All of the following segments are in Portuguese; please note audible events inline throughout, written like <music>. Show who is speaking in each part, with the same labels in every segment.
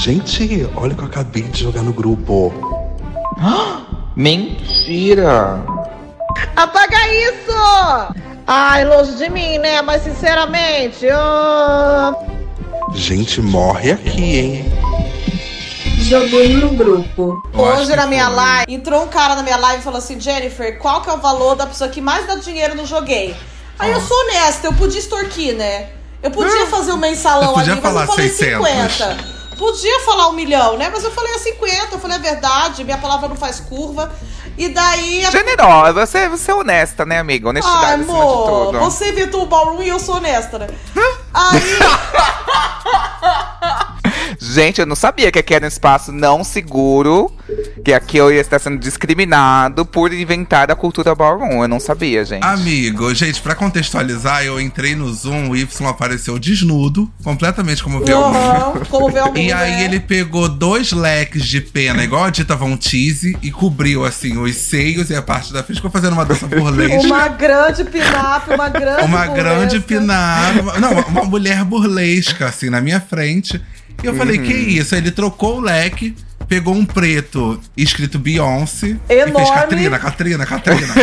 Speaker 1: Gente, olha o que eu acabei de jogar no grupo.
Speaker 2: Mentira!
Speaker 3: Apaga isso! Ai, longe de mim, né? Mas sinceramente, eu.
Speaker 1: Gente, morre aqui, hein?
Speaker 4: Joguei no grupo.
Speaker 2: Eu acho
Speaker 3: Hoje
Speaker 2: que
Speaker 3: na minha
Speaker 2: foi.
Speaker 3: live, entrou um cara na minha live e falou assim: Jennifer, qual que é o valor da pessoa que mais dá dinheiro no joguei? Aí eu sou honesta, eu podia extorquir, né? Eu podia fazer um mensalão
Speaker 5: Você podia
Speaker 3: ali, mas
Speaker 5: falar
Speaker 3: eu falei
Speaker 5: 600.
Speaker 3: 50. Podia falar um milhão, né? Mas eu falei a 50, eu falei a verdade, minha palavra não faz curva. E daí a
Speaker 2: Generosa, você, você é honesta, né, amiga? Honestidade
Speaker 3: Ai,
Speaker 2: acima de
Speaker 3: amor,
Speaker 2: tudo.
Speaker 3: você evitou o ballroom e eu sou honesta, né? Aí.
Speaker 2: Gente, eu não sabia que aqui era um espaço não seguro, que aqui eu ia estar sendo discriminado por inventar a cultura ballroom. Eu não sabia, gente.
Speaker 5: Amigo, gente, pra contextualizar, eu entrei no Zoom, o Y apareceu desnudo, completamente como viu.
Speaker 3: Aham, como ver algum.
Speaker 5: E aí ele pegou dois leques de pena, igual a Dita Von Teese, e cobriu, assim, os seios e a parte da frente. Ficou fazendo uma dança burlesca.
Speaker 3: Uma grande pinap, uma grande.
Speaker 5: uma grande
Speaker 3: burlesca.
Speaker 5: pinada. Não, uma- uma mulher burlesca, assim, na minha frente. E eu
Speaker 2: Uhum.
Speaker 5: falei, que isso? Aí ele trocou o leque, pegou um preto escrito Beyoncé. E fez
Speaker 3: Enorme.
Speaker 5: Katrina, Katrina, Katrina.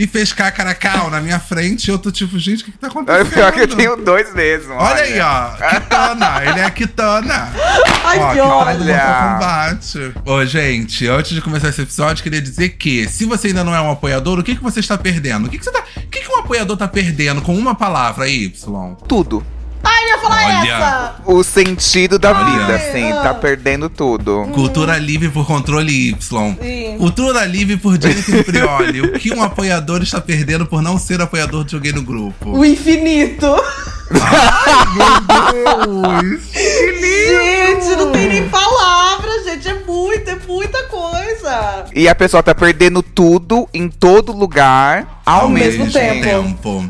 Speaker 5: e fez Cacaracau na minha frente. E eu tô tipo, gente, o que, que tá
Speaker 2: É
Speaker 5: acontecendo?
Speaker 2: pior que <laughs> eu tenho dois mesmo.
Speaker 5: Olha aí, ó. Kitana, ele é a Kitana. Ó,
Speaker 3: Ai,
Speaker 5: que
Speaker 3: que
Speaker 5: hora do
Speaker 3: ódio.
Speaker 2: olha.
Speaker 5: Mortal Kombat. Ô, gente, antes de começar esse episódio, queria dizer que, se você ainda não é um apoiador, o que, que você está perdendo? O que, que você tá. O que, que um apoiador tá perdendo com uma palavra, Y?
Speaker 2: Tudo.
Speaker 3: Ai, eu ia falar
Speaker 5: Olha.
Speaker 3: essa!
Speaker 2: O sentido da vida,
Speaker 3: Ai,
Speaker 2: assim,
Speaker 3: ah.
Speaker 2: tá perdendo tudo.
Speaker 5: Cultura livre por controle Y.
Speaker 3: Sim.
Speaker 5: Cultura livre por Jennifer Prioli. o que um apoiador está perdendo por não ser apoiador de alguém no grupo?
Speaker 3: O infinito! Gente, não tem nem palavra, gente. É muito, é muita coisa.
Speaker 2: E a pessoa tá perdendo tudo em todo lugar ao, mesmo, tempo.
Speaker 5: tempo.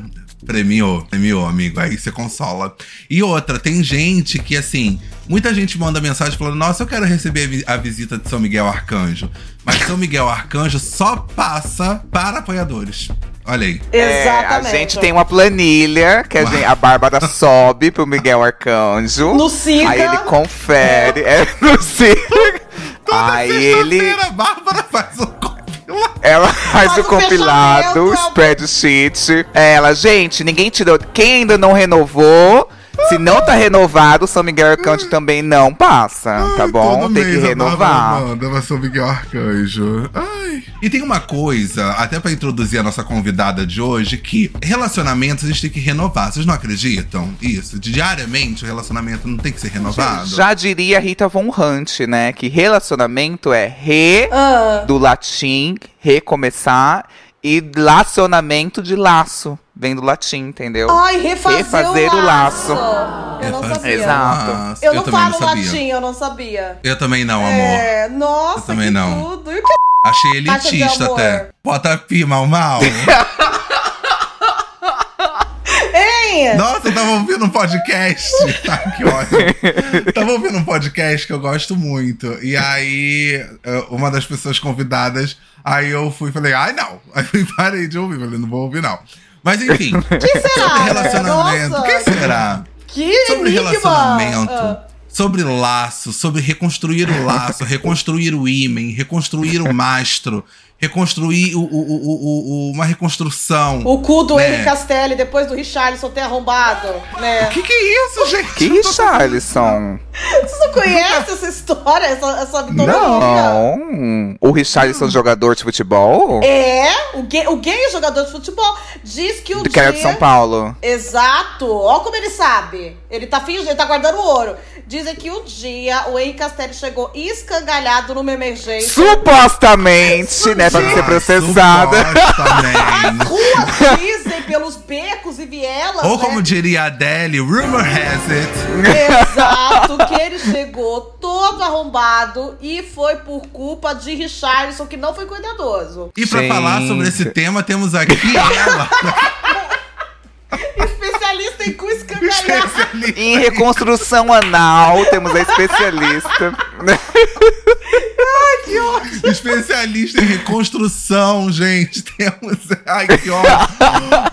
Speaker 5: Premiou, premiou, amigo. Aí você consola. E outra, tem gente que, assim, muita gente manda mensagem falando: Nossa, eu quero receber a vi- a visita de São Miguel Arcanjo. Mas São Miguel Arcanjo só passa para apoiadores. Olha aí.
Speaker 2: É, a
Speaker 3: Exatamente.
Speaker 2: gente
Speaker 5: um
Speaker 2: tem uma planilha
Speaker 5: <laughs>
Speaker 2: que a,
Speaker 5: Uau.
Speaker 2: gente, a Bárbara sobe pro Miguel Arcanjo.
Speaker 3: No Siga.
Speaker 2: Aí ele confere. É, <laughs> no Siga. Aí ele.
Speaker 5: Sexta-feira, a Bárbara faz um compilado.
Speaker 2: Ela <laughs> faz
Speaker 3: Faz
Speaker 2: o
Speaker 3: o
Speaker 2: compilado, o
Speaker 3: fechamento.
Speaker 2: spreadsheet. Ela, gente, ninguém tirou. Quem ainda não renovou. Se não tá renovado, São Miguel Arcanjo também não
Speaker 5: Ah,
Speaker 2: passa, tá bom?
Speaker 5: Todo
Speaker 2: Tem que
Speaker 5: mês a Bárbara
Speaker 2: renovar.
Speaker 5: Manda pra São Miguel é Arcanjo. Ai. E tem uma coisa, até pra introduzir a nossa convidada de hoje, que relacionamentos a gente tem que renovar. Vocês não acreditam? Isso. Diariamente o relacionamento não tem que ser renovado.
Speaker 2: Já diria Rita Von Hunt, né? Que relacionamento é re
Speaker 3: Ah,
Speaker 2: do latim, recomeçar, e lacionamento de laço. Vem do latim, entendeu?
Speaker 3: Ai, refazer,
Speaker 2: Refazer o
Speaker 3: o laço.
Speaker 5: É
Speaker 3: Eu não
Speaker 5: fácil.
Speaker 3: sabia.
Speaker 2: Exato.
Speaker 5: Nossa,
Speaker 3: Eu não
Speaker 5: também
Speaker 3: falo
Speaker 5: sabia.
Speaker 3: latim, eu não sabia.
Speaker 5: Eu também não, amor.
Speaker 3: É, nossa,
Speaker 5: Eu também
Speaker 3: que
Speaker 5: não.
Speaker 3: tudo. E o
Speaker 5: Achei
Speaker 3: Acha de
Speaker 5: elitista
Speaker 3: amor.
Speaker 5: até. Bota pi, mal, mal.
Speaker 3: <laughs> que tem?
Speaker 5: Nossa, eu tava ouvindo um
Speaker 3: <laughs>
Speaker 5: podcast. Tá, que ótimo. Tava ouvindo um podcast que eu gosto muito. E aí, eh, uma das pessoas convidadas, aí eu fui e falei, ai não. <laughs> Aí fui, parei de ouvir, falei, não vou ouvir não. Mas enfim, <laughs>
Speaker 3: Que será?
Speaker 5: sobre relacionamento. O
Speaker 3: Nossa,
Speaker 5: que será?
Speaker 3: que
Speaker 5: Sobre
Speaker 3: enigma.
Speaker 5: relacionamento.
Speaker 3: Ah.
Speaker 5: Sobre laço, sobre reconstruir o laço, reconstruir o ímen, reconstruir o mastro, reconstruir o- o- o- o- o- uma reconstrução.
Speaker 3: O cu do
Speaker 5: Né?
Speaker 3: Henry Castelli depois do Richarlison ter arrombado, né?
Speaker 5: que, que é isso, gente?
Speaker 2: Que Richarlison?
Speaker 3: Vocês não conhecem essa história, essa, essa mitologia?
Speaker 2: Não. O Richarlison, jogador de futebol?
Speaker 3: É, o gay, o gay jogador de futebol diz que o
Speaker 2: Que era de São Paulo.
Speaker 3: Exato, ó como ele sabe. Ele tá fingindo, ele tá guardando o ouro. Dizem que um dia o Henry Castelli chegou escangalhado numa emergência.
Speaker 2: Supostamente, né? Pra não ser
Speaker 5: Ah,
Speaker 2: processada.
Speaker 5: supostamente.
Speaker 3: Ruas dizem pelos becos e vielas.
Speaker 5: Ou
Speaker 3: né?
Speaker 5: como diria a Adele, rumor has it.
Speaker 3: Exato, que ele chegou todo arrombado e foi por culpa de Richardson, que não foi cuidadoso.
Speaker 5: E pra
Speaker 2: Gente.
Speaker 5: falar sobre esse tema, temos aqui ela,
Speaker 3: Especialista em cu escangalhado.
Speaker 5: especialista.
Speaker 2: Em reconstrução anal, temos a especialista.
Speaker 5: <laughs> especialista em reconstrução, gente. Temos. Ai, que ótimo.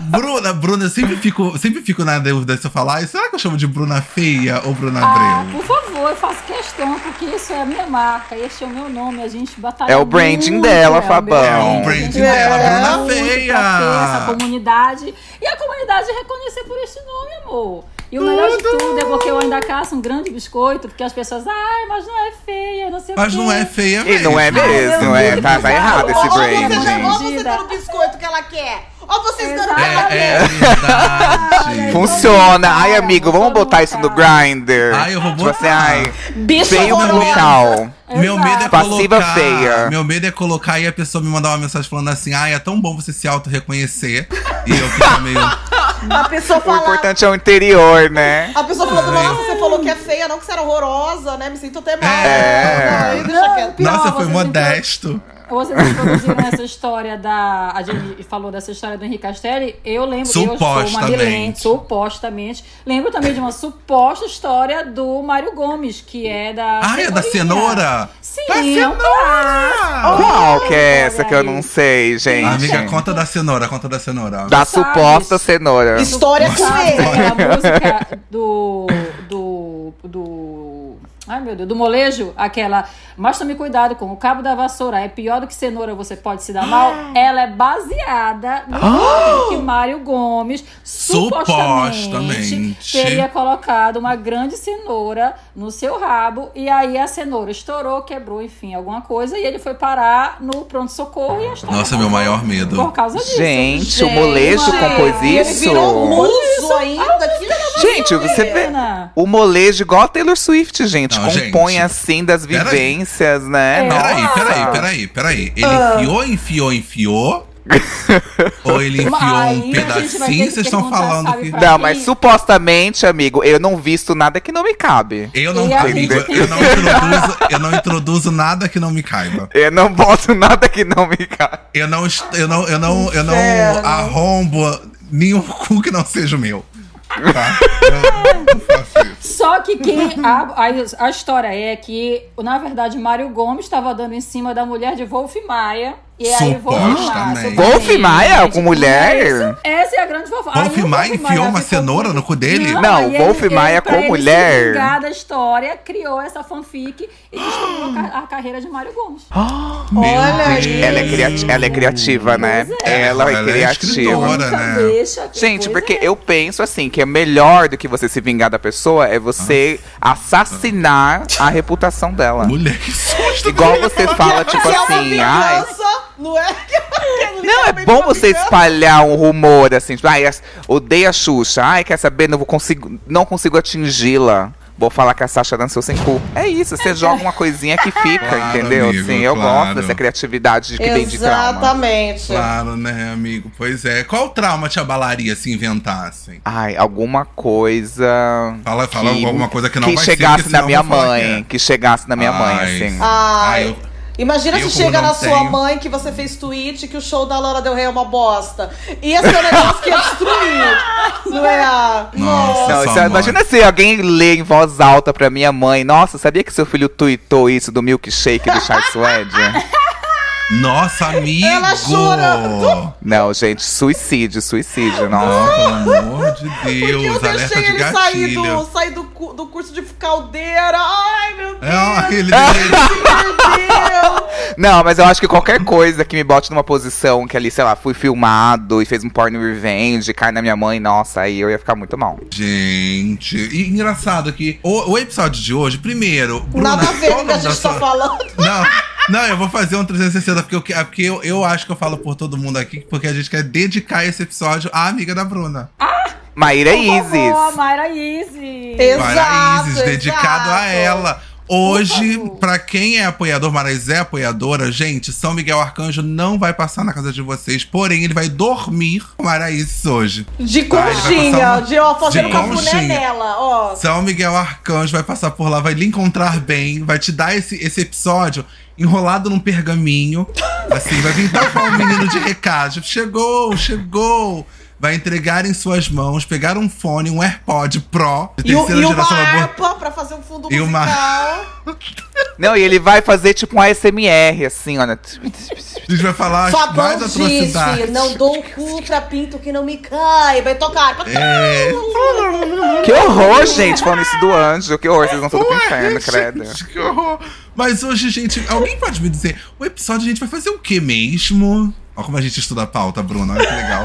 Speaker 5: Bruna, Bruna, eu sempre fico, sempre fico na dúvida se eu falar, "Ai, será que eu chamo de Bruna Feia ou Bruna
Speaker 6: Ah,
Speaker 5: Abreu?
Speaker 6: por favor, eu faço questão, porque isso é a minha marca, este é o meu nome, a gente batalha
Speaker 2: É o branding
Speaker 6: muito,
Speaker 2: dela,
Speaker 6: o meu
Speaker 2: Fabão.
Speaker 5: É o branding dela, Bruna
Speaker 6: muito pra
Speaker 5: Feia.
Speaker 6: ter Essa comunidade. E a comunidade reconhecer por este nome, amor. E o melhor de tudo é porque eu ainda caço um grande biscoito, porque as pessoas, ai, mas não é feia, não sei
Speaker 5: Mas
Speaker 6: o quê.
Speaker 5: não é feia
Speaker 2: E não é
Speaker 5: mesmo.
Speaker 2: mesmo, é. Tá, tá errado esse
Speaker 3: Ou você,
Speaker 2: branding,
Speaker 3: já, ou
Speaker 2: gente.
Speaker 3: você dando o biscoito que ela quer. Ou vocês dando o que ela
Speaker 6: Exato.
Speaker 5: É,
Speaker 3: quer.
Speaker 5: é verdade.
Speaker 2: Funciona. Ai, amigo, vamos botar isso no Grindr.
Speaker 5: Ai, eu vou
Speaker 2: Tipo assim,
Speaker 5: botar.
Speaker 2: ai,
Speaker 3: Bicho
Speaker 2: bem
Speaker 3: horrorosa.
Speaker 2: local.
Speaker 5: Meu
Speaker 6: Exato.
Speaker 5: medo é
Speaker 2: Passiva
Speaker 5: colocar.
Speaker 2: feia.
Speaker 5: Meu medo é colocar e a pessoa me mandar uma mensagem falando assim: ai, é tão bom você se auto-reconhecer. e eu ficar meio.
Speaker 6: <laughs>
Speaker 3: A pessoa
Speaker 2: O
Speaker 3: fala.
Speaker 2: importante é o interior, né?
Speaker 3: A pessoa falando, nossa, você falou que é feia, não que você era horrorosa, né? Me sinto até mal.
Speaker 5: É.
Speaker 3: Não, aí deixa quieto.
Speaker 6: Pior,
Speaker 5: Nossa, foi
Speaker 6: vocês
Speaker 5: modesto.
Speaker 6: Vocês introduziram essa tá história da. A gente falou dessa história do Henrique Castelli. Eu lembro. Eu sou uma
Speaker 5: Supostamente.
Speaker 6: milênio, supostamente. Lembro também de uma suposta história do Mário Gomes, que é da.
Speaker 5: Ai, é da
Speaker 6: cenourinha.
Speaker 5: cenoura?
Speaker 6: Sim, é um
Speaker 5: Da cenoura!
Speaker 2: Qual que é essa que eu não sei, gente?
Speaker 5: Amiga, conta da cenoura, conta da cenoura.
Speaker 2: Da
Speaker 6: Sabe?
Speaker 2: suposta cenoura.
Speaker 3: História com
Speaker 5: <laughs>
Speaker 3: ele.
Speaker 6: Sabe aquela música do. do. do. Ai meu Deus, do molejo, aquela. Mas tome cuidado com o cabo da vassoura. É pior do que cenoura, você pode se dar mal.
Speaker 5: Ah.
Speaker 6: Ela é baseada no fato de que o Mário Gomes supostamente,
Speaker 5: Supostamente.
Speaker 6: teria colocado uma grande cenoura no seu rabo. E aí a cenoura estourou, quebrou, enfim, alguma coisa. E ele foi parar no pronto-socorro e a história tá
Speaker 5: Nossa, meu
Speaker 6: acabou
Speaker 5: maior medo.
Speaker 6: Por causa disso.
Speaker 2: Gente, o
Speaker 6: Gente, é,
Speaker 2: molejo
Speaker 6: mas-
Speaker 2: compôs
Speaker 3: Ele
Speaker 2: isso?
Speaker 3: virou
Speaker 6: um
Speaker 3: muso ainda. Que
Speaker 5: é
Speaker 2: Gente, você vê.
Speaker 6: Pena.
Speaker 2: O molejo, igual a Taylor Swift, gente,
Speaker 5: Não,
Speaker 2: compõe
Speaker 5: gente.
Speaker 2: assim das
Speaker 5: Peraí.
Speaker 2: vivências, né?
Speaker 6: É.
Speaker 5: Peraí,
Speaker 2: Nossa.
Speaker 5: peraí, peraí, peraí. Ele
Speaker 6: Ah.
Speaker 5: enfiou, enfiou, enfiou.
Speaker 6: <laughs>
Speaker 5: ou ele enfiou
Speaker 6: Mas
Speaker 5: um
Speaker 6: aí a gente vai ter que
Speaker 5: pedacinho? Vocês estão
Speaker 6: perguntar,
Speaker 5: falando
Speaker 6: sabe,
Speaker 5: que.
Speaker 6: pra-
Speaker 2: Não, mas supostamente, amigo, eu não visto nada que não me cabe.
Speaker 5: Eu não,
Speaker 6: E a
Speaker 5: amigo,
Speaker 6: gente
Speaker 5: eu não,
Speaker 6: tem- <laughs>
Speaker 5: introduzo, eu não introduzo nada que não me caiba.
Speaker 2: Eu não boto <laughs> nada que não me cabe.
Speaker 5: Eu não, est- eu não, eu não, eu não arrombo nenhum <laughs> cu que não seja o meu. Tá? Eu não faço isso.
Speaker 6: Só que quem. A, a, a história é que, na verdade, Mário Gomes estava dando em cima da mulher de Wolf Maia. E aí, Wolf Maia.
Speaker 5: Supostamente.
Speaker 2: Wolf Maia com
Speaker 6: Gente,
Speaker 2: mulher?
Speaker 6: isso- Essa é a grande fofoca.
Speaker 5: Wolf
Speaker 6: Aí o
Speaker 5: Maia enfiou uma
Speaker 6: ficou
Speaker 5: cenoura
Speaker 6: com-
Speaker 5: no cu dele?
Speaker 2: Não,
Speaker 6: aí
Speaker 2: Wolf
Speaker 6: ele- ele,
Speaker 2: Maia
Speaker 6: pra
Speaker 2: com
Speaker 6: ele se
Speaker 2: mulher.
Speaker 6: vingar da história, criou essa fanfic e destruiu a, ca- a carreira de Mário Gomes.
Speaker 5: Meu
Speaker 3: Olha
Speaker 5: Deus.
Speaker 3: aí.
Speaker 2: Ela é, criati- ela é criativa, né?
Speaker 6: Pois
Speaker 2: Ela
Speaker 6: é.
Speaker 2: é
Speaker 5: Ela é
Speaker 2: criativa.
Speaker 5: escritora.
Speaker 6: Nunca
Speaker 5: né?
Speaker 6: Então, deixa que
Speaker 2: Gente,
Speaker 6: coisa
Speaker 2: porque
Speaker 6: é.
Speaker 2: eu penso assim, que é melhor do que você se vingar da pessoa é você assassinar a reputação dela.
Speaker 5: Mulher, que susto.
Speaker 2: Igual você fala, tipo
Speaker 3: Que é uma
Speaker 2: assim, ai.
Speaker 3: vingança, não é? <laughs>
Speaker 2: Não, é bom você espalhar um rumor assim, tipo, ai, as- odeio a Xuxa, ai, quer saber, não vou consigo, não consigo atingi-la. Vou falar que a Sasha dançou sem cu. É isso, você joga uma coisinha
Speaker 3: <laughs>
Speaker 2: que fica,
Speaker 5: Claro,
Speaker 2: entendeu?
Speaker 5: amigo,
Speaker 2: assim, eu
Speaker 5: claro.
Speaker 2: gosto dessa criatividade de que vem de trauma.
Speaker 3: Exatamente.
Speaker 5: Claro, né, amigo? Pois é. Qual trauma te abalaria se inventassem?
Speaker 2: Ai, alguma coisa.
Speaker 5: Fala, fala alguma coisa que não
Speaker 2: que
Speaker 5: vai ser,
Speaker 2: chegasse
Speaker 5: porque
Speaker 2: na
Speaker 5: senão
Speaker 2: minha
Speaker 5: eu vou falar que
Speaker 2: mãe.
Speaker 5: é.
Speaker 2: Que, chegasse na minha mãe,
Speaker 5: Ai.
Speaker 2: assim.
Speaker 5: Ai,
Speaker 3: Ai.
Speaker 5: eu-
Speaker 3: Imagina
Speaker 5: Eu,
Speaker 3: se
Speaker 5: como
Speaker 3: chega
Speaker 5: não
Speaker 3: na sua
Speaker 5: tenho-
Speaker 3: mãe que você fez tweet que o show da Lana Del Rey é uma bosta. E esse é o negócio que ia
Speaker 5: <laughs>
Speaker 3: destruir. Não é?
Speaker 5: Nossa,
Speaker 2: Não,
Speaker 5: sua
Speaker 2: isso-
Speaker 5: mãe.
Speaker 2: imagina se alguém lê em voz alta pra minha mãe. Nossa, sabia que seu filho tweetou isso do milkshake do Charles Suede?
Speaker 5: Nossa, amigo!
Speaker 3: Ela chora.
Speaker 2: Não, gente, suicídio, suicídio,
Speaker 5: Não,
Speaker 2: nossa.
Speaker 5: pelo amor de
Speaker 3: Porque eu
Speaker 5: Deus, alerta
Speaker 3: deixei
Speaker 5: de
Speaker 3: ele sair,
Speaker 5: gatilho. É,
Speaker 3: do, sair do, cu- do curso de caldeira. Ai, meu Deus.
Speaker 2: <laughs>
Speaker 5: É, ele,
Speaker 3: se perdeu.
Speaker 2: Não, mas eu acho que qualquer coisa que me bote numa posição que ali, sei lá, fui filmado e fez um porno revenge, cai na minha mãe, nossa, aí eu ia ficar muito mal.
Speaker 5: Gente, e engraçado que o, o episódio de hoje, primeiro, Bruna,
Speaker 3: Nada a ver
Speaker 5: qual
Speaker 3: com
Speaker 5: o
Speaker 3: o que a
Speaker 5: nome da
Speaker 3: gente tá
Speaker 5: sua...
Speaker 3: falando.
Speaker 5: Não, não, eu vou fazer um 360, porque, eu, que- porque eu, eu acho que eu falo por todo mundo aqui, porque a gente quer dedicar esse episódio à amiga da Bruna.
Speaker 2: Maíra
Speaker 6: Por favor,
Speaker 2: Isis.
Speaker 6: Mayra Isis.
Speaker 5: Para
Speaker 3: Exato,
Speaker 5: Isis, dedicado a
Speaker 3: exato.
Speaker 5: ela. Hoje,
Speaker 6: favor.
Speaker 5: pra quem é apoiador, Marais é apoiadora, gente, São Miguel Arcanjo não vai passar na casa de vocês, porém ele vai dormir com Maraízes hoje.
Speaker 3: De
Speaker 5: Vai, ele vai passar
Speaker 3: conchinha,
Speaker 5: uma-
Speaker 3: de ó, fazendo
Speaker 5: de
Speaker 3: cafuné
Speaker 5: conchinha.
Speaker 3: nela, ó.
Speaker 5: São Miguel Arcanjo vai passar por lá, vai lhe encontrar bem, vai te dar esse, esse episódio enrolado num
Speaker 3: <laughs>
Speaker 5: pergaminho. Assim, vai vir tal qual um menino de recado. Chegou, chegou! vai entregar em suas mãos, pegar um fone, um AirPod Pro de
Speaker 3: E, o-
Speaker 5: terceira
Speaker 3: e uma
Speaker 5: geração da boa-
Speaker 3: harpa pra fazer um fundo
Speaker 5: E
Speaker 3: musical.
Speaker 5: uma- <laughs>
Speaker 2: Não, e ele vai fazer tipo um ASMR, assim, ó. né?
Speaker 5: A gente vai falar
Speaker 3: Sua mão
Speaker 5: mais
Speaker 3: disse,
Speaker 5: atrocidades.
Speaker 3: não dou o cu pra pinto que não me cai. Vai tocar.
Speaker 5: É.
Speaker 2: Que horror, gente, falando isso do anjo. Que horror, vocês vão tudo pro inferno, credo.
Speaker 5: Gente, <laughs> que horror. Mas hoje, gente, alguém pode me dizer, o episódio a gente vai fazer o que mesmo? Olha como a gente estuda a pauta, Bruna. Olha
Speaker 2: <laughs>
Speaker 5: que legal.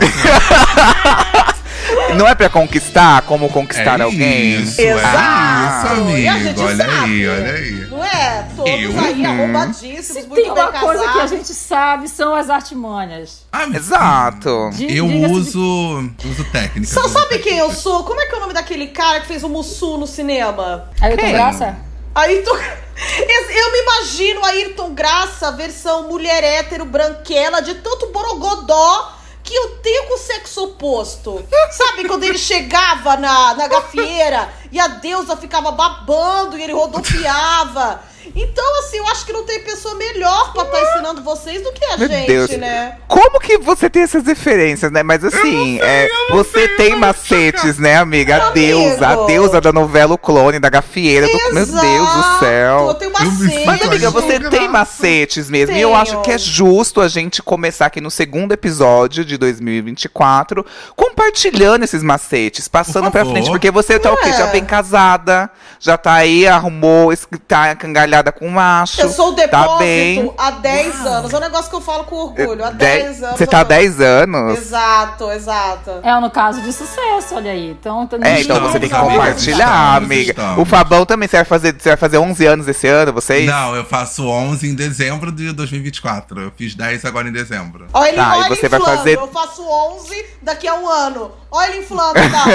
Speaker 2: Não é pra conquistar como conquistar
Speaker 5: É
Speaker 2: alguém?
Speaker 5: Isso,
Speaker 3: Exato.
Speaker 5: É
Speaker 3: E
Speaker 5: isso,
Speaker 3: a
Speaker 5: amigo.
Speaker 3: gente
Speaker 5: Olha aí,
Speaker 3: sabe.
Speaker 5: olha aí.
Speaker 3: Não é? Todos
Speaker 5: Eu? Hum.
Speaker 3: aí arrombadíssimos,
Speaker 6: Se
Speaker 3: muito
Speaker 6: tem
Speaker 3: bem
Speaker 6: uma coisa que a
Speaker 3: casados.
Speaker 6: gente sabe, são as artimanhas.
Speaker 5: Ah, mas
Speaker 2: Exato.
Speaker 6: Di-
Speaker 5: Eu
Speaker 6: diga-se de-
Speaker 5: uso, uso técnica.
Speaker 3: Só
Speaker 5: uso
Speaker 3: sabe
Speaker 5: técnica.
Speaker 3: quem eu sou? Como é que é o nome daquele cara que fez o Mussu no cinema?
Speaker 6: Ailton
Speaker 2: Quem?
Speaker 6: Graça?
Speaker 3: Aí tu... Eu me imagino a Ayrton Graça, versão mulher hétero, branquela, de tanto borogodó que eu tenho com o sexo oposto. Sabe quando ele chegava na, na gafieira e a deusa ficava babando e ele rodopiava? Então, assim, eu acho que não tem pessoa melhor pra estar ensinando vocês do que a
Speaker 2: Meu
Speaker 3: gente,
Speaker 2: Deus.
Speaker 3: né?
Speaker 2: Como que você tem essas diferenças, né? Mas assim, é, você tem macetes, né, amiga? A
Speaker 3: Amigo.
Speaker 2: deusa, a deusa da novela O Clone, da gafieira. do- Meu Deus do
Speaker 3: Eu
Speaker 2: céu.
Speaker 3: tenho
Speaker 5: Eu me
Speaker 3: macete.
Speaker 2: Mas, amiga, você
Speaker 5: Graça.
Speaker 2: tem macetes mesmo. E eu
Speaker 3: Tenho.
Speaker 2: acho que é justo a gente começar aqui no segundo episódio de 2024 compartilhando esses macetes, passando
Speaker 5: Por
Speaker 2: pra
Speaker 5: favor.
Speaker 2: frente. Porque você tá o quê?
Speaker 3: É.
Speaker 2: Já bem casada, já tá aí, arrumou, es- tá encangalhada com um macho.
Speaker 3: Eu sou o depósito
Speaker 2: Tá bem.
Speaker 3: há 10 anos. É um negócio que eu falo com orgulho. Há 10 anos.
Speaker 2: Você tá há
Speaker 3: eu-
Speaker 2: 10 anos?
Speaker 3: Exato, exato.
Speaker 6: É no caso de sucesso, olha aí. Então, tô-
Speaker 2: É, então
Speaker 5: Estamos,
Speaker 2: você tem que
Speaker 5: amigas,
Speaker 2: compartilhar,
Speaker 5: estamos,
Speaker 2: amiga.
Speaker 5: estamos.
Speaker 2: O Fabão também, você vai fazer, você vai fazer 11 anos esse ano, vocês?
Speaker 5: Não, eu faço 11 em dezembro de 2024. Eu fiz 10 agora em dezembro.
Speaker 3: Olha ele,
Speaker 2: Tá,
Speaker 3: olha
Speaker 2: e
Speaker 3: ele
Speaker 2: você vai
Speaker 3: inflando.
Speaker 2: fazer-
Speaker 3: Eu faço 11 daqui a um ano. Olha ele inflando,
Speaker 5: <laughs>
Speaker 3: tá?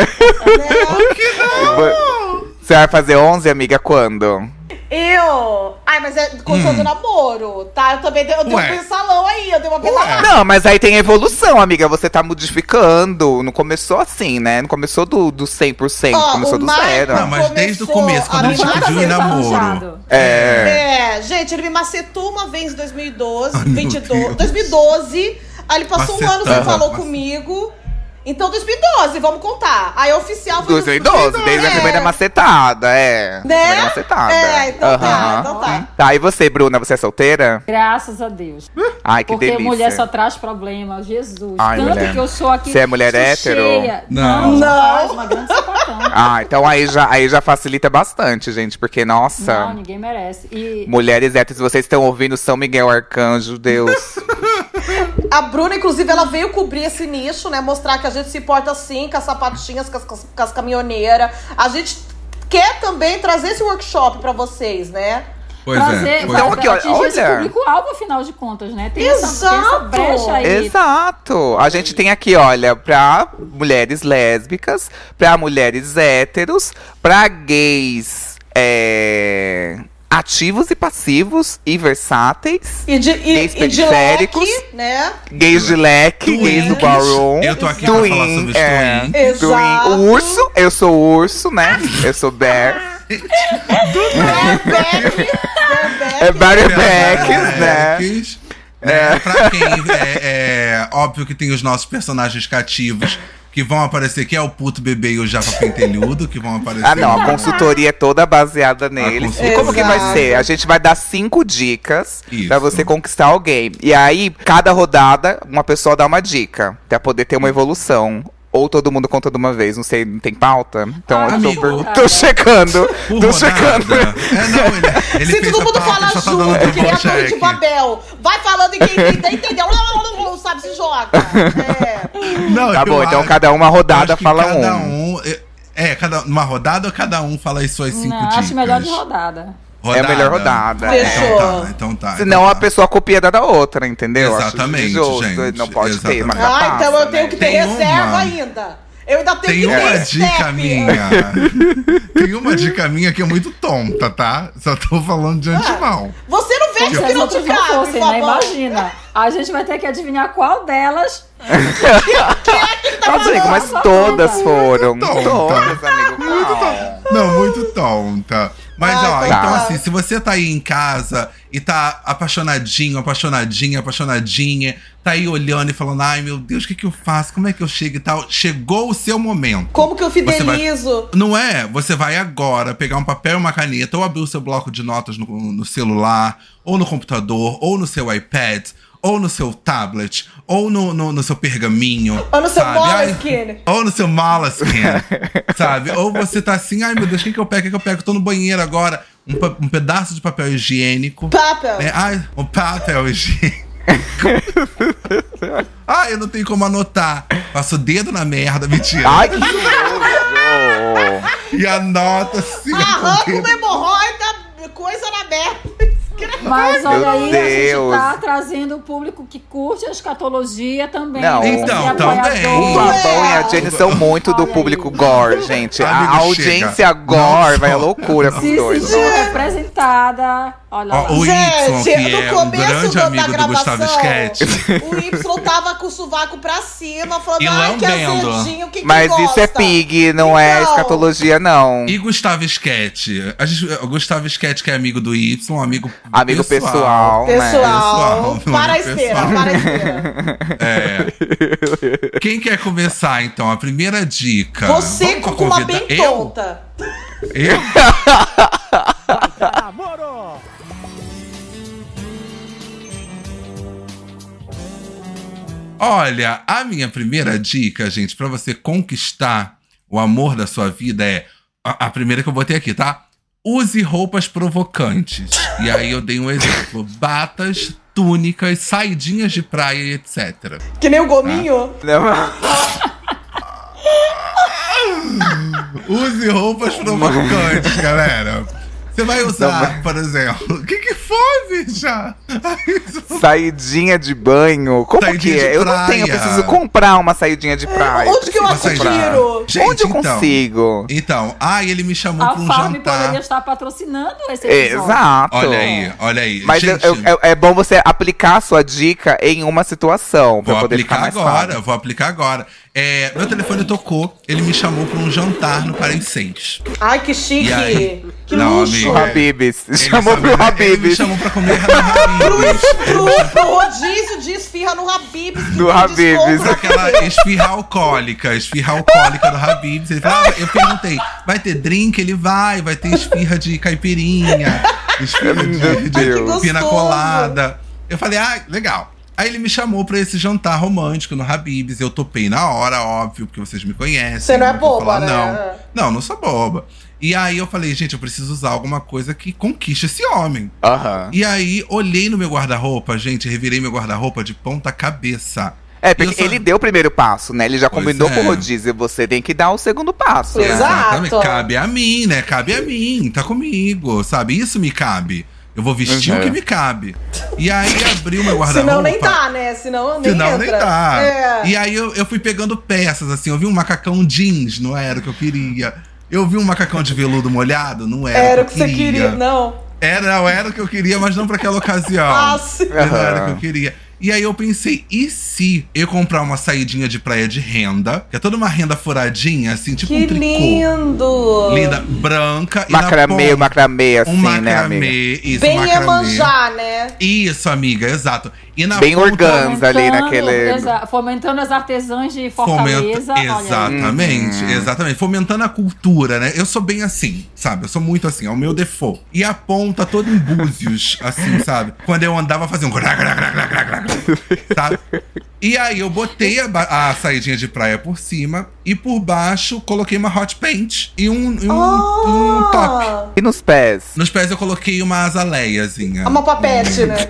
Speaker 3: Né?
Speaker 2: Vo- Você vai fazer 11, amiga, quando?
Speaker 3: Eu. Ai, mas é condição do namoro, tá? Eu também dei- eu dei
Speaker 5: Hum. Ué.
Speaker 3: um pensalão aí, eu dei uma pensalada.
Speaker 2: Não, mas aí tem evolução, amiga. Você tá modificando. Não começou assim, né? Não começou do, do 100%,
Speaker 3: Ó,
Speaker 2: começou
Speaker 3: o
Speaker 2: do
Speaker 3: tá Michael-
Speaker 2: zero.
Speaker 5: Não, mas desde o começo, quando a gente
Speaker 3: Começou a
Speaker 5: pediu né? em
Speaker 3: namorar,
Speaker 5: namoro.
Speaker 6: arranjado.
Speaker 2: É.
Speaker 3: É, gente, ele me macetou uma vez em 2012.
Speaker 5: Ai, meu
Speaker 3: 22,
Speaker 5: Deus.
Speaker 3: 2012. Aí ele passou um ano sem
Speaker 5: Macetando.
Speaker 3: falou
Speaker 5: Macet-
Speaker 3: comigo. Então, 2012, vamos contar. Aí oficial foi
Speaker 2: 2012, desde a primeira macetada, é.
Speaker 3: Né?
Speaker 2: Primeira macetada.
Speaker 3: É, então tá,
Speaker 2: Aham.
Speaker 3: então tá.
Speaker 2: Tá, e você, Bruna, você é solteira?
Speaker 6: Graças a Deus.
Speaker 2: Ai, Hum, que
Speaker 6: Porque
Speaker 2: delícia.
Speaker 6: mulher só traz problema, Jesus.
Speaker 2: Ai,
Speaker 6: Tanto
Speaker 2: mulher.
Speaker 6: que eu sou aqui.
Speaker 2: Você é mulher
Speaker 6: cheia.
Speaker 2: hétero?
Speaker 5: Não.
Speaker 6: Não,
Speaker 3: Não.
Speaker 6: Faz uma grande sapatão.
Speaker 2: Ah, então aí já, aí já facilita bastante, gente, porque, nossa.
Speaker 6: Não, ninguém merece. E
Speaker 2: Mulheres héteras, vocês estão ouvindo São Miguel Arcanjo, Deus.
Speaker 3: A Bruna, inclusive, ela veio cobrir esse nicho, né? Mostrar que a gente se importa sim com as sapatinhas, com as, com as- com as caminhoneiras. A gente quer também trazer esse workshop pra vocês, né?
Speaker 5: Pois
Speaker 6: trazer,
Speaker 5: é. Pois
Speaker 2: Então,
Speaker 5: é.
Speaker 2: aqui, olha-
Speaker 6: atingir esse
Speaker 2: olha.
Speaker 6: público-alvo, afinal de contas, né? Tem, essa, tem essa
Speaker 3: Exato.
Speaker 6: brecha aí.
Speaker 2: Exato. A gente tem aqui, olha, pra mulheres lésbicas, pra mulheres héteros, pra gays é, ativos e passivos e versáteis,
Speaker 3: E de, e,
Speaker 2: Gays
Speaker 3: e de
Speaker 2: periféricos.
Speaker 3: leque, né?
Speaker 2: gays de leque,
Speaker 5: Twins.
Speaker 2: gays do ballroom.
Speaker 5: Eu tô aqui pra falar sobre os
Speaker 2: é,
Speaker 5: twins.
Speaker 2: twin.
Speaker 3: Exato.
Speaker 2: O urso, eu sou o urso, né? Eu sou bear. É
Speaker 3: Beck,
Speaker 2: bareback, né?
Speaker 5: Beck's, é, né? Pra quem é, é óbvio que tem os nossos personagens cativos que vão aparecer, que é o puto bebê e o Japa Pentelhudo, que vão aparecer.
Speaker 2: Ah, não,
Speaker 5: no-
Speaker 2: a consultoria é toda baseada neles. E
Speaker 5: consultoria.
Speaker 2: como que vai
Speaker 3: Exato.
Speaker 2: ser? A gente vai dar cinco dicas
Speaker 5: Isso.
Speaker 2: pra você conquistar alguém. E aí, cada rodada, uma pessoa dá uma dica pra poder ter uma evolução. Ou todo mundo conta de uma vez, não sei, não tem pauta? Então
Speaker 6: Ah,
Speaker 2: eu tô,
Speaker 5: amigo. tá.
Speaker 2: per- tô checando.
Speaker 5: Por
Speaker 2: tô
Speaker 5: rodada.
Speaker 2: checando.
Speaker 5: É, não, ele, ele
Speaker 3: Se
Speaker 5: fez
Speaker 3: todo
Speaker 5: a
Speaker 3: mundo
Speaker 5: pauta,
Speaker 3: falar
Speaker 5: só tá dando
Speaker 3: junto, que nem a torre de
Speaker 5: double-check.
Speaker 3: Babel. Vai falando e quem entender, entendeu. Não sabe, se joga. É.
Speaker 5: Não,
Speaker 2: <laughs> Tá
Speaker 5: eu
Speaker 2: bom, então
Speaker 5: acho-
Speaker 2: cada uma
Speaker 5: eu
Speaker 2: rodada
Speaker 5: acho que
Speaker 2: fala
Speaker 5: cada
Speaker 2: um.
Speaker 5: um. é- É, cada, uma rodada ou cada um fala as suas cinco
Speaker 6: Não,
Speaker 5: dicas?
Speaker 6: acho melhor de rodada.
Speaker 5: um
Speaker 2: É a melhor rodada.
Speaker 3: Fechou.
Speaker 2: É.
Speaker 5: Então tá, então tá.
Speaker 2: Senão
Speaker 5: então
Speaker 2: a
Speaker 5: tá.
Speaker 2: pessoa copia da da outra, entendeu? Acho
Speaker 5: Exatamente,
Speaker 2: injusto,
Speaker 5: gente,
Speaker 2: Não pode ter, mas
Speaker 5: exatamente.
Speaker 2: já
Speaker 3: Ah, então
Speaker 2: passa,
Speaker 3: eu tenho
Speaker 2: né?
Speaker 3: que ter
Speaker 5: Tem
Speaker 3: reserva
Speaker 5: uma.
Speaker 3: ainda. Eu ainda tenho
Speaker 5: Tem
Speaker 3: que ter
Speaker 5: uma dica
Speaker 3: step.
Speaker 5: minha.
Speaker 3: <laughs>
Speaker 5: Tem uma dica minha que é muito tonta, tá? Só tô falando de antemão.
Speaker 3: Você não vê que
Speaker 6: Se
Speaker 3: pirou
Speaker 6: não
Speaker 3: de
Speaker 6: tiver
Speaker 3: carro,
Speaker 6: fosse, né?
Speaker 3: Fabão.
Speaker 6: Imagina. A gente vai ter que adivinhar qual delas
Speaker 3: É
Speaker 2: Amigo, mas todas foram.
Speaker 5: Tonta.
Speaker 2: Todas, amigo. Não.
Speaker 5: Não, muito tonta.
Speaker 3: Ai,
Speaker 5: Mas, ó,
Speaker 2: coitada.
Speaker 5: então assim, se você tá aí em casa e tá apaixonadinho, apaixonadinha, apaixonadinha, tá aí olhando e falando, ai meu Deus, o que que eu faço? Como é que eu chego e tal? Chegou o seu momento.
Speaker 3: Como que eu
Speaker 5: Você vai-
Speaker 3: fidelizo?
Speaker 5: Não é? Você vai agora pegar um papel e uma caneta, ou abrir o seu bloco de notas no, no celular, ou no computador, ou no seu iPad, ou no seu tablet, ou no, no, no seu pergaminho.
Speaker 3: Ou no seu
Speaker 5: sabe? Ai,
Speaker 3: Moleskine.
Speaker 5: Ou no seu Moleskine,
Speaker 3: <laughs>
Speaker 5: sabe? Ou você tá assim, ai meu Deus, o que, que eu pego? O que, que eu pego? Tô no banheiro agora. Um, pa- um pedaço de papel higiênico.
Speaker 3: Papel.
Speaker 5: né? Ai, um
Speaker 3: <laughs>
Speaker 5: papel higiênico. ai, eu não tenho como anotar. Passo o dedo na merda, mentira.
Speaker 2: Ai, que nojo.
Speaker 5: E anota assim. <laughs>
Speaker 3: Arranca uma hemorroida, coisa na merda.
Speaker 6: Mas olha
Speaker 2: Meu
Speaker 6: aí,
Speaker 2: Deus.
Speaker 6: a gente tá trazendo o público que curte a escatologia também.
Speaker 2: Não.
Speaker 6: que é
Speaker 5: Então,
Speaker 6: apoiador.
Speaker 5: também.
Speaker 2: O Babão e a Jenny são muito do
Speaker 6: Olha aí.
Speaker 2: público gore, gente.
Speaker 5: Amigo,
Speaker 2: a audiência
Speaker 5: chega.
Speaker 2: gore
Speaker 5: Não,
Speaker 2: vai à
Speaker 5: não,
Speaker 2: loucura esses
Speaker 6: Se
Speaker 2: dois.
Speaker 6: sentiu representada. Olha lá.
Speaker 5: Ó, o Y, que
Speaker 3: no
Speaker 5: é um
Speaker 3: começo
Speaker 5: grande
Speaker 3: do-
Speaker 5: amigo do Gustavo Sketch.
Speaker 3: o Y tava com o sovaco pra cima, falando,
Speaker 5: E
Speaker 3: ai, que
Speaker 5: lambendo.
Speaker 3: azedinho, o que que
Speaker 2: Mas isso é
Speaker 3: gosta?"
Speaker 2: pig, não é
Speaker 3: Então.
Speaker 2: escatologia, não.
Speaker 5: E Gustavo Sketch. A gente- o Gustavo Sketch, que é amigo do Y, amigo.
Speaker 2: Amigo pessoal, né?
Speaker 5: Pessoal,
Speaker 3: Pessoal,
Speaker 5: não,
Speaker 3: para a
Speaker 5: pessoal.
Speaker 3: esteira, para a esteira.
Speaker 5: É. Quem quer começar, então? A primeira dica.
Speaker 3: Você
Speaker 5: Tá. Vamos
Speaker 3: com uma
Speaker 5: convidar-
Speaker 3: bem
Speaker 5: Eu?
Speaker 3: tonta.
Speaker 5: Eu? Olha, a minha primeira dica, gente, pra você conquistar o amor da sua vida é a, a primeira que eu botei aqui, tá? Use roupas provocantes. E aí eu dei um exemplo: batas, túnicas, saidinhas de praia, e etc.
Speaker 3: Que nem o gominho.
Speaker 5: Ah.
Speaker 2: Não,
Speaker 5: Use roupas provocantes, galera. Você vai usar, por exemplo. <laughs> O que, que foi, bicha?
Speaker 2: saidinha de banho? Como
Speaker 5: Saidinha
Speaker 2: que é?
Speaker 5: de
Speaker 2: Eu não tenho, eu
Speaker 5: praia.
Speaker 2: preciso comprar uma saidinha de praia.
Speaker 3: Onde que eu
Speaker 5: Você
Speaker 2: preciso comprar.
Speaker 5: adquiro?
Speaker 3: atiro?
Speaker 5: Gente,
Speaker 2: Onde eu
Speaker 5: então.
Speaker 2: consigo?
Speaker 5: Então, ah, ele me chamou
Speaker 6: A
Speaker 5: pra um
Speaker 6: Farm
Speaker 5: jantar.
Speaker 6: poderia estar patrocinando esse
Speaker 3: Então.
Speaker 6: episódio.
Speaker 2: Exato.
Speaker 5: Olha aí, olha aí.
Speaker 2: Mas
Speaker 5: gente,
Speaker 2: eu- eu- é bom você aplicar a sua dica em uma situação pra
Speaker 5: vou
Speaker 2: poder ficar
Speaker 5: aplicar
Speaker 2: mais
Speaker 5: agora,
Speaker 2: fácil.
Speaker 5: vou aplicar agora. É, meu telefone tocou, ele me chamou pra um jantar no Paris 6.
Speaker 3: Ai, que chique.
Speaker 5: E aí?
Speaker 3: Que
Speaker 5: Não,
Speaker 3: luxo.
Speaker 5: amiga.
Speaker 2: O Habibs.
Speaker 5: Ele
Speaker 2: Chamou
Speaker 5: sabe-
Speaker 2: pro
Speaker 5: é, Ele me
Speaker 2: Habibs.
Speaker 5: chamou pra comer no Habib's.
Speaker 3: Pro, pro rodízio de esfirra no Habibs. que
Speaker 2: No
Speaker 3: tem
Speaker 2: Habib's.
Speaker 5: Pra
Speaker 3: desconto.
Speaker 5: aquela esfirra alcoólica, esfirra alcoólica do Habib's. Ele falava, eu perguntei, vai ter drink? Ele vai, vai ter esfirra de caipirinha, esfirra
Speaker 2: Meu
Speaker 5: de,
Speaker 2: Deus.
Speaker 5: de
Speaker 3: Ai, que
Speaker 5: pina
Speaker 3: gostoso.
Speaker 5: colada. Eu falei, ah, legal. Aí ele me chamou pra esse jantar romântico no Habib's. Eu topei na hora, óbvio, porque vocês me conhecem.
Speaker 3: Você não é
Speaker 5: eu vou
Speaker 3: boba,
Speaker 5: falar,
Speaker 3: né?
Speaker 5: Não. não, não sou boba. E aí eu falei, gente, eu preciso usar alguma coisa que conquiste esse homem.
Speaker 2: Aham.
Speaker 5: E aí, olhei no meu guarda-roupa, gente, revirei meu guarda-roupa de ponta cabeça.
Speaker 2: É,
Speaker 5: Eu
Speaker 2: porque
Speaker 5: só-
Speaker 2: ele deu o primeiro passo, né? Ele já
Speaker 5: Pois
Speaker 2: combinou com o
Speaker 5: é.
Speaker 2: rodízio. Você tem que dar o segundo passo. né?
Speaker 3: Exato.
Speaker 5: Ah, tá, Cabe a mim, né? Cabe a mim, tá comigo, sabe? Isso me cabe. Eu vou vestir
Speaker 2: Uhum.
Speaker 5: o que me cabe. E aí abriu meu guarda-roupa.
Speaker 3: Senão nem dá, né? Senão nem
Speaker 5: Senão
Speaker 3: entra.
Speaker 5: nem dá.
Speaker 3: É.
Speaker 5: E aí eu, eu fui pegando peças, assim. Eu vi um macacão jeans, não era o que eu queria. Eu vi um macacão de veludo molhado, não era,
Speaker 3: Era
Speaker 5: o que eu
Speaker 3: você
Speaker 5: queria.
Speaker 3: queria. né? Não.
Speaker 5: Era, não, era o que eu queria, mas não pra aquela ocasião.
Speaker 3: Ah, sim.
Speaker 5: Não era o que
Speaker 2: Aham.
Speaker 5: eu queria. E aí eu pensei, e se eu comprar uma saidinha de praia de renda? Que é toda uma renda furadinha, assim, tipo
Speaker 3: Que
Speaker 5: um tricô.
Speaker 3: lindo.
Speaker 5: Linda, branca e
Speaker 2: Macramê,
Speaker 5: na ponta,
Speaker 2: macramê, assim,
Speaker 5: um
Speaker 2: né,
Speaker 5: macramê,
Speaker 2: amiga?
Speaker 5: isso, um
Speaker 3: Bem
Speaker 5: macramê.
Speaker 3: Iemanjá, né?
Speaker 5: Isso, amiga, exato. E na
Speaker 2: Bem
Speaker 5: ponta,
Speaker 2: orgânico.
Speaker 6: Fomentando,
Speaker 2: ali naquele-
Speaker 6: exa- Fomentando as artesãs de Fortaleza.
Speaker 5: Fomenta,
Speaker 6: olha aí.
Speaker 5: exatamente,
Speaker 2: Uhum.
Speaker 5: exatamente. Fomentando a cultura, né? Eu sou bem assim, sabe? Eu sou muito assim, é o meu default. E a ponta toda em búzios, assim,
Speaker 2: <laughs>
Speaker 5: sabe? Quando eu andava fazia um... grá, grá, grá, grá, grá, grá, sabe? E aí eu botei a, ba- a saidinha de praia por cima e por baixo coloquei uma hot paint e um, e um,
Speaker 6: Ah!
Speaker 5: um
Speaker 3: Ah,
Speaker 5: top.
Speaker 2: E nos pés?
Speaker 5: Nos pés eu coloquei uma azaleiazinha.
Speaker 3: Ah, Uma papete,
Speaker 5: <laughs>
Speaker 3: né?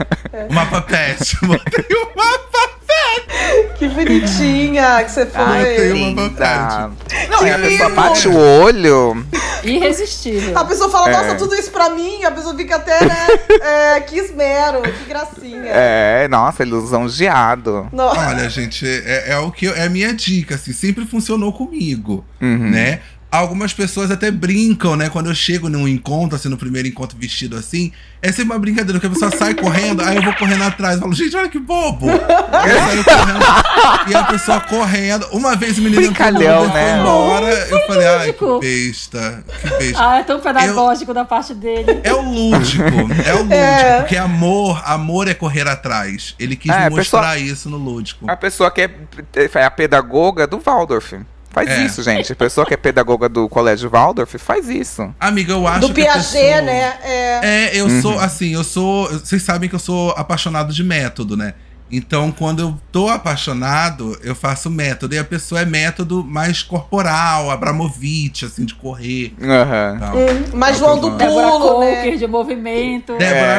Speaker 5: Uma papete. Botei uma papete.
Speaker 3: Que bonitinha que você foi.
Speaker 5: Botei uma
Speaker 2: linda.
Speaker 5: papete.
Speaker 3: Não,
Speaker 2: Aí a
Speaker 3: que
Speaker 2: pessoa
Speaker 3: lindo.
Speaker 2: bate o olho.
Speaker 6: Irresistível.
Speaker 3: A pessoa fala, nossa,
Speaker 2: É.
Speaker 3: tudo isso pra mim. A pessoa fica até,
Speaker 5: <laughs>
Speaker 3: né? é, que esmero, que gracinha.
Speaker 2: É, nossa, lisonjeado. Hum.
Speaker 3: Não.
Speaker 2: Uhum.
Speaker 5: Olha, gente, é, é o que eu- é a minha dica, assim, sempre funcionou comigo, né? Algumas pessoas até brincam, né? Quando eu chego num encontro, assim, no primeiro encontro vestido assim, é sempre uma brincadeira, porque a pessoa sai correndo, aí eu vou correndo atrás. Eu falo, gente, olha que bobo! Eu saio correndo, e a pessoa correndo. Uma vez o menino entrou no
Speaker 2: Brincalhão,
Speaker 5: Uber,
Speaker 2: né?
Speaker 5: foi embora, eu falei, ai, que
Speaker 6: lúdico."
Speaker 5: besta, que besta.
Speaker 6: Ah, é tão pedagógico da parte dele.
Speaker 5: É o lúdico, é o lúdico, porque amor, amor é correr atrás. Ele quis
Speaker 2: É, a
Speaker 5: mostrar
Speaker 2: pessoa-
Speaker 5: isso no lúdico.
Speaker 2: A pessoa que é, é a pedagoga do Waldorf. Faz
Speaker 5: É.
Speaker 2: isso, gente. A pessoa que é pedagoga do colégio Waldorf faz isso.
Speaker 5: Amiga, eu acho
Speaker 3: Do
Speaker 5: que a pessoa-
Speaker 3: Piaget, né? É.
Speaker 5: É, eu sou assim, eu sou. Vocês sabem que eu sou apaixonado de método, né? Então, quando eu tô apaixonado, eu faço método. E a pessoa é método mais corporal, Abramovich, assim, de correr.
Speaker 2: Aham.
Speaker 5: Tal.
Speaker 3: Mas João do
Speaker 5: Tá Débora
Speaker 6: Débora
Speaker 3: Pulo, né?
Speaker 6: Coker de movimento.
Speaker 5: Débora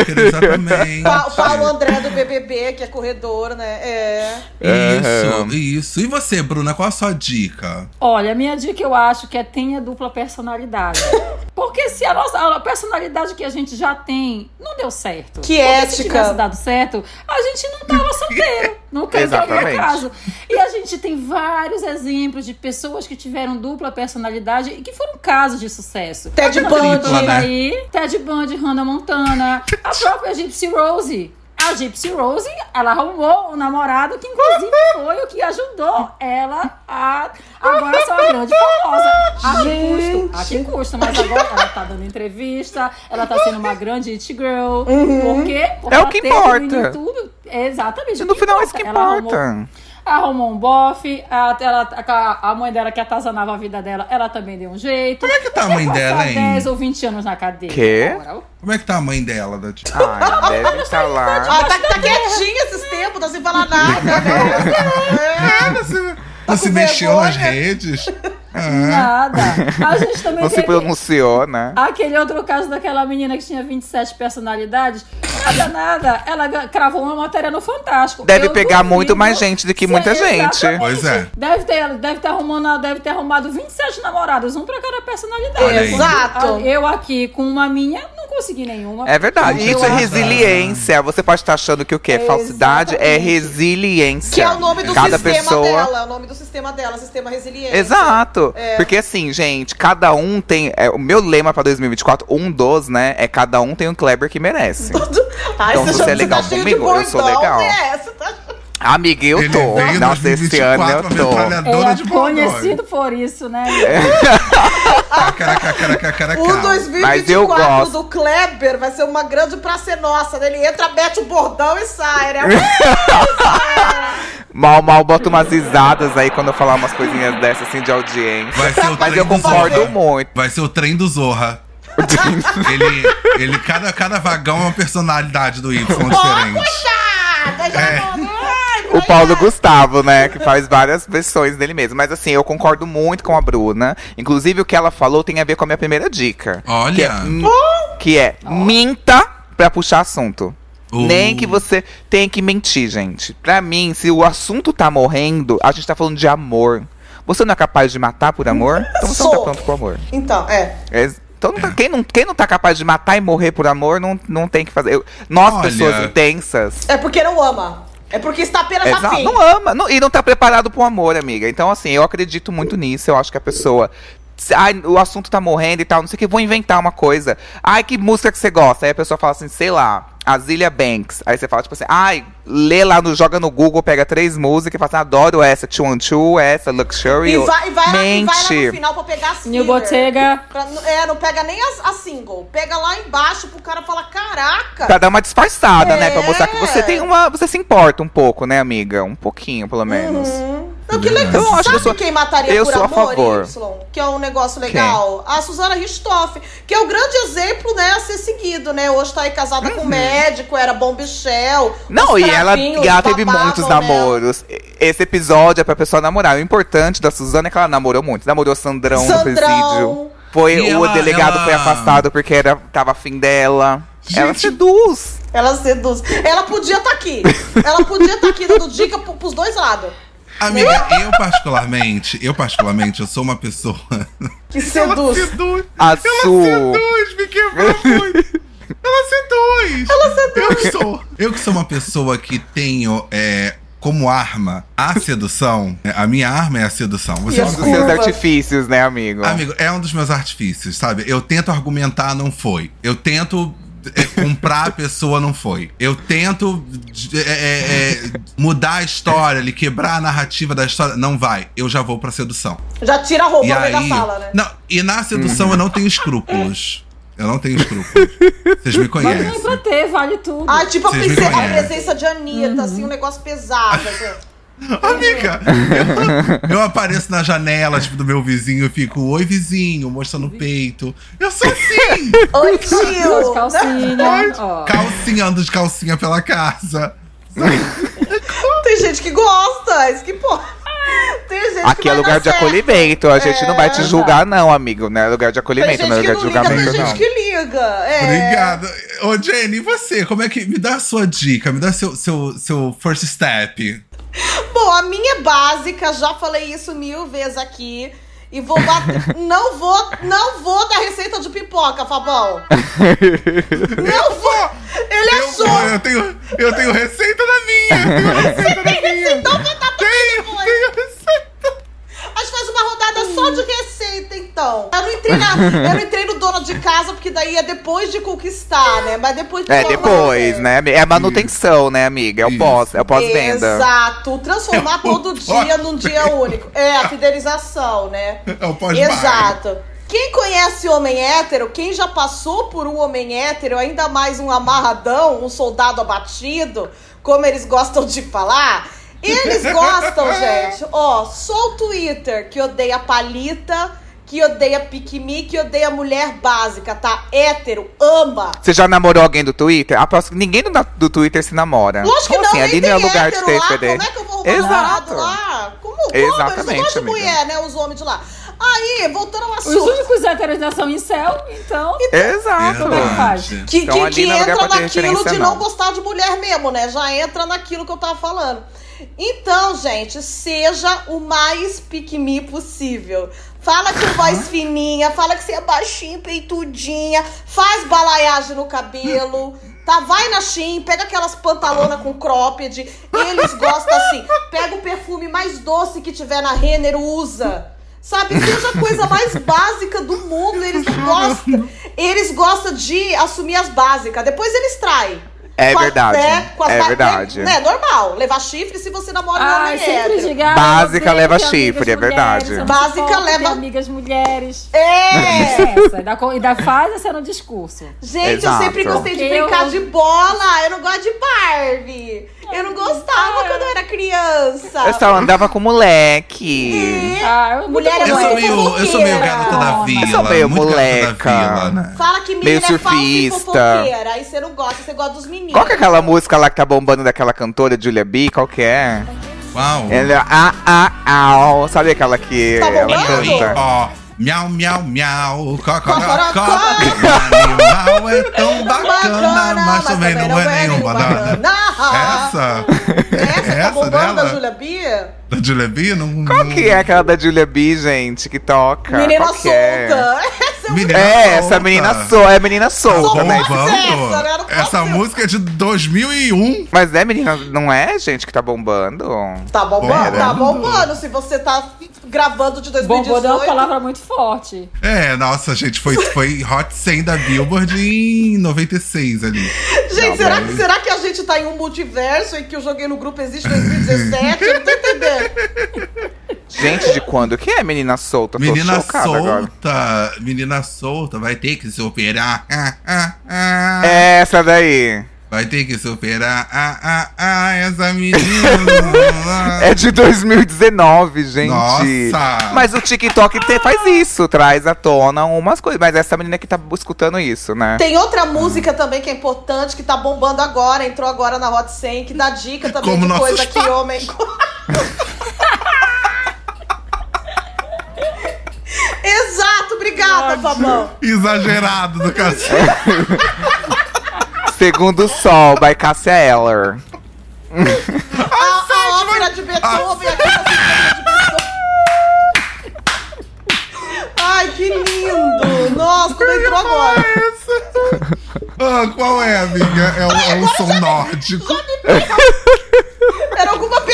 Speaker 5: Coker,
Speaker 3: <laughs>
Speaker 5: exatamente.
Speaker 3: Pa Paulo André do BBB, que é corredor, né? É.
Speaker 5: Isso, isso. E você, Bruna, qual a sua dica?
Speaker 6: Olha, a minha dica eu acho que é tenha
Speaker 3: <laughs>
Speaker 6: dupla personalidade. Porque se a nossa a personalidade que a gente já tem não deu certo.
Speaker 3: Que
Speaker 6: Porque
Speaker 3: ética.
Speaker 6: Se tivesse dado certo, a gente
Speaker 3: <laughs>
Speaker 6: não tava solteiro. Nunca entrou
Speaker 2: Exatamente.
Speaker 6: no caso. E a gente tem vários exemplos de pessoas que tiveram dupla personalidade e que foram casos de sucesso.
Speaker 3: Ted
Speaker 6: A né? dona
Speaker 3: Bundy.
Speaker 6: Montana aí, Ted Bundy, Hannah Montana, a própria Gypsy Rose. A Gypsy Rose, ela arrumou um namorado que, inclusive, foi o que ajudou ela a. Agora ser uma grande famosa. A que custo? A que custo? Mas agora ela tá dando entrevista, ela tá sendo uma grande it girl. Por quê? Porque
Speaker 2: É o
Speaker 6: ela
Speaker 2: que
Speaker 6: teve
Speaker 2: importa.
Speaker 6: menino Tudo. É Exatamente. o
Speaker 2: No final, é isso que
Speaker 6: Ela arrumou
Speaker 2: importa.
Speaker 6: Arrumou um bofe, a, ela- a- a mãe dela que atazanava a vida dela, ela também deu um jeito.
Speaker 5: Como é que tá a mãe dela,
Speaker 6: Passar
Speaker 5: hein?
Speaker 6: 10 ou 20 anos na cadeia.
Speaker 2: Quê?
Speaker 6: Agora.
Speaker 5: Como é que tá a mãe dela? Da tia?
Speaker 2: Ai, deve estar
Speaker 3: <laughs>
Speaker 2: lá.
Speaker 3: Ah, tá, tá quietinha esses tempos, tá sem falar nada, né?
Speaker 5: Não se, não se
Speaker 3: com
Speaker 5: mexeu
Speaker 3: vergonha?
Speaker 5: nas redes? Ah,
Speaker 6: Nada. A gente também
Speaker 2: Não se
Speaker 6: tem aquele-
Speaker 2: pronunciou, né?
Speaker 6: Aquele outro caso daquela menina que tinha 27 personalidades, nada, nada. Ela ga- cravou uma matéria no Fantástico.
Speaker 2: Deve
Speaker 6: Eu
Speaker 2: pegar
Speaker 6: duvido
Speaker 2: muito mais gente do que muita
Speaker 6: se-
Speaker 2: gente.
Speaker 6: exatamente.
Speaker 5: Pois é.
Speaker 6: Deve ter, deve ter arrumando, deve ter arrumado 27 namorados, um pra cada
Speaker 5: <laughs>
Speaker 6: personalidade.
Speaker 5: Olha aí.
Speaker 3: né? Exato.
Speaker 6: Eu aqui com uma minha, não consegui nenhuma.
Speaker 2: É verdade.
Speaker 5: Eu
Speaker 2: Isso é
Speaker 5: acho-
Speaker 2: resiliência. Você pode estar achando que o que é falsidade é
Speaker 6: Exatamente.
Speaker 2: resiliência.
Speaker 3: Que é o nome do
Speaker 2: Cada
Speaker 3: sistema
Speaker 2: pessoa...
Speaker 3: dela, é o nome do sistema dela, sistema resiliente.
Speaker 2: Exato. Porque assim, gente, cada um tem. é, o meu lema pra 2024, um dos, né? É cada um tem um Kleber que
Speaker 3: <laughs>
Speaker 2: merece.
Speaker 3: Ai,
Speaker 2: Então,
Speaker 3: você,
Speaker 2: você é
Speaker 3: já-
Speaker 2: legal
Speaker 3: tá cheio de
Speaker 2: comigo? Eu sou
Speaker 3: bordão,
Speaker 2: legal.
Speaker 3: né? Você tá-
Speaker 2: Amiga, eu
Speaker 5: Ele
Speaker 2: tô.
Speaker 5: veio em
Speaker 2: Nossa, esse
Speaker 5: 2024
Speaker 2: ano eu
Speaker 5: pra
Speaker 2: tô.
Speaker 5: metralhadora.
Speaker 6: Ele
Speaker 5: Dona
Speaker 6: é
Speaker 5: de Borgonha.
Speaker 6: conhecido por isso, né?
Speaker 2: É. <laughs>
Speaker 5: caraca, caraca,
Speaker 2: Um
Speaker 5: caraca.
Speaker 3: O
Speaker 2: Mas eu
Speaker 3: 2024
Speaker 2: gosto.
Speaker 3: do Kleber vai ser uma grande pra ser nossa. né? Ele entra, mete o bordão e sai, né?
Speaker 2: Mal, mal boto umas risadas aí quando eu falar umas coisinhas dessas assim de audiência.
Speaker 5: Vai ser o
Speaker 2: Mas
Speaker 5: trem
Speaker 2: eu
Speaker 5: do
Speaker 2: concordo
Speaker 5: Zorra.
Speaker 2: muito.
Speaker 5: Vai ser o trem
Speaker 2: <laughs>
Speaker 5: do Zorra. ele, ele, cada, cada vagão é uma personalidade do Y diferente.
Speaker 3: Coitada! Já não- né? Ai,
Speaker 2: É. O Paulo Gustavo, né? Que faz várias versões dele mesmo. Mas assim, eu concordo muito com a Bruna. Inclusive, o que ela falou tem a ver com a minha primeira dica.
Speaker 5: Olha.
Speaker 2: Que é, mi- que é minta pra puxar assunto.
Speaker 5: Uh.
Speaker 2: Nem que você tem que mentir, gente. Pra mim, se o assunto tá morrendo, a gente tá falando de amor. Você não é capaz de matar por amor? Então você não tá
Speaker 3: Sou.
Speaker 2: pronto com amor.
Speaker 3: Então, é.
Speaker 2: É, Então, não tá- quem, não, quem não tá capaz de matar e morrer por amor, não, não tem que fazer. Eu- nós,
Speaker 5: Olha.
Speaker 2: pessoas intensas,
Speaker 3: É porque não ama. É porque está apenas
Speaker 2: Exato.
Speaker 3: afim.
Speaker 2: Não ama. não- e não tá preparado pro amor, amiga. Então, assim, eu acredito muito nisso. Eu acho que a pessoa. se- Ai, o assunto tá morrendo e tal, não sei o que, vou inventar uma coisa. Ai, que música que você gosta? Aí a pessoa fala assim, sei lá, Azilia Banks. Aí você fala, tipo assim, ai, lê lá, no, joga no Google, pega três músicas e fala assim, adoro essa, 212, essa, Luxury.
Speaker 3: E vai, e vai lá, e vai lá
Speaker 2: Mente.
Speaker 3: no final pra pegar as filler.
Speaker 6: New Bottega.
Speaker 3: Pra- é, não pega nem as- a, single. Pega lá embaixo pro cara falar: caraca!
Speaker 2: Pra dar uma disfarçada, né? Pra
Speaker 3: É.
Speaker 2: mostrar que você tem uma. Você se importa um pouco, né, amiga? Um pouquinho, pelo menos.
Speaker 3: Uhum. Não, que legal.
Speaker 2: Eu acho que
Speaker 3: Sabe
Speaker 2: eu sou-
Speaker 3: quem mataria
Speaker 2: eu
Speaker 3: por
Speaker 2: sou a
Speaker 3: amor,
Speaker 2: favor.
Speaker 3: Y? Que é um negócio legal? A Suzana Ristoff, que é o grande exemplo, né, a ser seguido, né? Hoje tá aí casada com médico, era bom bichel.
Speaker 2: Uhum. Não,
Speaker 3: os
Speaker 2: e ela,
Speaker 3: trapinhos
Speaker 2: e ela teve
Speaker 3: babavam né?
Speaker 2: muitos
Speaker 3: nela.
Speaker 2: namoros. E- Esse episódio é pra pessoa namorar. O importante da Suzana é que ela namorou muito. Namorou Sandrão, no
Speaker 3: Sandrão.
Speaker 2: presídio. Foi,
Speaker 5: E
Speaker 2: o
Speaker 5: ela-
Speaker 2: delegado
Speaker 5: ela-
Speaker 2: foi afastado porque era, tava afim dela. Ela seduz.
Speaker 3: Ela seduz. Ela podia estar
Speaker 2: <laughs>
Speaker 3: aqui. Ela podia estar aqui dando dica pro- pros dois lados.
Speaker 5: Amiga, eu particularmente, eu particularmente, eu sou uma pessoa. <laughs>
Speaker 3: Que seduz.
Speaker 5: seduz!
Speaker 2: A Su.
Speaker 5: me quebrou muito! Ela seduz! Ela seduz! Eu, sou, eu que sou uma pessoa que tenho é, como arma a sedução, né? a minha arma é a sedução. Você
Speaker 2: Um dos seus artifícios, né, amigo?
Speaker 5: Amigo, é um dos meus artifícios, sabe? Eu tento argumentar, não foi. Eu tento é, comprar a pessoa, não foi. Eu tento é, é, é, mudar a história, ele quebrar a narrativa da história, não vai. Eu já vou pra sedução.
Speaker 3: Já tira a roupa
Speaker 5: E
Speaker 3: no meio da
Speaker 5: aí.
Speaker 3: sala, né?
Speaker 5: Não, e na sedução eu não tenho escrúpulos. Eu não tenho escrúpulos. Vocês me
Speaker 6: Mas nem pra
Speaker 5: conhecem.
Speaker 6: ter, vale tudo.
Speaker 3: Ah, tipo a,
Speaker 5: Vocês me
Speaker 3: presen- a
Speaker 5: conhecem.
Speaker 3: presença de Anitta, assim, um negócio pesado. assim.
Speaker 5: Amiga, eu, eu apareço na janela, tipo, do meu vizinho e fico, oi, vizinho, mostrando o peito. Eu sou assim!
Speaker 3: <laughs> Oi,
Speaker 6: Duas
Speaker 3: tio!
Speaker 6: calcinhas. ó.
Speaker 5: calcinha, ando de calcinha pela casa.
Speaker 3: Tem gente que gosta, é isso que pô. Tem gente
Speaker 2: Aqui
Speaker 3: que
Speaker 2: é
Speaker 3: vai
Speaker 2: lugar
Speaker 3: na
Speaker 2: de
Speaker 3: certa.
Speaker 2: acolhimento, a gente não vai te
Speaker 3: É.
Speaker 2: julgar, não, amigo. Não é lugar de
Speaker 3: Tem
Speaker 2: acolhimento,
Speaker 3: gente
Speaker 2: não é
Speaker 3: que
Speaker 2: lugar de
Speaker 3: não liga, tem
Speaker 2: julgamento,
Speaker 3: gente
Speaker 2: não.
Speaker 3: que liga. É.
Speaker 5: Obrigado. Ô, Jenny, e você? Como é que. Me dá a sua dica, me dá seu, seu, seu first step.
Speaker 3: Bom, a minha é básica, já falei isso mil vezes aqui. E vou
Speaker 2: <laughs>
Speaker 3: bater. não vou, não vou dar receita de pipoca, Fabão.
Speaker 2: <laughs>
Speaker 3: não vou. Ele
Speaker 5: Eu,
Speaker 3: achou.
Speaker 5: vou, eu, tenho, eu tenho receita da minha. Eu tenho
Speaker 3: <laughs>
Speaker 5: receita da minha.
Speaker 3: Então vou dar pra
Speaker 5: Tenho,
Speaker 3: depois.
Speaker 5: tenho receita.
Speaker 3: A gente faz uma rodada só de receita, então. Eu não entrei, na, eu não entrei no dono de casa, porque daí é depois de conquistar, né? Mas depois
Speaker 2: É, depois, né? É a manutenção, né, amiga? É o
Speaker 5: Isso.
Speaker 2: pós, é o pós-venda.
Speaker 3: Exato. Transformar todo dia num dia único. É, a fidelização, né?
Speaker 5: É o pós
Speaker 3: Exato. Quem conhece homem hétero, quem já passou por um homem hétero, ainda mais um amarradão, um soldado abatido, como eles gostam de falar, eles gostam, gente. Ó, só o Twitter que odeia palita, que odeia piquenique, que odeia mulher básica, tá? Hétero, ama.
Speaker 2: Você já namorou alguém do Twitter? Aposto que ninguém do, na- do Twitter se namora.
Speaker 3: Lógico que
Speaker 2: Então,
Speaker 3: não,
Speaker 2: assim,
Speaker 3: nem
Speaker 2: ali
Speaker 3: tem
Speaker 2: não é lugar de
Speaker 3: hétero
Speaker 2: ter
Speaker 3: lá,
Speaker 2: PD.
Speaker 3: Como é que eu vou roubar
Speaker 2: Exato.
Speaker 3: namorado lá? Como, como? Eles não
Speaker 2: Exatamente,
Speaker 3: gostam de
Speaker 2: amiga.
Speaker 3: mulher, né? Os homens de lá. Aí, voltando ao
Speaker 6: Os
Speaker 3: assunto.
Speaker 6: únicos héteros ainda são em céu, então.
Speaker 2: Exato.
Speaker 6: Como é que faz?
Speaker 5: Verdade.
Speaker 3: Que,
Speaker 2: Então,
Speaker 3: que,
Speaker 2: ali
Speaker 3: que
Speaker 2: não é lugar
Speaker 3: entra
Speaker 2: pra ter
Speaker 3: naquilo
Speaker 2: referência,
Speaker 3: de não
Speaker 2: não.
Speaker 3: gostar de mulher mesmo, né? Já entra naquilo que eu tava falando. Então, gente, seja o mais pique-me possível. Fala com voz fininha, fala que você é baixinho, peitudinha, faz balaiagem no cabelo. Tá, vai na Shein, pega aquelas pantalona com cropped. Eles gostam assim. Pega o perfume mais doce que tiver na Renner, usa. Sabe, seja a coisa mais básica do mundo, eles não gostam. Eles gostam de assumir as básicas, depois eles traem.
Speaker 2: É
Speaker 3: Com a-
Speaker 2: verdade,
Speaker 3: né, com as
Speaker 2: é
Speaker 3: ba-
Speaker 2: verdade.
Speaker 3: Né, normal, levar chifre se você namora um
Speaker 6: Ai,
Speaker 3: homem
Speaker 6: Ah, sempre
Speaker 3: hétero.
Speaker 6: diga. ai,
Speaker 2: Básica
Speaker 6: eu odeio
Speaker 2: leva
Speaker 6: ter
Speaker 2: chifre,
Speaker 6: amigas
Speaker 2: é verdade.
Speaker 6: mulheres, eu não
Speaker 3: Básica
Speaker 6: suporto ter
Speaker 3: leva-
Speaker 6: Amigas mulheres.
Speaker 2: <laughs>
Speaker 3: É!
Speaker 6: Essa, e da, co- e da faz essa no um discurso.
Speaker 3: Gente,
Speaker 2: Exato.
Speaker 3: eu sempre gostei de
Speaker 6: Eu-
Speaker 3: brincar de bola, eu não gosto de Barbie. Eu não gostava quando eu era criança.
Speaker 2: Eu só andava com moleque.
Speaker 3: E
Speaker 6: Ah, eu
Speaker 3: Mulher é
Speaker 5: Eu
Speaker 3: muito
Speaker 5: sou meio, eu sou meio garota
Speaker 3: Ah.
Speaker 5: da vila.
Speaker 2: Eu sou meio
Speaker 5: muito
Speaker 2: moleca.
Speaker 5: garota da vila, né?
Speaker 3: fala que
Speaker 2: Meio
Speaker 3: menina é falsa e
Speaker 2: surfista.
Speaker 3: fofoqueira, aí você não gosta, você gosta dos meninos.
Speaker 2: Qual que é aquela música lá que tá bombando daquela cantora, Julia B? Qual que é?
Speaker 5: Uau.
Speaker 2: Ela, ah, ah, au. Sabe aquela que
Speaker 3: Tá
Speaker 2: ela
Speaker 3: bombando?
Speaker 2: canta?
Speaker 5: Ó, miau, miau, miau, cocorocó.
Speaker 3: Cocorocó.
Speaker 5: Animal é tão bacana,
Speaker 3: Bacana,
Speaker 5: mas também não é nenhum banana. Essa?
Speaker 3: Ah. Essa, tá
Speaker 5: Essa
Speaker 3: bombando
Speaker 5: dela?
Speaker 3: da Julia Bia?
Speaker 5: Da Hum, Julebi? Não,
Speaker 2: Qual
Speaker 5: não-
Speaker 2: que é aquela da Julia B, gente, que toca?
Speaker 3: Menina
Speaker 2: Qual que é?
Speaker 3: solta. Essa é uma
Speaker 5: Menina
Speaker 2: É,
Speaker 5: solta.
Speaker 2: essa menina solta. É menina solta, né?
Speaker 3: Essa, né? Não
Speaker 5: Bombando.
Speaker 3: pode
Speaker 5: Essa
Speaker 3: ser.
Speaker 5: música é de 2001.
Speaker 2: Mas é menina, não é, gente, que tá bombando?
Speaker 3: Tá bombando,
Speaker 5: Bombando.
Speaker 3: tá bombando. Se você tá gravando de
Speaker 6: Bombodão é uma
Speaker 3: 2018.
Speaker 6: palavra muito forte.
Speaker 5: É, nossa, gente, foi, foi Hot 100 da Billboard em 96 ali.
Speaker 3: Gente, será, que- será que a gente tá em um multiverso em que eu joguei no grupo Existe 2017? Eu não tô entendendo.
Speaker 2: Gente, de quando que é menina solta? Tô
Speaker 5: Menina
Speaker 2: chocada agora.
Speaker 5: solta, menina solta, vai ter que se operar. Ah, ah, ah.
Speaker 2: É essa daí.
Speaker 5: Vai ter que superar ah, ah, ah, essa menina.
Speaker 2: <laughs> É de 2019, gente.
Speaker 5: Nossa!
Speaker 2: Mas o TikTok te- faz isso, traz à tona umas coisas. Mas essa menina que tá escutando isso, né?
Speaker 3: Tem outra música também que é importante, que tá bombando agora, entrou agora na Hot 100, que dá dica também
Speaker 5: Como
Speaker 3: de
Speaker 5: nossos
Speaker 3: coisa que
Speaker 5: pais.
Speaker 3: homem. <laughs> Exato, obrigada, Fabão.
Speaker 5: Exagerado
Speaker 2: <laughs>
Speaker 5: do cacete.
Speaker 2: Segundo o Sol, by Cássia Eller.
Speaker 3: A, a ópera de Beethoven, aquela sinfonia de Beethoven. Ai, que lindo! Nossa, como entrou agora.
Speaker 5: Ah, qual é, amiga? É o, é o som nórdico.
Speaker 3: Era alguma pe...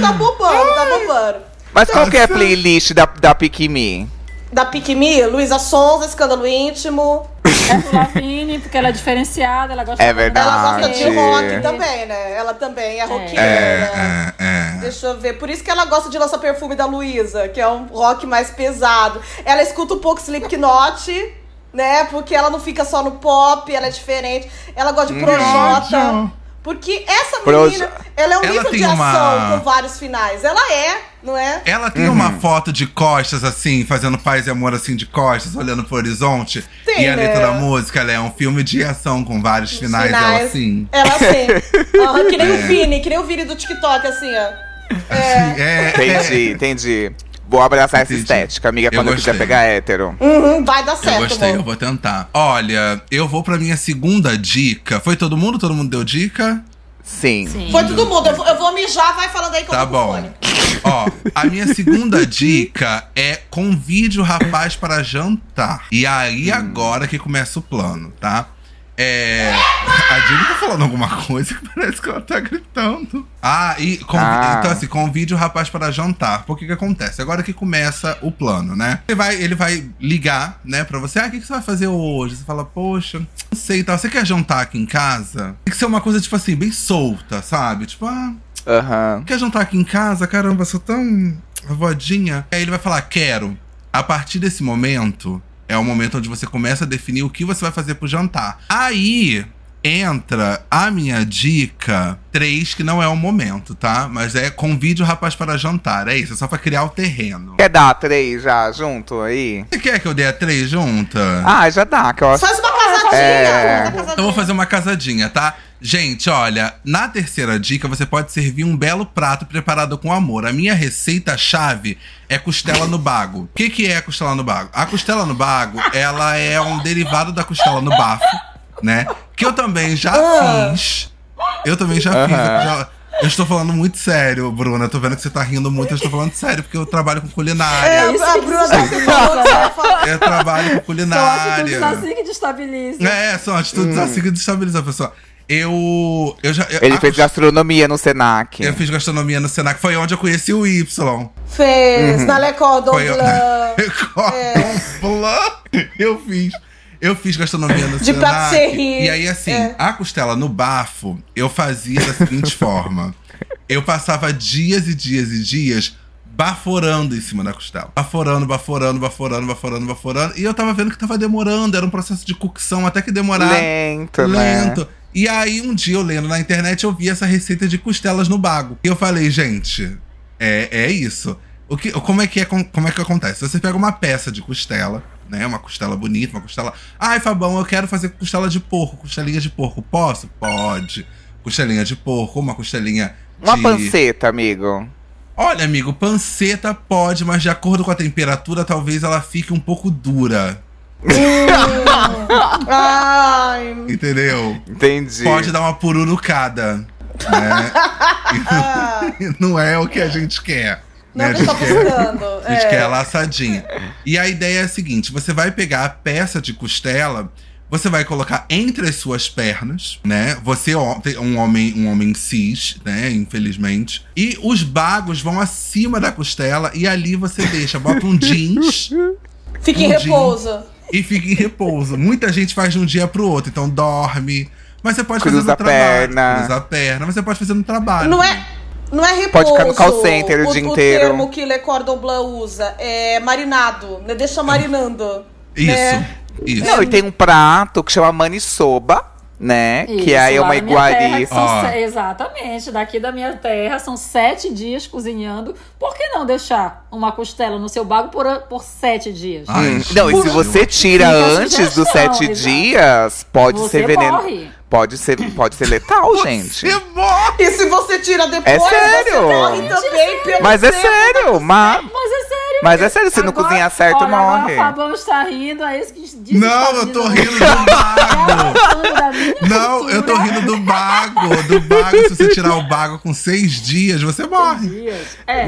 Speaker 3: tá bombando, tá bombando.
Speaker 2: Mas qual que é a playlist da, da Pick Me?
Speaker 3: Da Piquimi, Luísa Sonza, Escândalo Íntimo.
Speaker 6: É Lafine, porque ela é diferenciada, ela gosta
Speaker 2: É
Speaker 6: de-
Speaker 2: verdade.
Speaker 5: Ah,
Speaker 3: Ela gosta de
Speaker 2: Entendi.
Speaker 3: rock também, né? Ela também é roqueira. né?
Speaker 5: É, é.
Speaker 3: Deixa eu ver. Por isso que ela gosta de lançar perfume da Luísa, que é um rock mais pesado. Ela escuta um pouco Slipknot, né? Porque ela não fica só no pop, ela é diferente. Ela gosta de
Speaker 5: Hum.
Speaker 3: Projota. Porque essa
Speaker 2: Projo-
Speaker 3: menina, ela é um
Speaker 5: Ela
Speaker 3: livro
Speaker 5: tem
Speaker 3: de ação
Speaker 5: uma-
Speaker 3: com vários finais. Ela é, não é?
Speaker 5: Ela tem
Speaker 2: Uhum.
Speaker 5: uma foto de costas, assim, fazendo paz e amor, assim, de costas, olhando pro horizonte.
Speaker 3: Tem,
Speaker 5: e a letra
Speaker 3: né?
Speaker 5: da música, ela é um filme de ação com vários finais, ela assim.
Speaker 3: Ela
Speaker 5: <laughs>
Speaker 3: sim. Aham, que nem o Vini, que nem o Vini do TikTok, assim, ó.
Speaker 5: assim, é,
Speaker 2: Entendi, entendi. Vou abraçar essa
Speaker 5: Entendi.
Speaker 2: estética, amiga,
Speaker 5: Eu
Speaker 2: quando eu, quiser
Speaker 5: gostei.
Speaker 2: pegar hétero.
Speaker 3: Uhum, vai dar
Speaker 5: Eu
Speaker 3: certo,
Speaker 5: gostei, eu
Speaker 3: amor.
Speaker 5: vou tentar. Olha, eu vou pra minha segunda dica. Foi todo mundo? Todo mundo deu dica?
Speaker 2: Sim.
Speaker 6: Sim.
Speaker 3: Foi todo mundo. Eu vou, eu vou mijar, vai falando aí que
Speaker 5: Tá
Speaker 3: eu vou com o
Speaker 5: bom.
Speaker 3: fone.
Speaker 5: Ó, a minha
Speaker 3: <laughs>
Speaker 5: segunda dica é convide o rapaz para jantar. E aí
Speaker 3: Hum.
Speaker 5: agora que começa o plano, tá? É. A Dini tá falando alguma coisa que parece que ela tá gritando. Ah, e convi-
Speaker 2: Ah.
Speaker 5: então assim, convide o rapaz para jantar. Por que que acontece? Agora que começa o plano, né? Ele vai, ele vai ligar, né, pra você. Ah, o que, que você vai fazer hoje? Você fala, poxa, não sei e tal. Você quer jantar aqui em casa? Tem que ser uma coisa, tipo assim, bem solta, sabe? Tipo, ah,
Speaker 2: Aham.
Speaker 5: Quer jantar aqui em casa? Caramba, sou tão voadinha. Aí ele vai falar, quero. A partir desse momento, é o momento onde você começa a definir o que você vai fazer pro jantar. Aí entra a minha dica 3, que não é o momento, tá? Mas é convide o rapaz para jantar. É isso, é só pra criar o terreno.
Speaker 2: Quer dar três já junto aí?
Speaker 5: Você quer que eu dê a 3 junta?
Speaker 2: Ah, já dá, que eu acho.
Speaker 3: Faz uma casadinha.
Speaker 2: É.
Speaker 3: Faz uma
Speaker 5: Então eu
Speaker 3: casadinha.
Speaker 5: vou fazer uma casadinha, tá? Gente, olha, na terceira dica você pode servir um belo prato preparado com amor. A minha receita-chave é costela no bago. O que, que é a costela no bago? A costela no bago, ela é um derivado da costela no bafo, né? Que eu também já fiz. Eu também já fiz.
Speaker 2: Aham.
Speaker 5: a costela- Eu estou falando muito sério, Bruna. Eu tô vendo que você tá rindo muito, eu estou falando sério, porque eu trabalho com
Speaker 3: É,
Speaker 5: culinária.
Speaker 3: a Bruna tá se falando, você vai falar.
Speaker 5: <laughs> Eu trabalho com
Speaker 6: São
Speaker 5: culinária.
Speaker 6: atitudes assim que destabilizam.
Speaker 5: É, são atitudes assim que destabilizam a pessoa. Eu. Eu já. eu-
Speaker 2: Hum. Ele
Speaker 5: a-
Speaker 2: fez gastronomia no Senac.
Speaker 5: Eu fiz gastronomia no Senac, foi onde eu conheci o Y.
Speaker 3: Fez, na Le Cordon
Speaker 5: Uhum. Foi eu. né?
Speaker 3: Bleu,
Speaker 5: Cordon Bleu. <laughs> Eu fiz. Eu fiz gastronomia no
Speaker 3: De
Speaker 5: Senac.
Speaker 3: patisserie.
Speaker 5: E aí, assim,
Speaker 3: É.
Speaker 5: a costela no bafo, eu fazia da seguinte forma. Eu passava dias e dias e dias baforando em cima da costela. Baforando, baforando, baforando, baforando, baforando. E eu tava vendo que tava demorando, era um processo de cocção até que demorava.
Speaker 2: Lento, né?
Speaker 5: lento. E aí, um dia eu lendo na internet, eu vi essa receita de costelas no bago. E eu falei, gente, é, é isso. O que, como, é que é, como é que acontece? Você pega uma peça de costela, né? Uma costela bonita, uma costela. Ai, Fabão, eu quero fazer costela de porco, costelinha de porco. Posso? Pode. Costelinha de porco, uma costelinha.
Speaker 2: Uma
Speaker 5: de...
Speaker 2: panceta, amigo.
Speaker 5: Olha, amigo, panceta pode, mas de acordo com a temperatura, talvez ela fique um pouco dura.
Speaker 3: Ai,
Speaker 5: Né, Entendeu?
Speaker 2: Entendi.
Speaker 5: pode dar uma pururucada.
Speaker 3: <laughs>
Speaker 5: Né? E não é o que a gente quer.
Speaker 3: não é
Speaker 5: Né? A
Speaker 3: que eu
Speaker 5: gente
Speaker 3: tô
Speaker 5: quer,
Speaker 3: buscando.
Speaker 5: a gente
Speaker 3: é.
Speaker 5: quer laçadinha. E a ideia é a seguinte: você vai pegar a peça de costela. Você vai colocar entre as suas pernas, né? Você é um homem, um homem cis, né? Infelizmente. E os bagos vão acima da costela e ali você deixa, bota
Speaker 3: <laughs>
Speaker 5: um jeans
Speaker 3: Fica em
Speaker 5: um dia.
Speaker 3: repouso.
Speaker 5: e fica em repouso. Muita gente faz de um dia pro outro, então dorme. Mas você pode
Speaker 2: Cruza
Speaker 5: fazer
Speaker 2: a
Speaker 5: no trabalho.
Speaker 2: perna.
Speaker 5: Cruza a perna. Mas você pode fazer no trabalho.
Speaker 3: Não é, não é repouso.
Speaker 2: Pode ficar no call center o dia inteiro.
Speaker 3: O termo que Le Cordon Bleu usa é marinado, né? Deixa marinando.
Speaker 5: Isso.
Speaker 3: né?
Speaker 5: Isso.
Speaker 2: Não, e tem um prato que chama manisoba, né? que
Speaker 6: Isso,
Speaker 2: aí é
Speaker 6: lá
Speaker 2: uma
Speaker 6: na minha terra,
Speaker 2: iguaria.
Speaker 6: são
Speaker 5: Ó.
Speaker 6: se- Exatamente, daqui da minha terra são sete dias cozinhando. Por que não deixar uma costela no seu bago por, por sete dias?
Speaker 5: Ai,
Speaker 2: Hum,
Speaker 5: gente.
Speaker 2: Não, e se você tira
Speaker 6: Fica a
Speaker 2: antes dos
Speaker 6: sugestão,
Speaker 2: sete
Speaker 6: exato.
Speaker 2: dias, pode
Speaker 6: Você
Speaker 2: ser veneno.
Speaker 6: morre.
Speaker 2: Pode ser, pode ser letal, gente.
Speaker 5: Você morre!
Speaker 3: E se você tira depois,
Speaker 2: É sério?
Speaker 3: você morre também pelo
Speaker 2: Mas é
Speaker 3: tempo.
Speaker 2: sério, mas,
Speaker 6: Mas é sério.
Speaker 2: mas é sério, se não
Speaker 6: Agora-
Speaker 2: cozinhar certo,
Speaker 6: olha, Agora
Speaker 2: morre.
Speaker 6: o Fabão está rindo, é isso que tá diz
Speaker 5: Não, eu tô rindo do bago! Não, eu tô rindo do bago! Do bago, se você tirar o bago com seis dias, você morre!
Speaker 6: Dias. É,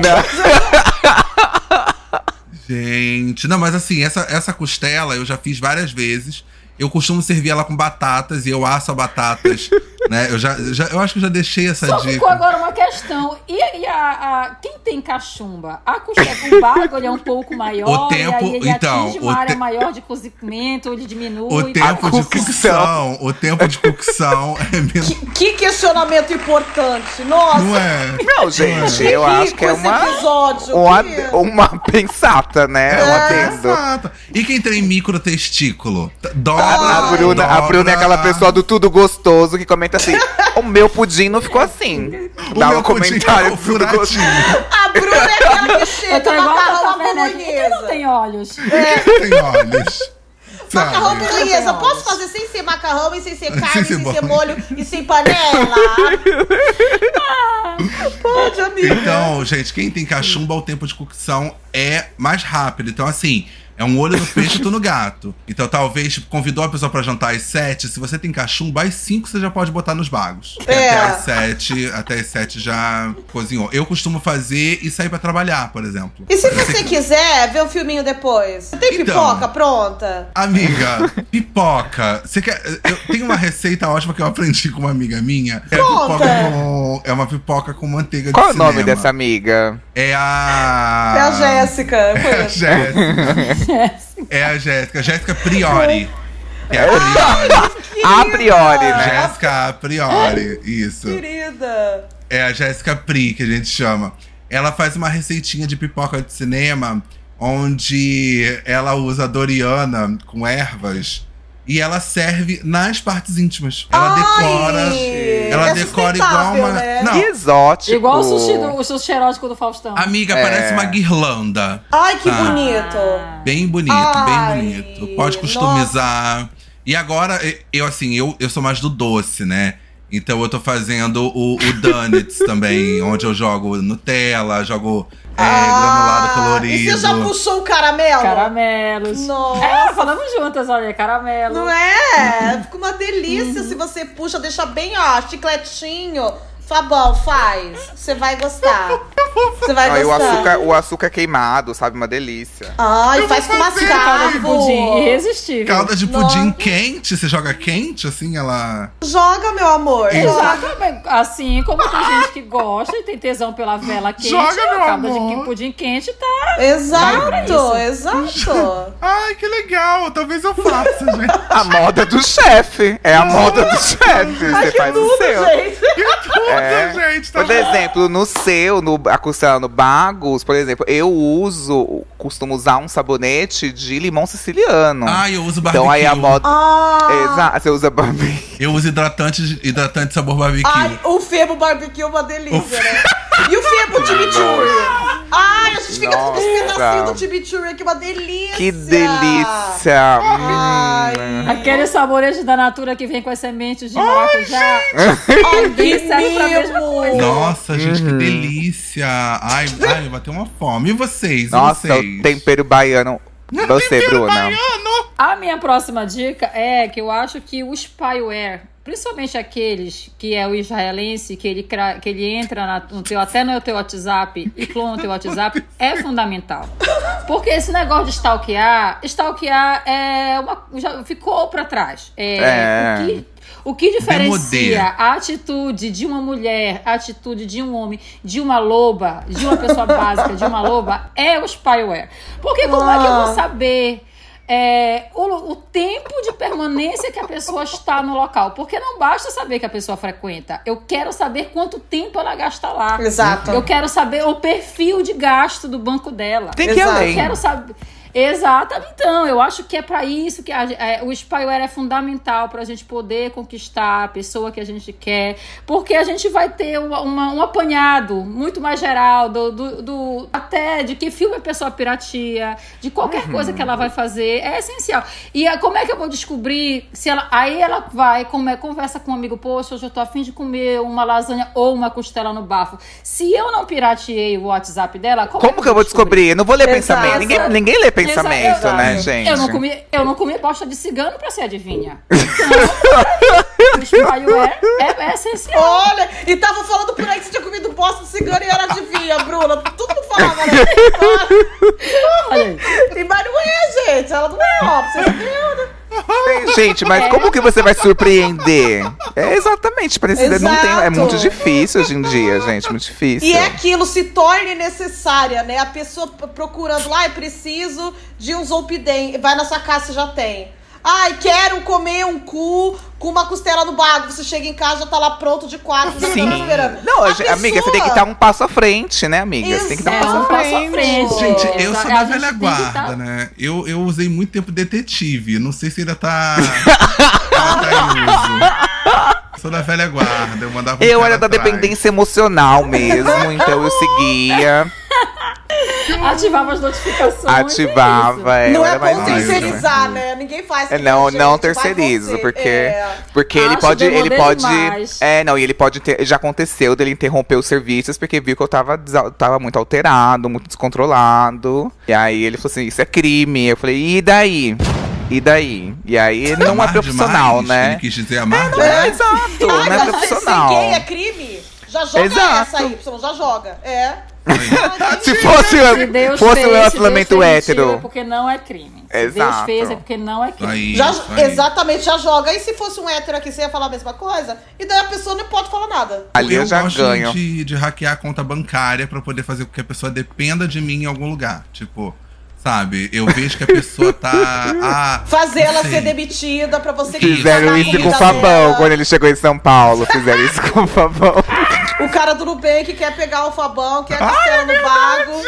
Speaker 5: Gente, não, mas assim, essa, essa costela eu já fiz várias vezes. Eu costumo servir ela com batatas e eu asso a batatas né? Eu, já, já- eu acho que eu já deixei essa
Speaker 6: Só Então ficou
Speaker 5: dica.
Speaker 6: agora uma questão. E, e a, a- quem tem cachumba? A
Speaker 5: <laughs>
Speaker 6: costela, o barco ele é um pouco maior.
Speaker 5: O tempo-
Speaker 6: e aí ele
Speaker 5: então,
Speaker 6: atinge
Speaker 5: o
Speaker 6: uma área
Speaker 5: te-
Speaker 6: maior de cozimento, ele diminui.
Speaker 5: O tempo de
Speaker 2: cocção.
Speaker 5: cocção, o
Speaker 2: <laughs>
Speaker 5: tempo de cocção é menos.
Speaker 3: Que, que questionamento importante. Nossa,
Speaker 2: <laughs>
Speaker 5: Não é?
Speaker 2: Não, gente, eu
Speaker 3: que
Speaker 2: acho que é
Speaker 3: rico esse
Speaker 2: uma.
Speaker 3: episódio.
Speaker 2: Uma,
Speaker 3: que-
Speaker 2: uma <laughs> pensata, né?
Speaker 5: É,
Speaker 2: Um adendo.
Speaker 5: Exato. E quem tem micro testículo? T- Dobra,
Speaker 2: A, a Bruna, a
Speaker 5: dobra.
Speaker 2: Bruna é aquela pessoa do tudo gostoso que comenta <laughs> assim: o meu pudim não ficou assim.
Speaker 5: O
Speaker 2: Dá
Speaker 5: meu
Speaker 2: um
Speaker 5: pudim é
Speaker 2: comentário
Speaker 5: o
Speaker 2: do tudo
Speaker 5: furadinho.
Speaker 2: gostoso.
Speaker 3: A Bruna é aquela que
Speaker 6: <laughs> Eu tô
Speaker 3: chega
Speaker 6: igual a
Speaker 3: macarrão
Speaker 6: Tavernete. Por que não
Speaker 3: bolonhesa.
Speaker 6: tem olhos?
Speaker 5: <laughs> Tem olhos.
Speaker 3: Macarrão
Speaker 5: Sabe?
Speaker 3: bolonhesa,
Speaker 6: Não.
Speaker 3: posso fazer sem ser macarrão e
Speaker 2: <laughs>
Speaker 3: sem ser
Speaker 5: Sem
Speaker 3: carne,
Speaker 5: ser
Speaker 3: sem ser
Speaker 5: bolo.
Speaker 3: molho e sem panela? Pode, amiga.
Speaker 5: Então, gente, quem tem cachumba, o tempo de cocção é mais rápido. Então, assim, é um olho no peixe e tu no gato. Então, talvez, tipo, convidou a pessoa pra jantar às sete. Se você tem cachumba, às cinco você já pode botar nos bagos. E
Speaker 3: É.
Speaker 5: Até às sete, até às sete já cozinhou. Eu costumo fazer e sair pra trabalhar, por exemplo.
Speaker 3: E se você quiser ver o filminho depois? Tem
Speaker 5: Então.
Speaker 3: pipoca pronta?
Speaker 5: Amiga, pipoca. Você quer. Eu tenho uma receita ótima que eu aprendi com uma amiga minha. É,
Speaker 3: Conta.
Speaker 5: pipoca com, é uma pipoca com manteiga
Speaker 2: Qual
Speaker 5: de
Speaker 2: é o nome
Speaker 5: cinema.
Speaker 2: dessa amiga?
Speaker 5: É a.
Speaker 2: Ah.
Speaker 3: É a
Speaker 2: <laughs>
Speaker 3: Jéssica. eu
Speaker 5: É a
Speaker 3: conheço.
Speaker 5: Jéssica. É a Jéssica. Jéssica Priori. É a Priori.
Speaker 2: A priori, né?
Speaker 5: Jéssica Priori. Isso.
Speaker 3: Querida.
Speaker 5: É a Jéssica Pri, que a gente chama. Ela faz uma receitinha de pipoca de cinema onde ela usa a Doriana com ervas e ela serve nas partes íntimas. Ela decora. Ela
Speaker 3: é
Speaker 5: decora igual
Speaker 3: sustentável,
Speaker 5: uma.
Speaker 3: Né?
Speaker 5: Não,
Speaker 2: Que exótico.
Speaker 6: Igual o sushi, do, o sushi erótico do Faustão.
Speaker 5: Tipo, amiga,
Speaker 2: É.
Speaker 5: parece uma guirlanda.
Speaker 3: Ai, que
Speaker 5: Ah.
Speaker 3: bonito.
Speaker 5: Bem bonito,
Speaker 3: Ai,
Speaker 5: bem bonito. Pode customizar. E agora, e- eu assim, eu, eu sou mais do doce, né? Então eu tô fazendo o, o
Speaker 2: <laughs>
Speaker 5: Donuts também, onde eu jogo Nutella, jogo é,
Speaker 2: Ah,
Speaker 5: granulado
Speaker 3: Ah, E
Speaker 5: colorido.
Speaker 3: você já puxou o caramelo?
Speaker 6: Caramelos.
Speaker 3: Nossa.
Speaker 6: É, falamos juntas, olha, caramelo.
Speaker 3: Não é? Fica uma delícia se você puxa, deixa bem, ó, chicletinho. Fabão, faz. Você vai gostar. Você vai
Speaker 2: Aí o
Speaker 3: gostar.
Speaker 2: açúcar, o açúcar queimado, sabe? Uma delícia.
Speaker 3: Ai, faz com
Speaker 6: Calda de pudim,
Speaker 3: mascavo.
Speaker 6: irresistível.
Speaker 5: Calda de
Speaker 3: Nossa.
Speaker 5: pudim quente, você joga quente, assim, ela.
Speaker 3: Joga, meu amor. Joga.
Speaker 6: Exatamente. Assim como tem gente que gosta e tem tesão pela vela quente,
Speaker 5: Joga, meu
Speaker 6: a calda de
Speaker 5: amor.
Speaker 6: que- pudim quente tá.
Speaker 3: Exato,
Speaker 6: isso.
Speaker 3: exato.
Speaker 5: Ai, que legal! Talvez eu faça, gente.
Speaker 2: A moda do chefe. É a moda <laughs> do chefe. Você faz o seu.
Speaker 3: Gente,
Speaker 5: Que
Speaker 2: <laughs>
Speaker 5: tudo,
Speaker 2: É.
Speaker 5: gente! Tá
Speaker 2: Por exemplo, no seu, no a costela no Bagos, por exemplo, eu uso, costumo usar um sabonete de limão siciliano.
Speaker 5: Ai, eu uso barbecue.
Speaker 2: então aí a moda.
Speaker 3: Ah,
Speaker 2: Exato, você usa barbie.
Speaker 5: Eu uso hidratante, hidratante sabor barbecue.
Speaker 3: Ai, o febo barbecue é uma
Speaker 5: O
Speaker 3: delícia, né? E
Speaker 2: <laughs>
Speaker 3: o febo chimichurri. Ai, a gente fica com os
Speaker 2: Nossa.
Speaker 3: pedacinhos do chimichurri aqui, uma delícia.
Speaker 2: Que delícia! Hum.
Speaker 3: Ai.
Speaker 6: Aquele sabonete da natura que vem com as sementes de maracujá.
Speaker 3: Ai,
Speaker 6: Ninguém
Speaker 3: que
Speaker 6: serve pra é mesma
Speaker 3: mimo!
Speaker 6: coisa.
Speaker 5: Nossa, gente,
Speaker 2: Uhum.
Speaker 5: que delícia! Ai, ai, bateu uma fome. E vocês?
Speaker 2: Nossa,
Speaker 5: e vocês?
Speaker 2: o tempero baiano. Você, Bruna.
Speaker 6: A minha próxima dica é que eu acho que o spyware, principalmente aqueles que é o israelense, que ele, cra- que ele entra na- no teu, até no teu WhatsApp e clona o teu WhatsApp, é fundamental. Porque esse negócio de stalkear, stalkear é uma, já ficou pra trás. É,
Speaker 2: É.
Speaker 6: O, que, o que
Speaker 5: Demodê.
Speaker 6: diferencia a atitude de uma mulher, a atitude de um homem, de uma loba, de uma
Speaker 3: <laughs>
Speaker 6: pessoa básica, de uma loba, é o spyware. Porque como é que eu
Speaker 3: Ah.
Speaker 6: vou saber é, o, o tempo de permanência que a pessoa está no local? Porque não basta saber que a pessoa frequenta. Eu quero saber quanto tempo ela gasta lá.
Speaker 3: Exato.
Speaker 6: Eu quero saber o perfil de gasto do banco dela.
Speaker 2: Tem que ir
Speaker 3: Exato.
Speaker 6: Eu
Speaker 2: além.
Speaker 6: quero saber. Exatamente, então, eu acho que é pra isso que a- é, o spyware é fundamental pra gente poder conquistar a pessoa que a gente quer, porque a gente vai ter uma- uma- um apanhado muito mais geral do, do- do- até de que filme a pessoa piratia, de qualquer
Speaker 2: Uhum.
Speaker 6: coisa que ela vai fazer, é essencial. E é, como é que eu vou descobrir se ela aí ela vai como é, conversa com um amigo, poxa, hoje eu tô afim de comer uma lasanha ou uma costela no bafo. Se eu não pirateei o WhatsApp dela, como, é
Speaker 2: Como que eu vou descobrir? Eu não vou ler
Speaker 3: Exato.
Speaker 2: pensamento. Ninguém, ninguém lê pensamento,
Speaker 6: Exato.
Speaker 2: né, gente?
Speaker 6: Eu não comi, eu não comi bosta de cigano pra ser adivinha. <laughs> Então, o spyware é, é essencial.
Speaker 3: Olha, e tava falando por aí que você tinha comido bosta de cigano e era adivinha, Bruna. Todo mundo falava, né?
Speaker 2: <laughs>
Speaker 6: Olha aí.
Speaker 3: E, mas não é, gente. Ela não é óbvio. Você entendeu?
Speaker 2: Gente, mas como que você vai surpreender? É, exatamente, precisa. Não tem, é
Speaker 3: Exato.
Speaker 2: muito difícil hoje em dia, gente. Muito difícil.
Speaker 3: E é aquilo, se torne necessária, né? A pessoa p- procurando lá, eu preciso de um zolpidem. Vai na sua casa, você já tem. Ai, quero comer um cu com uma costela no bago. Você chega em casa, já tá lá pronto de quatro. já tá
Speaker 2: Sim.
Speaker 3: esperando.
Speaker 2: Não,
Speaker 3: A
Speaker 2: gente, amiga, você
Speaker 3: pessoa-
Speaker 2: tem que estar um passo à frente, né, amiga? Você tem que dar um
Speaker 6: É
Speaker 2: passo à
Speaker 6: um
Speaker 2: frente.
Speaker 6: passo à frente.
Speaker 5: Gente, eu
Speaker 6: Exa-
Speaker 5: sou
Speaker 6: a
Speaker 5: da
Speaker 6: gente
Speaker 5: velha
Speaker 6: tem que tá-
Speaker 5: guarda, né? Eu, eu usei muito tempo detetive. Não sei se ainda tá. ainda
Speaker 2: <laughs>
Speaker 5: tá em uso. Sou da velha guarda. Eu mandava. um
Speaker 2: Eu
Speaker 5: cara
Speaker 2: era da
Speaker 5: atrás.
Speaker 2: dependência emocional mesmo, então eu seguia,
Speaker 6: Ativava as notificações.
Speaker 2: ativava. é, eu
Speaker 3: não
Speaker 2: era
Speaker 3: é
Speaker 2: mais
Speaker 3: bom
Speaker 5: isso,
Speaker 2: isso, né?
Speaker 3: terceirizar, né? Ninguém faz.
Speaker 2: É,
Speaker 3: que
Speaker 2: não,
Speaker 3: nem a
Speaker 2: não
Speaker 3: gente, vai
Speaker 2: terceirizo,
Speaker 3: você.
Speaker 2: porque
Speaker 3: É.
Speaker 2: porque ele
Speaker 6: Acho
Speaker 2: pode ele
Speaker 6: demanda
Speaker 2: pode
Speaker 6: demais.
Speaker 2: é, não, e ele pode inter- já aconteceu dele interromper os serviços porque viu que eu tava desa- tava muito alterado, muito descontrolado. E aí ele falou assim: "Isso é crime". Eu falei: "E daí?" E daí? E aí ele não é
Speaker 5: Amar
Speaker 2: profissional,
Speaker 5: tá demais,
Speaker 2: né?
Speaker 5: Ele quis dizer amar. demais.
Speaker 2: É, exato,
Speaker 3: Ah,
Speaker 2: não é
Speaker 3: já
Speaker 2: profissional.
Speaker 3: Ser gay é crime? Já joga
Speaker 2: Exato.
Speaker 3: essa Y, já joga. É.
Speaker 2: Se fosse,
Speaker 6: Se Deus
Speaker 2: fosse
Speaker 6: fez,
Speaker 2: um
Speaker 6: se
Speaker 2: relacionamento
Speaker 6: Deus fez, mentira,
Speaker 2: hétero.
Speaker 6: É porque não é crime. Se Deus
Speaker 2: Exato.
Speaker 6: fez, é porque não é crime.
Speaker 5: Aí,
Speaker 3: Já-
Speaker 5: isso aí.
Speaker 3: exatamente, já joga. E se fosse um hétero aqui, você ia falar a mesma coisa? E daí a pessoa não pode falar nada.
Speaker 2: Ali eu, já
Speaker 5: gosto
Speaker 2: ganho.
Speaker 5: De, de hackear a conta bancária pra poder fazer com que a pessoa dependa de mim em algum lugar. Tipo, sabe? Eu vejo que a pessoa tá.
Speaker 3: <laughs>
Speaker 5: Ah,
Speaker 3: Fazer
Speaker 5: não
Speaker 3: ela
Speaker 5: sei.
Speaker 3: ser demitida pra você que
Speaker 2: Fizeram isso com o Fabão quando ele chegou em São Paulo. Fizeram isso com o Fabão.
Speaker 3: O cara do Nubank quer pegar o Fabão, quer a costela no bago.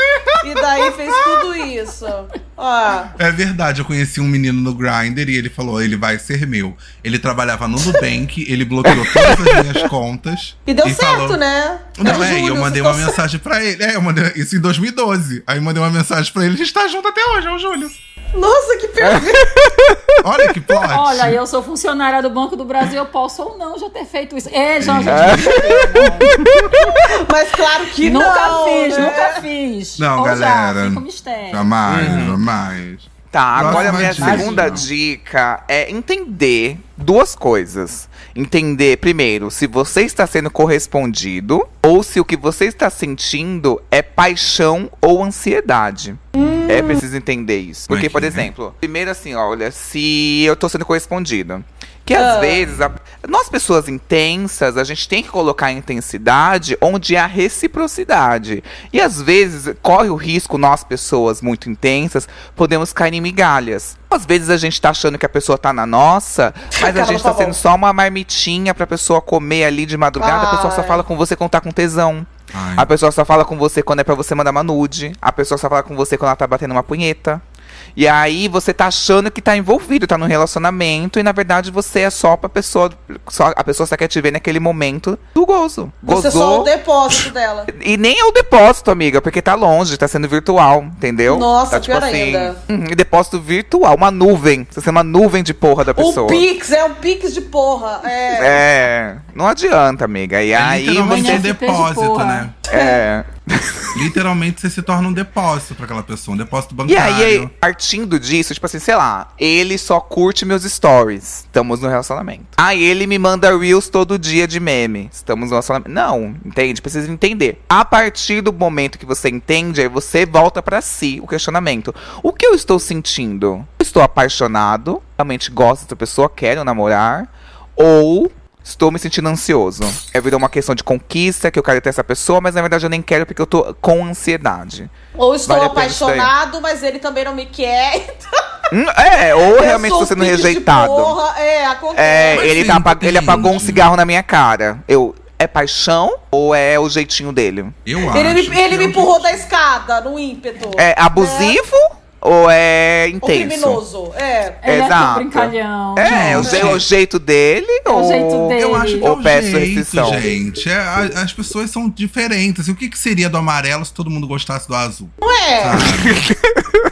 Speaker 3: E daí fez tudo isso. Ó.
Speaker 5: É verdade, eu conheci um menino no Grindr e ele falou, ele vai ser meu. Ele trabalhava no
Speaker 3: <laughs>
Speaker 5: Nubank, ele bloqueou todas as minhas contas.
Speaker 3: E deu certo,
Speaker 5: falou-
Speaker 3: né?
Speaker 5: Não, é, e
Speaker 3: Júlio,
Speaker 5: eu mandei
Speaker 3: você
Speaker 5: uma
Speaker 3: tá
Speaker 5: mensagem pra ele. É, eu mandei isso em 2012. Aí eu mandei uma mensagem pra ele, a gente tá junto até hoje, é o
Speaker 3: <laughs>
Speaker 5: Júlio.
Speaker 3: certo. Nossa, que perfeito.
Speaker 5: Olha que plot.
Speaker 6: Olha, eu sou funcionária do Banco do Brasil, eu posso ou não já ter feito isso. É, já, gente.
Speaker 3: Mas claro que não.
Speaker 6: nunca fiz,
Speaker 3: né?
Speaker 6: nunca fiz.
Speaker 5: Não,
Speaker 6: Ou já,
Speaker 5: galera.
Speaker 6: fica um mistério.
Speaker 5: Jamais, jamais.
Speaker 2: Tá,
Speaker 5: Nossa,
Speaker 2: agora a minha
Speaker 5: imagina.
Speaker 2: segunda dica é entender duas coisas. Entender, primeiro, se você está sendo correspondido ou se o que você está sentindo é paixão ou ansiedade. É preciso entender isso. Porque,
Speaker 5: Aqui,
Speaker 2: por
Speaker 5: né?
Speaker 2: exemplo, primeiro assim, olha, se eu tô sendo correspondido. Que às vezes, a- nós pessoas intensas, a gente tem que colocar a intensidade onde há reciprocidade. E às vezes, corre o risco, nós pessoas muito intensas, podemos cair em migalhas. Às vezes a gente tá achando que a pessoa tá na nossa, mas a
Speaker 3: Cara,
Speaker 2: gente
Speaker 3: por
Speaker 2: tá sendo
Speaker 3: favor.
Speaker 2: só uma marmitinha pra pessoa comer ali de madrugada, a pessoa só
Speaker 3: Ai.
Speaker 2: fala com você quando tá com tesão.
Speaker 5: Ai,
Speaker 2: A pessoa só fala com você quando é pra você mandar uma nude. A pessoa só fala com você quando ela tá batendo uma punheta. E aí você tá achando que tá envolvido, tá num relacionamento, e na verdade você é só pra pessoa. Só, a pessoa só quer te ver naquele momento do gozo.
Speaker 3: Você só o
Speaker 2: Gozou.
Speaker 3: depósito dela.
Speaker 2: E nem é o depósito, amiga, porque tá longe, tá sendo virtual, entendeu?
Speaker 3: Nossa,
Speaker 2: tá, tipo
Speaker 3: pior
Speaker 2: assim,
Speaker 3: ainda.
Speaker 2: uhum, depósito virtual, uma nuvem. Você é uma nuvem de porra da
Speaker 3: O
Speaker 2: pessoa.
Speaker 3: Pix, é um Pix de porra. É.
Speaker 2: É, não adianta, amiga. E
Speaker 5: é
Speaker 2: aí
Speaker 5: literalmente
Speaker 2: você.
Speaker 5: um
Speaker 6: Você-
Speaker 5: depósito, né?
Speaker 2: É.
Speaker 5: Literalmente você se torna um depósito pra aquela pessoa, um depósito
Speaker 2: E
Speaker 5: bancário.
Speaker 2: aí, aí, partindo disso, tipo assim, sei lá, ele só curte meus stories. Estamos no relacionamento. Aí ele me manda reels todo dia de meme. Estamos no relacionamento. Não, entende? Precisa entender. A partir do momento que você entende, aí você volta pra si o questionamento. O que eu estou sentindo? Eu Estou apaixonado? Realmente gosto dessa pessoa? Quero namorar? Ou Estou me sentindo ansioso. É virou uma questão de conquista, que eu quero ter essa pessoa, mas na verdade eu nem quero porque eu tô com ansiedade.
Speaker 3: Ou estou
Speaker 2: Vale a pena isso daí.
Speaker 3: apaixonado, mas ele também não me
Speaker 2: <laughs>
Speaker 3: quer.
Speaker 2: Hum, é, ou
Speaker 3: Eu
Speaker 2: realmente
Speaker 3: sou
Speaker 2: estou sendo
Speaker 3: um pix de
Speaker 2: rejeitado.
Speaker 3: Porra. É, acontece.
Speaker 2: É,
Speaker 5: Mas
Speaker 2: ele,
Speaker 5: sim,
Speaker 2: tá apag- ele
Speaker 5: gente.
Speaker 2: apagou um cigarro na minha cara. Eu. É paixão ou é o jeitinho dele?
Speaker 5: Eu
Speaker 3: ele
Speaker 5: acho.
Speaker 3: me, ele
Speaker 5: que
Speaker 3: me
Speaker 5: é um
Speaker 3: empurrou da escada no ímpeto.
Speaker 2: É abusivo ou é
Speaker 3: O
Speaker 2: intenso?
Speaker 3: criminoso. É.
Speaker 6: Ele é
Speaker 2: Exato.
Speaker 6: brincalhão.
Speaker 2: É, o,
Speaker 5: Gente.
Speaker 2: je- o jeito dele
Speaker 6: o
Speaker 2: ou.
Speaker 6: jeito dele.
Speaker 5: Eu acho que
Speaker 2: Ou
Speaker 5: é o
Speaker 2: peço
Speaker 5: jeito,
Speaker 2: restrição.
Speaker 5: gente. É, a- as pessoas são diferentes. Assim, o que, que seria do amarelo se todo mundo gostasse do azul?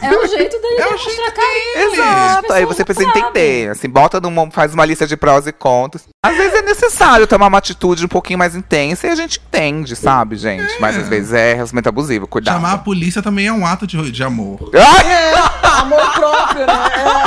Speaker 6: É o jeito dele
Speaker 5: É o
Speaker 6: demonstrar carinho.
Speaker 2: Exato, aí você precisa entender, assim, bota numa, faz uma lista de prós e contras. Às vezes é necessário tomar uma atitude um pouquinho mais intensa e a gente entende, sabe, gente? Mas às vezes é relacionamento abusivo, cuidado.
Speaker 5: Chamar a polícia também é um ato de, de amor.
Speaker 2: Ah!
Speaker 3: Amor próprio, né?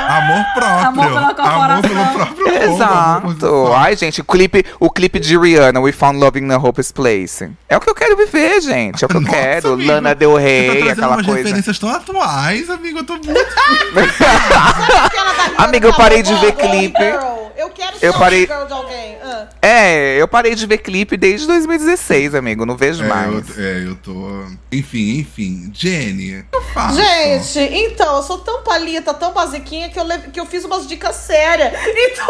Speaker 5: Amor próprio.
Speaker 6: Amor pelo
Speaker 5: Amor
Speaker 6: corporação.
Speaker 5: pelo próprio tá corpo, amor por si
Speaker 2: Exato.
Speaker 5: só.
Speaker 2: Ai, gente, o clipe, o clipe de Rihanna, We Found Love in a Hopeless Place. É o que eu quero viver, gente. É o que eu
Speaker 5: Nossa,
Speaker 2: quero.
Speaker 5: amigo,
Speaker 2: Lana Del
Speaker 5: Você tá
Speaker 2: Rey,
Speaker 5: trazendo
Speaker 2: aquela
Speaker 5: umas
Speaker 2: coisa.
Speaker 5: referências tão atuais, amigo. Eu tô muito.
Speaker 3: É. Aquela da Rihanna
Speaker 2: Amiga, eu
Speaker 3: que
Speaker 2: parei de
Speaker 3: falou,
Speaker 2: ver
Speaker 3: "Golden
Speaker 2: clipe."
Speaker 3: Girl. Eu Eu quero
Speaker 2: Eu parei-
Speaker 3: amiga de alguém. Ah.
Speaker 2: É, eu parei de ver clipe desde 2016, amigo. Não vejo mais.
Speaker 5: eu, é, eu tô. Enfim, enfim. Jenny, o que eu
Speaker 2: Ah,
Speaker 5: faço?
Speaker 3: Gente, então, eu sou tão palita, tão basiquinha que eu, le- que eu fiz umas dicas sérias. <laughs>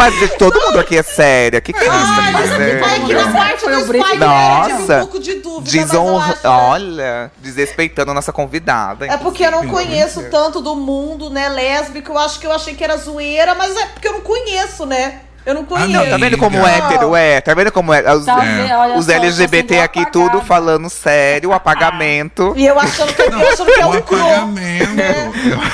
Speaker 3: Então,
Speaker 2: Mas todo mundo aqui é séria. Que que é isso?
Speaker 3: ai, mas
Speaker 2: amiga?
Speaker 3: eu
Speaker 5: é,
Speaker 3: fiquei aqui
Speaker 5: não.
Speaker 3: na parte
Speaker 6: Foi
Speaker 3: do
Speaker 6: o briefing.
Speaker 3: Spy Nerd, eu tive um
Speaker 2: Nossa.
Speaker 3: pouco de dúvida.
Speaker 2: Desonra...
Speaker 3: mas eu acho-
Speaker 2: Olha, desrespeitando a nossa convidada.
Speaker 3: É porque eu não
Speaker 2: inclusive,
Speaker 3: conheço
Speaker 2: né?
Speaker 3: tanto do mundo, né, lésbico. Eu acho que eu achei que era zoeira, mas é porque eu não conheço, né? Eu não conheço.
Speaker 5: não,
Speaker 2: Tá vendo como
Speaker 5: Amiga.
Speaker 2: hétero é? Tá vendo como é? Os,
Speaker 6: Tá
Speaker 5: É.
Speaker 6: vendo? Olha
Speaker 2: os
Speaker 6: só,
Speaker 2: LGBT
Speaker 6: tá sendo
Speaker 2: aqui
Speaker 6: apagado.
Speaker 2: tudo falando sério,
Speaker 3: <laughs>
Speaker 2: apagamento.
Speaker 3: E eu achando que,
Speaker 5: Não,
Speaker 3: eu achando que é
Speaker 5: o
Speaker 3: um clone. é
Speaker 5: apagamento. Eu-
Speaker 3: um
Speaker 5: é
Speaker 3: Eu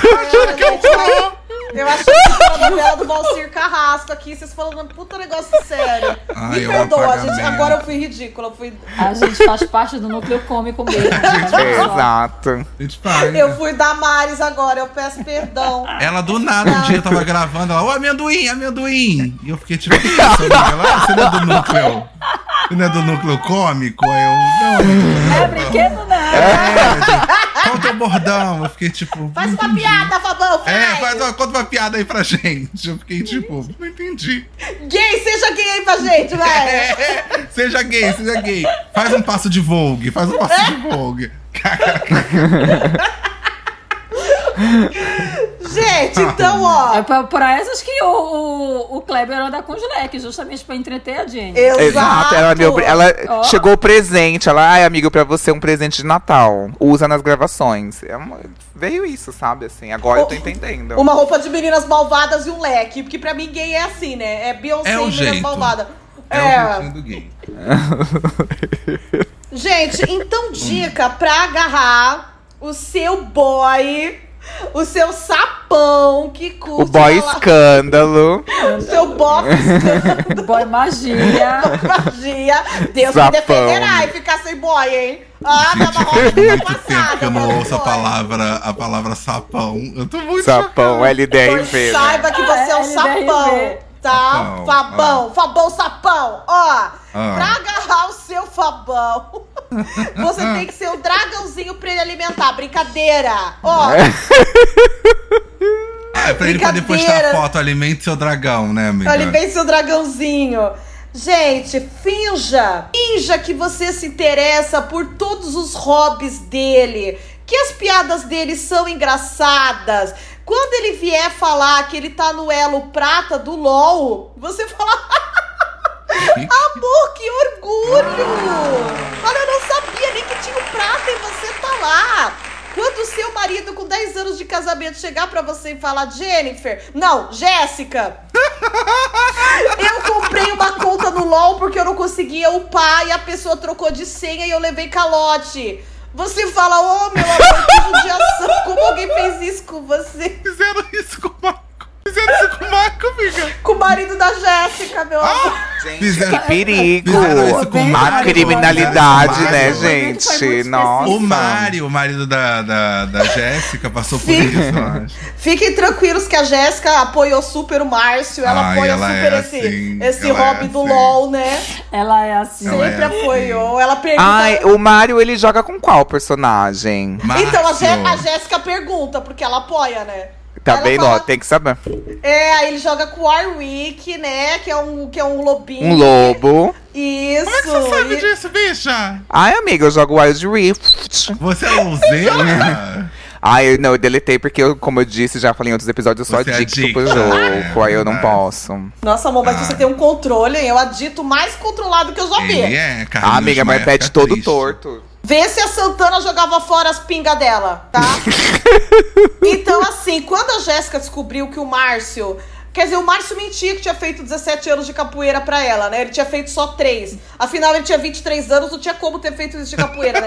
Speaker 3: achei que é era a novela do Valcir Carrasco aqui, vocês falando um puta negócio sério.
Speaker 5: Ai,
Speaker 3: Me
Speaker 5: é um
Speaker 3: perdoa,
Speaker 5: apagamento.
Speaker 3: gente. Agora eu fui ridícula. eu Fui,
Speaker 6: A gente faz parte do núcleo cômico
Speaker 2: <laughs>
Speaker 6: mesmo.
Speaker 2: É,
Speaker 6: Olha só.
Speaker 2: Exato.
Speaker 5: A gente faz. né?
Speaker 3: eu fui Damares agora, eu peço perdão.
Speaker 5: Ela do nada, um dia tava gravando, ela, ô amendoim, amendoim. E eu fiquei tipo, que isso, amiga? Ela, "Ah, você não é do núcleo? Você não é do núcleo cômico? Aí eu, não, amiga,
Speaker 6: É brinquedo, não.
Speaker 5: é, gente, qual o teu bordão? Eu fiquei tipo.
Speaker 3: Faz
Speaker 5: "Não
Speaker 3: uma
Speaker 5: entendi."
Speaker 3: piada, Fabão, faz.
Speaker 5: É, faz uma, conta uma piada aí pra gente. Eu fiquei tipo, não entendi.
Speaker 3: Gay, seja gay aí pra gente, velho.
Speaker 5: <laughs> É, seja gay, seja gay. Faz um passo de Vogue, faz um passo de Vogue.
Speaker 3: Gente, então, ó.
Speaker 6: É pra, pra essas que o, o, o Kleber anda com os leques, justamente pra entreter a Jenny.
Speaker 3: Exato.
Speaker 2: Exato. Ela, me obri- ela
Speaker 6: Ó.
Speaker 2: chegou o presente. Ela, ai, amigo, pra você um presente de Natal. Usa nas gravações. É uma- Veio isso, sabe? Assim, agora eu tô
Speaker 3: O-
Speaker 2: entendendo.
Speaker 3: Uma roupa de meninas malvadas e um leque. Porque pra mim gay é assim, né? É Beyoncé
Speaker 5: É
Speaker 3: e
Speaker 5: o
Speaker 3: meninas
Speaker 5: jeito.
Speaker 3: malvadas.
Speaker 5: É, o
Speaker 2: um
Speaker 5: jeitinho do gay.
Speaker 3: Gente, então dica pra agarrar o seu boy, o seu sapão que curte.
Speaker 2: O boy
Speaker 3: rolar-
Speaker 2: escândalo.
Speaker 3: o seu
Speaker 2: <laughs>
Speaker 3: boy escândalo
Speaker 6: Boy magia.
Speaker 3: magia. Deus
Speaker 2: Sapão.
Speaker 3: me defenderá e ficar sem boy, hein? Ah,
Speaker 5: Gente,
Speaker 3: tava
Speaker 5: faz
Speaker 3: rolando
Speaker 5: muito tempo que eu não ouço a palavra, a palavra sapão. Eu tô muito
Speaker 2: Sapão,
Speaker 3: Pois
Speaker 2: LDRV. né?
Speaker 3: Então saiba que você é um
Speaker 6: É, LDRV.
Speaker 3: sapão, tá?
Speaker 5: Sapão,
Speaker 3: Fabão, Fabão, sapão. Ó, pra
Speaker 5: Ah.
Speaker 3: agarrar o seu Fabão, <laughs> você tem que ser um dragãozinho pra ele alimentar. Brincadeira. Ó,
Speaker 5: Ah, é pra ele poder postar
Speaker 3: Brincadeira.
Speaker 5: foto, alimente seu dragão, né, amiga?
Speaker 3: Olha, vem seu dragãozinho. Gente, finja, finja que você se interessa por todos os hobbies dele, que as piadas dele são engraçadas. Quando ele vier falar que ele tá no elo prata do LOL, você fala, amor, que orgulho! Fala, eu não sabia nem que tinha o prata e você tá lá. Quando o seu marido com 10 anos de casamento chegar pra você e falar, Jennifer, não, Jéssica, eu comprei uma conta no LOL porque eu não conseguia upar e a pessoa trocou de senha e eu levei calote. Você fala, ô meu amor, que judiação, como alguém fez isso com você?
Speaker 5: Fizeram isso com o Marco. Fizeram isso com o Marco, amiga.
Speaker 3: Com o marido da Jéssica, meu amor.
Speaker 2: Que
Speaker 5: Fizeram...
Speaker 2: perigo!
Speaker 5: Fizeram isso com o
Speaker 2: A
Speaker 5: Mário,
Speaker 2: criminalidade,
Speaker 5: Mário.
Speaker 2: né,
Speaker 6: Foi muito
Speaker 2: gente?
Speaker 6: específico.
Speaker 2: Nossa.
Speaker 5: O Mário, o marido da, da, da Jéssica, passou por
Speaker 3: Sim.
Speaker 5: isso, eu acho.
Speaker 3: Fiquem tranquilos que a Jéssica apoiou super o Márcio, ela
Speaker 5: Ai,
Speaker 3: apoia
Speaker 5: ela
Speaker 3: super
Speaker 5: é
Speaker 3: esse,
Speaker 5: assim,
Speaker 3: esse
Speaker 5: ela é
Speaker 3: hobby do
Speaker 5: assim.
Speaker 3: LOL, né?
Speaker 6: Ela é assim.
Speaker 5: Ela é
Speaker 3: Sempre
Speaker 5: assim.
Speaker 3: apoiou. Ela pergunta.
Speaker 2: Ai, o Mário ele joga com qual personagem?
Speaker 3: <laughs> Então, a, Jé-
Speaker 5: Márcio.
Speaker 3: a Jéssica pergunta, porque ela apoia, né?
Speaker 2: Tá
Speaker 3: Ela
Speaker 2: bem,
Speaker 3: fala-
Speaker 2: ó, tem que saber.
Speaker 3: É, aí ele joga com o Warwick, né? Que é um, que é um lobinho.
Speaker 2: Um lobo.
Speaker 3: Isso.
Speaker 5: Como é que você sabe
Speaker 3: e-
Speaker 5: disso, bicha?
Speaker 2: Ai, amiga, eu jogo Wild Rift.
Speaker 5: Você é
Speaker 3: <laughs>
Speaker 5: ouseira?
Speaker 2: Ai, eu- não, eu deletei porque, eu, como eu disse, já falei em outros episódios, eu sou
Speaker 5: Você é
Speaker 2: adicto
Speaker 5: adicta,
Speaker 2: pro jogo.
Speaker 5: é
Speaker 2: aí eu não
Speaker 5: verdade.
Speaker 2: posso.
Speaker 3: Nossa, amor, mas
Speaker 5: Ah.
Speaker 3: você tem um controle, hein? Eu adito mais controlado que eu já vi.
Speaker 5: Ele é, cara.
Speaker 2: Ah, amiga, mas pede todo torto.
Speaker 3: Vê se a Santana jogava fora as pingas dela, tá? então, assim, quando a Jéssica descobriu que o Márcio. Quer dizer, o Márcio mentia que tinha feito 17 anos de capoeira pra ela, né? Ele tinha feito só 3. Afinal, ele tinha 23 anos, não tinha como ter feito isso de capoeira,
Speaker 2: <laughs>
Speaker 3: né?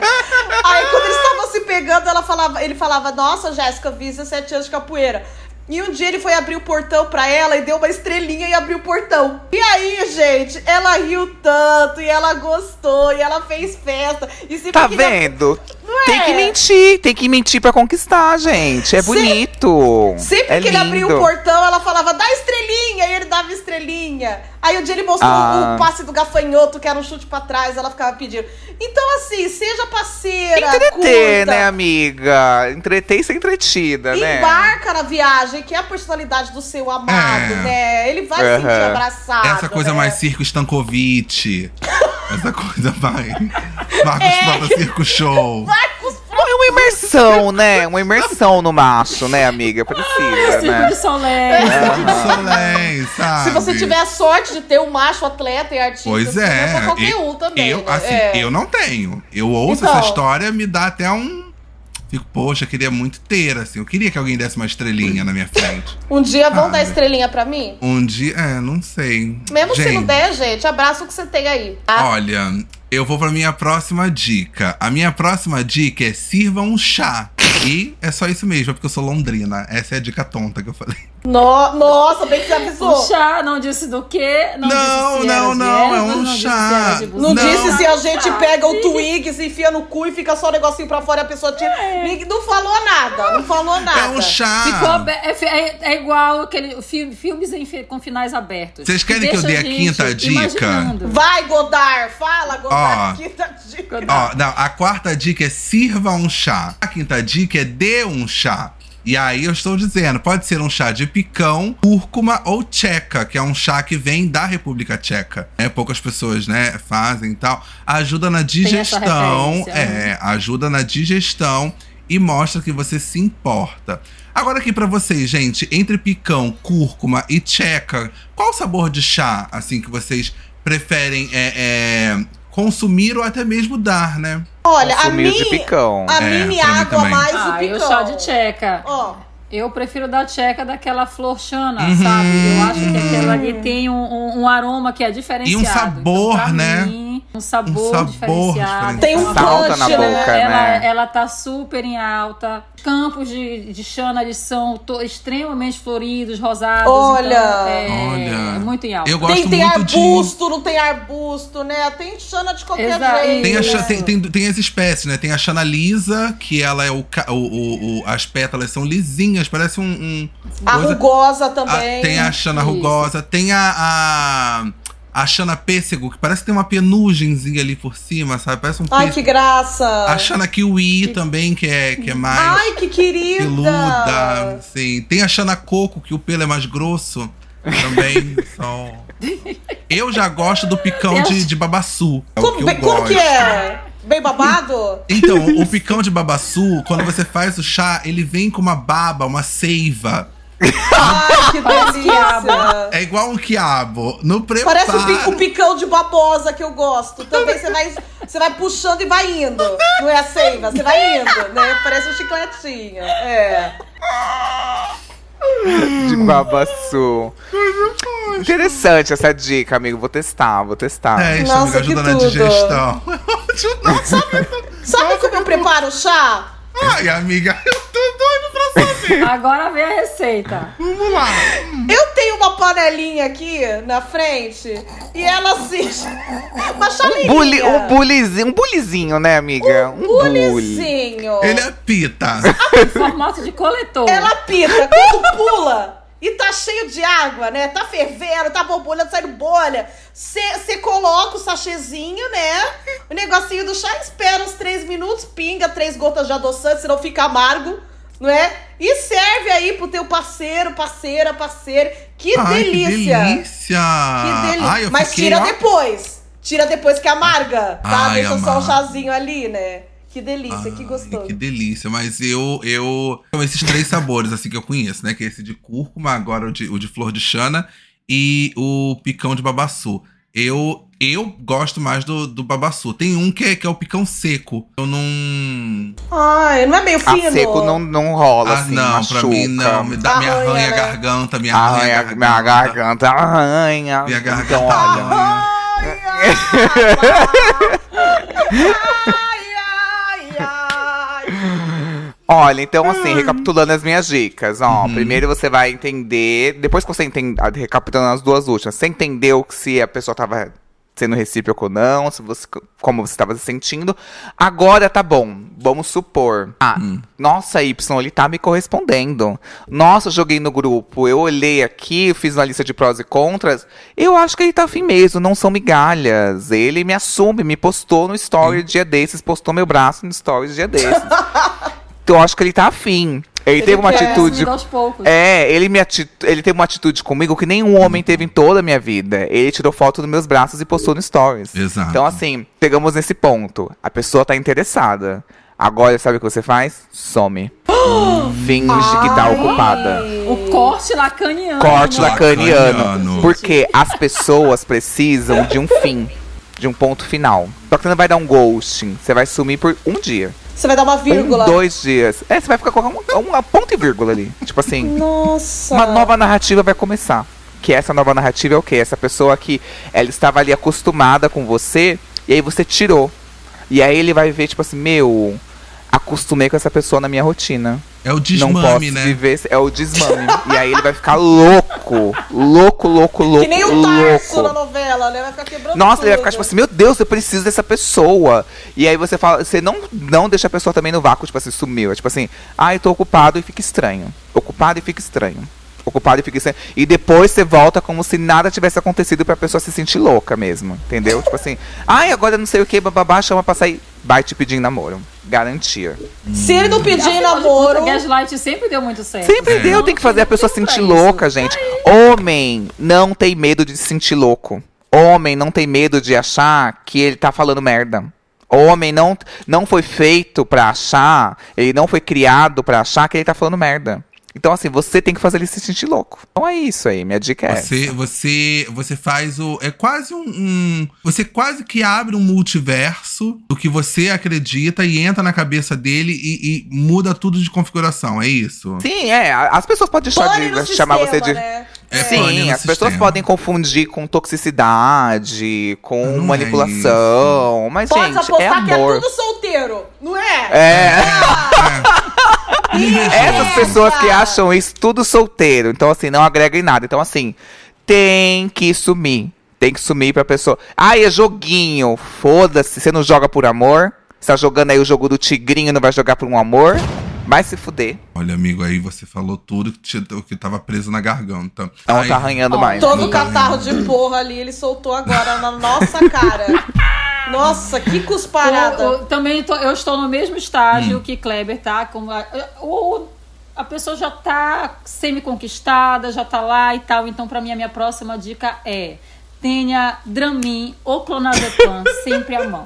Speaker 3: Aí, quando eles estavam se pegando, ela falava, ele falava: Nossa, Jéssica, vi 17 anos de capoeira. E um dia ele foi abrir o portão pra ela e deu uma estrelinha e abriu o portão. E aí, gente, ela riu tanto e ela gostou e ela fez festa. E sempre
Speaker 2: Tá
Speaker 3: queria-
Speaker 2: vendo? Tem
Speaker 3: é.
Speaker 2: que mentir, tem que mentir pra conquistar, gente. É
Speaker 3: Se-
Speaker 2: bonito.
Speaker 3: Sempre
Speaker 2: é
Speaker 3: que ele um abriu o
Speaker 2: lindo.
Speaker 3: portão, ela falava, dá estrelinha, e ele dava estrelinha. Aí o dia ele mostrou
Speaker 2: Ah.
Speaker 3: o passe do gafanhoto, que era um chute pra trás, ela ficava pedindo. Então, assim, seja parceira,
Speaker 2: Entreter,
Speaker 3: curta,
Speaker 2: né, amiga? Entreter e ser entretida, né?
Speaker 3: embarca na viagem, que é a personalidade do seu amado,
Speaker 5: É.
Speaker 3: né? Ele vai se sentir
Speaker 2: Ah. Aham.
Speaker 3: abraçado.
Speaker 5: Essa coisa
Speaker 3: né?
Speaker 5: mais circo
Speaker 3: <laughs>
Speaker 5: Stankovic. Essa coisa mais. Marcos
Speaker 3: É.
Speaker 5: Prova Circo Show.
Speaker 2: É uma imersão, né? Uma imersão no macho, né, amiga?
Speaker 5: é,
Speaker 2: Precisa,
Speaker 6: Circo
Speaker 2: né?
Speaker 6: tipo de Um Soleil.
Speaker 5: Circo de Soleil, sabe?
Speaker 3: Se você tiver a sorte de ter um macho atleta e artista,
Speaker 5: Pois
Speaker 3: assim,
Speaker 5: é.
Speaker 3: não pra qualquer
Speaker 5: eu,
Speaker 3: um também.
Speaker 5: eu,
Speaker 3: né?
Speaker 5: assim,
Speaker 3: É.
Speaker 5: eu não tenho. Eu ouço
Speaker 3: Então.
Speaker 5: essa história, me dá até um. Fico, poxa, queria muito ter, assim. Eu queria que alguém desse uma estrelinha na minha frente.
Speaker 3: Um dia vão
Speaker 5: Sabe?
Speaker 3: dar estrelinha pra mim?
Speaker 5: Um dia. É, não sei.
Speaker 3: Mesmo se não
Speaker 5: Gente,
Speaker 3: der, gente, abraça o que você tem aí. tá?
Speaker 5: Olha, eu vou pra minha próxima dica. A minha próxima dica é sirva um chá. E é só isso mesmo, é porque eu sou londrina. Essa é a dica tonta que eu falei.
Speaker 3: No- nossa, bem que você
Speaker 6: Um
Speaker 3: avisou.
Speaker 6: chá, não disse do quê? Não,
Speaker 5: Não,
Speaker 6: disse se
Speaker 5: não,
Speaker 6: era de
Speaker 5: não, é
Speaker 6: ervas,
Speaker 5: um
Speaker 6: Tipo, não
Speaker 5: chá.
Speaker 6: Disse se era de
Speaker 3: Não,
Speaker 5: Não.
Speaker 3: disse se a gente
Speaker 6: Ah,
Speaker 3: pega o
Speaker 6: sim.
Speaker 3: twig, se enfia no cu e fica só o negocinho pra fora e a pessoa tira.
Speaker 6: É.
Speaker 3: Ninguém- Não falou nada, não falou nada.
Speaker 5: É um chá.
Speaker 6: Ficou be- é, fi- é, é igual aquele fi- filmes em fi- com finais abertos.
Speaker 5: Vocês querem que eu
Speaker 6: deixa
Speaker 5: dê a
Speaker 6: gente
Speaker 5: quinta dica?
Speaker 6: imaginando.
Speaker 3: Vai, Godard, fala, Godard, tá
Speaker 5: Ó.
Speaker 3: quinta dica.
Speaker 5: Ó, não, a quarta dica é sirva um chá. A quinta dica é dê um chá. E aí eu estou dizendo, pode ser um chá de picão, cúrcuma ou tcheca, que é um chá que vem da República Tcheca. É, poucas pessoas, né, fazem e tal. Ajuda na
Speaker 6: essa
Speaker 5: digestão,
Speaker 6: referência, né?
Speaker 5: é, ajuda na digestão e mostra que você se importa. Agora aqui pra vocês, gente, entre picão, cúrcuma e tcheca, qual o sabor de chá, assim, que vocês preferem é, é, consumir ou até mesmo dar, né?
Speaker 3: Olha, a
Speaker 2: Sumiu de
Speaker 3: minha,
Speaker 2: picão.
Speaker 3: a
Speaker 5: É,
Speaker 3: minha
Speaker 5: pra mim
Speaker 3: água
Speaker 5: também.
Speaker 3: mais o
Speaker 6: Ah,
Speaker 3: picão.
Speaker 6: eu chá de tcheca.
Speaker 3: Ó,
Speaker 6: Eu prefiro da tcheca daquela flor chana,
Speaker 5: Uhum.
Speaker 6: sabe? Eu acho que aquela ali tem um, um- um aroma que é diferenciado.
Speaker 5: E um sabor,
Speaker 6: Então, pra
Speaker 5: né?
Speaker 6: mim, um sabor,
Speaker 5: Um sabor
Speaker 6: diferenciado.
Speaker 5: diferenciado.
Speaker 3: Tem um
Speaker 2: Salta na
Speaker 3: punch, né?
Speaker 2: boca,
Speaker 6: ela,
Speaker 2: né?
Speaker 6: ela tá super em alta. Os Campos de, de Xana eles são to- extremamente floridos, rosados.
Speaker 3: Olha!
Speaker 6: então, é,
Speaker 5: Olha.
Speaker 6: é muito em alta.
Speaker 5: Eu gosto
Speaker 3: tem, tem
Speaker 5: muito de.
Speaker 3: arbusto, não tem arbusto, né? Tem chana de qualquer
Speaker 6: Exato.
Speaker 3: jeito.
Speaker 5: Tem, a, cha-
Speaker 6: Isso.
Speaker 5: tem, tem, tem as espécies, né? Tem a Chana lisa, que ela é o, ca- o, o- o- As pétalas são lisinhas, parece um. um
Speaker 3: A
Speaker 5: coisa-
Speaker 3: rugosa
Speaker 5: A-
Speaker 3: também.
Speaker 5: Ah, tem a Xana
Speaker 6: Isso.
Speaker 5: rugosa, tem a, a, a Xana pêssego, que parece que tem uma penugemzinha ali por cima, sabe? Parece um
Speaker 3: Ai, que
Speaker 5: pêssego.
Speaker 3: graça.
Speaker 5: A Xana kiwi também, que é, que é mais
Speaker 3: Ai, que querida.
Speaker 5: peluda. Sim. Tem a Xana coco, que o pelo é mais grosso.
Speaker 3: <laughs>
Speaker 5: Também são... Eu já gosto do picão de, de babaçu. É o
Speaker 3: Como,
Speaker 5: que eu
Speaker 3: bem- como
Speaker 5: gosto.
Speaker 3: que é? Bem
Speaker 5: <laughs>
Speaker 3: babado? <laughs>
Speaker 5: Então, o picão de babaçu, quando você faz o chá, ele vem com uma baba, uma seiva.
Speaker 3: Ai, que
Speaker 6: Parece
Speaker 3: delícia!
Speaker 5: É igual um quiabo. No preparo...
Speaker 3: Parece um o, pi- o picão de babosa que eu gosto. Também você vai, você vai puxando e vai indo. Não é a seiva, você vai indo, né? Parece um chicletinho. É.
Speaker 2: De
Speaker 5: Hum.
Speaker 2: babassu. Interessante essa dica, amigo. Vou testar, vou testar.
Speaker 5: Teste,
Speaker 3: Nossa,
Speaker 5: É, amiga,
Speaker 3: que
Speaker 5: ajuda na
Speaker 3: tudo.
Speaker 5: digestão. <laughs> Nossa,
Speaker 3: Sabe como eu preparo o chá?
Speaker 5: ai, amiga, eu tô doido pra saber.
Speaker 6: Agora vem a receita.
Speaker 5: Vamos lá.
Speaker 3: Eu tenho uma panelinha aqui na frente e ela assim. <laughs> Uma chaleirinha.
Speaker 2: Bully, um bulizinho, um bulizinho, né, amiga? Um bully.
Speaker 3: bulizinho.
Speaker 5: Ele é pita.
Speaker 6: Em formato de coletor.
Speaker 3: Ela pita, quando pula e tá cheio de água, né? Tá fervendo, tá borbulhando, saindo bolha. Você coloca o sachêzinho, né? O negocinho do chá, espera uns três minutos, pinga três gotas de adoçante, senão fica amargo, não é? E serve aí pro teu parceiro, parceira, parceiro. <laughs> Que
Speaker 5: Ai,
Speaker 3: delícia!
Speaker 5: Que delícia.
Speaker 3: Que delícia.
Speaker 5: Ai, eu
Speaker 3: Mas
Speaker 5: fiquei,
Speaker 3: tira
Speaker 5: ó,
Speaker 3: depois. Tira depois que amarga, tá?
Speaker 5: Ai,
Speaker 3: Deixa só um
Speaker 5: amarga.
Speaker 3: chazinho ali, né? Que delícia, que
Speaker 5: Ai,
Speaker 3: gostoso.
Speaker 5: Que delícia, mas eu, eu. São esses três sabores, assim, que eu conheço, né? Que é esse de cúrcuma, agora o de, o de flor de chana e o picão de babaçu. Eu, eu gosto mais do, do babaçu. Tem um que é, que é o picão seco. Eu não.
Speaker 3: Ai, não é meio
Speaker 2: A
Speaker 3: fino?
Speaker 2: Tá seco não, não rola,
Speaker 5: Ah,
Speaker 2: assim,
Speaker 5: não,
Speaker 2: machuca.
Speaker 5: pra mim não. Me, dá, me
Speaker 3: Arranha,
Speaker 5: arranha a
Speaker 3: né?
Speaker 5: garganta, me arranha,
Speaker 2: Arranha,
Speaker 5: a garganta.
Speaker 2: minha garganta arranha.
Speaker 5: Minha garganta tá
Speaker 2: Então, olha.
Speaker 5: arranha.
Speaker 3: Ai, ai, ai, ai.
Speaker 2: Olha, então assim, recapitulando as minhas dicas, ó. Primeiro você vai ah, entender. Depois que você entender. Recapitulando as duas últimas, você entendeu que se a pessoa tava sendo recíproco ou não, se você, como você estava se sentindo. Agora tá bom, vamos supor. Ah, nossa, Y, ele tá me correspondendo. Nossa, eu joguei no grupo, eu olhei aqui, fiz uma lista de prós e contras. Eu acho que ele tá afim mesmo, não são migalhas. Ele me assume, me postou no story dia desses, postou meu braço no story dia desses. então eu acho que ele tá afim. Ele, teve uma
Speaker 6: quer
Speaker 2: atitude.
Speaker 6: assumir aos poucos.
Speaker 2: É, ele, me ati- ele teve uma atitude comigo que nenhum homem teve em toda a minha vida. Ele tirou foto dos meus braços e postou no Stories.
Speaker 5: Exato.
Speaker 2: Então, assim, chegamos nesse ponto. A pessoa tá interessada. Agora, sabe o que você faz? Some. Finge que tá ocupada.
Speaker 6: O corte lacaniano.
Speaker 2: Corte
Speaker 6: né?
Speaker 2: lacaniano.
Speaker 5: Lacaniano.
Speaker 2: Porque as pessoas precisam de um fim. De um ponto final. Só que você não vai dar um ghosting. Você vai sumir por um dia.
Speaker 3: Você vai dar uma vírgula.
Speaker 2: Um, dois dias. É, você vai ficar com uma, uma ponto e vírgula ali. Tipo assim.
Speaker 3: Nossa.
Speaker 2: Uma nova narrativa vai começar. Que essa nova narrativa é o quê? Essa pessoa que ela estava ali acostumada com você, e aí você tirou. E aí ele vai ver, tipo assim, meu, acostumei com essa pessoa na minha rotina.
Speaker 5: É o
Speaker 2: Não posso
Speaker 5: desmame, né?
Speaker 2: viver. se- É o desmame. e aí ele vai ficar louco. Louco, louco, louco.
Speaker 3: Que nem o Tarso na
Speaker 2: louco.
Speaker 3: novela, né? Vai ficar quebrando
Speaker 2: Nossa, ele vai
Speaker 3: tudo.
Speaker 2: ficar tipo assim, meu Deus, eu preciso dessa pessoa. E aí você fala, você não, não deixa a pessoa também no vácuo, tipo assim, sumiu. É tipo assim, ah, eu tô ocupado e fica estranho. Ocupado e fica estranho. Ocupado e fica estranho. E depois você volta como se nada tivesse acontecido pra pessoa se sentir louca mesmo. Entendeu? tipo assim, ai, agora não sei o que, bababá, chama pra sair. Vai te pedir em namoro. Garantia.
Speaker 3: Se ele não pedir
Speaker 6: Afinal de
Speaker 3: namoro...
Speaker 6: contas, Gaslight sempre deu muito certo.
Speaker 2: Sempre
Speaker 5: É.
Speaker 2: deu, tem que fazer a pessoa se
Speaker 6: tem pra
Speaker 2: sentir
Speaker 6: isso.
Speaker 3: É
Speaker 2: louca, gente. Homem não tem medo de se sentir louco. Homem não tem medo de achar que ele tá falando merda. Homem não, não foi feito pra achar, ele não foi criado pra achar que ele tá falando merda. Então, assim, você tem que fazer ele se sentir louco. Então é isso aí, minha dica é. essa.
Speaker 5: Você, você, você faz o. É quase um, um- Você quase que abre um multiverso do que você acredita e entra na cabeça dele e, e muda tudo de configuração. É isso?
Speaker 2: Sim, é. a- As pessoas podem deixar
Speaker 3: pane
Speaker 2: de
Speaker 3: no
Speaker 2: chamar você
Speaker 3: sistema,
Speaker 2: de.
Speaker 3: Né?
Speaker 5: É pane
Speaker 2: Sim,
Speaker 5: no
Speaker 2: as pessoas
Speaker 5: sistema.
Speaker 2: podem confundir com toxicidade, com
Speaker 5: Não é
Speaker 2: manipulação. mas,
Speaker 3: Pode
Speaker 2: gente, é
Speaker 3: apostar que
Speaker 2: amor.
Speaker 3: é tudo solteiro, não é?
Speaker 2: <laughs> É.
Speaker 3: É,
Speaker 5: É.
Speaker 2: Essas pessoas que
Speaker 3: cara.
Speaker 2: acham isso tudo solteiro, então assim, não agrega em nada. Então assim, tem que sumir. Tem que sumir pra pessoa. Ah, é joguinho. Foda-se, você não joga por amor. Você tá jogando aí o jogo do tigrinho, não vai jogar por um amor. Vai se fuder.
Speaker 5: Olha, amigo, aí você falou tudo que, te- o que tava preso na garganta.
Speaker 2: Não
Speaker 5: Ai,
Speaker 2: tá arranhando
Speaker 6: Ó,
Speaker 2: mais.
Speaker 3: Todo o catarro de porra ali, ele soltou agora na nossa cara.
Speaker 6: <laughs>
Speaker 3: Nossa, que cusparada.
Speaker 6: Eu, eu também tô- eu estou no mesmo estágio que Kleber tá. Como a, ou a pessoa já tá semi-conquistada, já tá lá e tal. Então, pra mim, a minha próxima dica é: tenha Dramin ou Clonazepam <laughs> sempre à mão.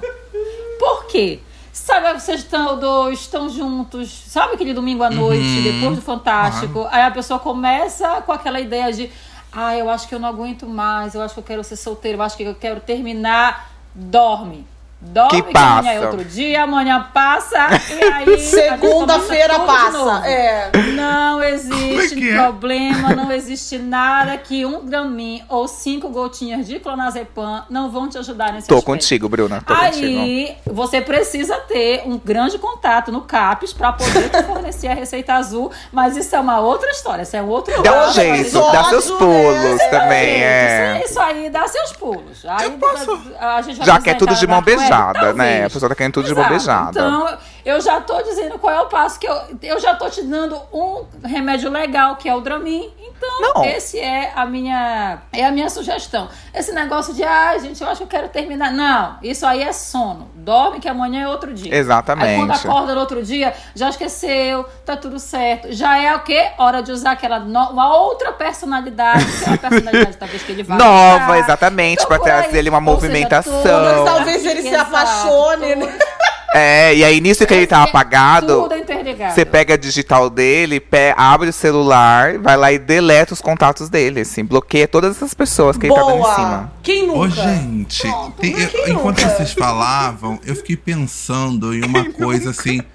Speaker 6: Por quê? Sabe, vocês estão dois, estão juntos. Sabe aquele domingo à noite, depois do Fantástico? Aí a pessoa começa com aquela ideia de: ah, eu acho que eu não aguento mais, eu acho que eu quero ser solteiro, eu acho que eu quero terminar. Dorme. Dorme
Speaker 2: Que
Speaker 6: que amanhã é
Speaker 2: passa.
Speaker 6: outro dia, amanhã passa e aí. a gente
Speaker 3: Segunda-feira
Speaker 6: começa tudo
Speaker 3: passa.
Speaker 6: de novo.
Speaker 3: É.
Speaker 6: Não existe
Speaker 5: Como é que é?
Speaker 6: problema, não existe nada que um gramin ou cinco gotinhas de clonazepam não vão te ajudar nesse
Speaker 2: Tô
Speaker 6: aspecto.
Speaker 2: contigo, Bruna. Tô contigo.
Speaker 6: Aí você precisa ter um grande contato no CAPES para poder te fornecer a receita azul, mas isso é uma outra história, isso é um outro
Speaker 2: Dá um
Speaker 6: lado,
Speaker 2: jeito,
Speaker 6: mas-
Speaker 2: dá seus
Speaker 3: né?
Speaker 2: pulos
Speaker 6: Gente,
Speaker 2: também, é.
Speaker 6: Isso, isso aí dá seus pulos. Aí
Speaker 5: Eu posso-
Speaker 6: a gente vai
Speaker 2: Já
Speaker 6: dizer
Speaker 2: quer tudo
Speaker 6: cara
Speaker 2: de mão
Speaker 6: na cueca,
Speaker 2: beijada, né?
Speaker 6: talvez.
Speaker 2: A pessoa tá querendo tudo de mão
Speaker 6: é Exato.
Speaker 2: beijada.
Speaker 6: Então, eu já tô dizendo qual é o passo que eu. Eu já tô te dando um remédio legal, que é o Dramin. Então,
Speaker 2: Não.
Speaker 6: esse é a minha. É a minha sugestão. Esse negócio de, ah, gente, eu acho que eu quero terminar. Não, isso aí é sono. Dorme que amanhã é outro dia. Aí quando
Speaker 2: Exatamente.
Speaker 6: acorda no outro dia, já esqueceu, tá tudo certo. Já é o quê? Hora de usar aquela no- uma outra personalidade, que é uma personalidade talvez que ele vai
Speaker 2: <laughs> Nova,
Speaker 6: usar.
Speaker 2: exatamente,
Speaker 6: Então,
Speaker 2: pra
Speaker 6: por aí.
Speaker 2: trazer ele uma
Speaker 6: Ou seja,
Speaker 2: movimentação.
Speaker 6: tudo-
Speaker 3: Talvez ele se
Speaker 6: Exato,
Speaker 3: apaixone, né?
Speaker 6: tudo-
Speaker 2: É, e aí nisso que ele tá apagado,
Speaker 6: Tudo é interligado.
Speaker 2: Você pega a digital dele, pe- abre o celular, vai lá e deleta os contatos dele, assim. Bloqueia todas essas pessoas que ele tá dando em cima.
Speaker 3: Boa. Quem
Speaker 5: Ô,
Speaker 3: nunca?
Speaker 5: gente, tem-
Speaker 3: mas
Speaker 5: eu-
Speaker 3: quem
Speaker 5: enquanto
Speaker 3: nunca?
Speaker 5: vocês falavam, eu fiquei pensando em uma coisa assim. <laughs>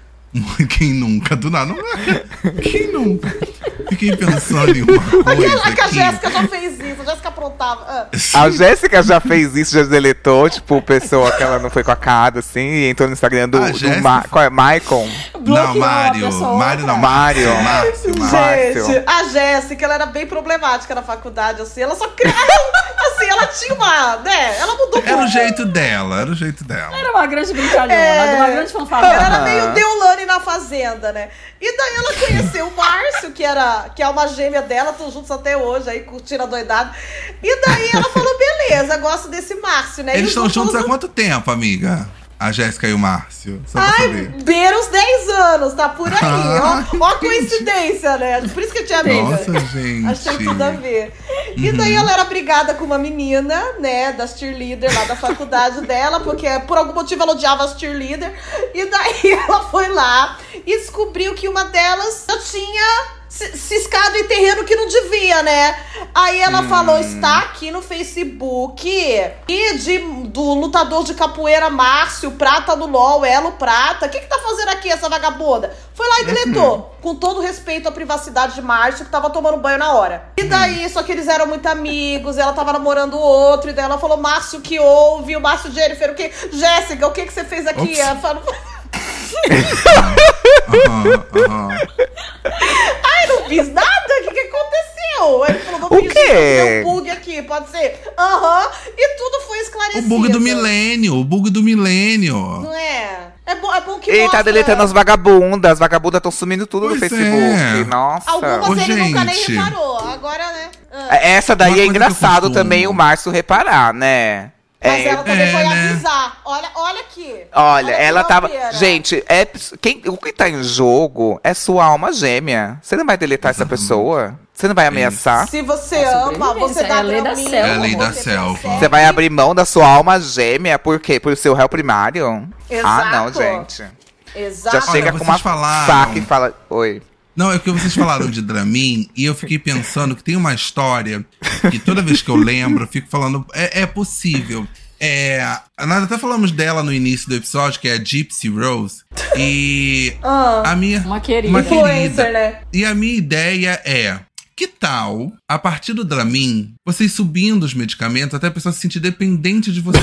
Speaker 5: Quem nunca? Do nada. não- é? Quem nunca? Fiquei pensando em uma coisa.
Speaker 3: Caraca, a
Speaker 5: que-
Speaker 3: Jéssica já fez isso. A Jéssica aprontava. Ah.
Speaker 2: A Jéssica já fez isso, já deletou, tipo, pessoa que ela não foi com a cara, assim, e entrou no Instagram do,
Speaker 5: Ah,
Speaker 2: do
Speaker 5: Jéssica.
Speaker 2: Ma qual é? Maicon?
Speaker 5: Não,
Speaker 6: Bloqueou a
Speaker 5: Mário.
Speaker 6: pessoa.
Speaker 5: Mário não.
Speaker 2: Mário.
Speaker 5: Márcio, Márcio.
Speaker 2: Márcio.
Speaker 3: Gente, a Jéssica, ela era bem problemática na faculdade, <laughs> assim. Ela só criava, assim, assim, ela tinha uma. Né? Ela mudou
Speaker 5: Era o
Speaker 3: pouco.
Speaker 5: jeito dela, era o jeito dela.
Speaker 6: Era uma grande brincalhona,
Speaker 2: É.
Speaker 6: uma grande
Speaker 3: <laughs> Ela
Speaker 6: fanfarrona.
Speaker 3: era meio Deolane na fazenda, né? E daí ela conheceu o Márcio, que era que é uma gêmea dela, estão juntos até hoje, aí curtindo a doidada. E daí ela falou: beleza, gosto desse Márcio, né? E os
Speaker 5: Eles estão juntos há
Speaker 3: dois-
Speaker 5: quanto tempo, amiga? A Jéssica e o Márcio. Só pra
Speaker 3: Ai,
Speaker 5: saber.
Speaker 3: beira os 10 anos, tá por aí.
Speaker 5: Ah,
Speaker 3: ó, ó a coincidência, né? Por isso que eu tinha amiga.
Speaker 5: Nossa, Uhum. gente.
Speaker 3: Acho que tem tudo a ver. E daí ela era brigada com uma menina, né, das cheerleader lá da faculdade dela, porque por algum motivo ela odiava as cheerleader. E daí <laughs> ela foi lá e descobriu que uma delas já tinha ci- ciscado em terreno que não devia, né? Aí ela falou: está aqui no Facebook e de, do lutador de capoeira Márcio, prata do LOL, Elo Prata. O que, que tá fazendo aqui essa vagabunda? Foi lá e deletou. Com todo respeito à privacidade de Márcio, que tava tomando banho na hora. E daí, só que eles eram muito amigos, ela tava namorando o outro, e daí ela falou: Márcio, que houve? O Márcio Jennifer, o que? Jéssica, o que, que você fez aqui?
Speaker 5: Ops.
Speaker 3: Ela falou,
Speaker 5: Aham, aham.
Speaker 3: não fiz nada? O que, que aconteceu? Aí Ele falou: não
Speaker 2: O
Speaker 3: fiz
Speaker 2: quê?
Speaker 3: nada, deu um bug aqui, pode ser? Aham. E tudo foi
Speaker 5: O
Speaker 3: esclarecido.
Speaker 5: bug do milênio, o bug do milênio.
Speaker 3: Não é? É bom, é bom que
Speaker 2: Ele tá
Speaker 3: mostra-
Speaker 2: deletando as vagabundas. As vagabundas estão sumindo tudo no
Speaker 5: Pois é.
Speaker 2: Facebook. Nossa.
Speaker 3: Algumas
Speaker 5: Ô,
Speaker 3: ele nunca nem
Speaker 5: gente.
Speaker 3: reparou. Agora, né? Ah.
Speaker 2: Essa daí é
Speaker 5: Uma coisa que eu
Speaker 2: engraçado
Speaker 5: costumo-
Speaker 2: também o Márcio reparar, né?
Speaker 3: Mas
Speaker 2: É,
Speaker 3: ela é também
Speaker 5: é,
Speaker 3: foi
Speaker 5: né?
Speaker 3: avisar. Olha, olha aqui.
Speaker 2: Olha,
Speaker 3: que
Speaker 2: ela tava.
Speaker 3: loucura.
Speaker 2: Gente, é... Quem... o que tá em jogo é sua alma gêmea. Você não vai deletar essa pessoa? Você não vai ameaçar?
Speaker 3: Se você
Speaker 6: É
Speaker 3: ama,
Speaker 6: sobrevivência,
Speaker 3: você dá
Speaker 6: é a lei da
Speaker 3: graminha,
Speaker 6: selva.
Speaker 5: É a lei da
Speaker 3: você
Speaker 5: selva.
Speaker 3: persegue.
Speaker 2: Você vai abrir mão da sua alma gêmea por quê? Por seu réu primário? Ah, não,
Speaker 3: Exato.
Speaker 2: gente.
Speaker 3: Exato.
Speaker 2: Já chega
Speaker 5: vocês
Speaker 2: com uma
Speaker 5: falaram-
Speaker 2: faca e fala. Oi.
Speaker 5: Não, é porque vocês falaram de Dramin e eu fiquei pensando que tem uma história que toda vez que eu lembro, eu fico falando. É, é possível. É, nós até falamos dela no início do episódio, que é a Gypsy Rose. E
Speaker 3: Ah,
Speaker 5: a minha.
Speaker 6: Uma querida.
Speaker 5: Uma querida.
Speaker 3: influencer, né?
Speaker 5: E a minha ideia é. Que tal, a partir do Dramin, vocês subindo os medicamentos até a pessoa se sentir dependente de
Speaker 2: <laughs>
Speaker 5: você?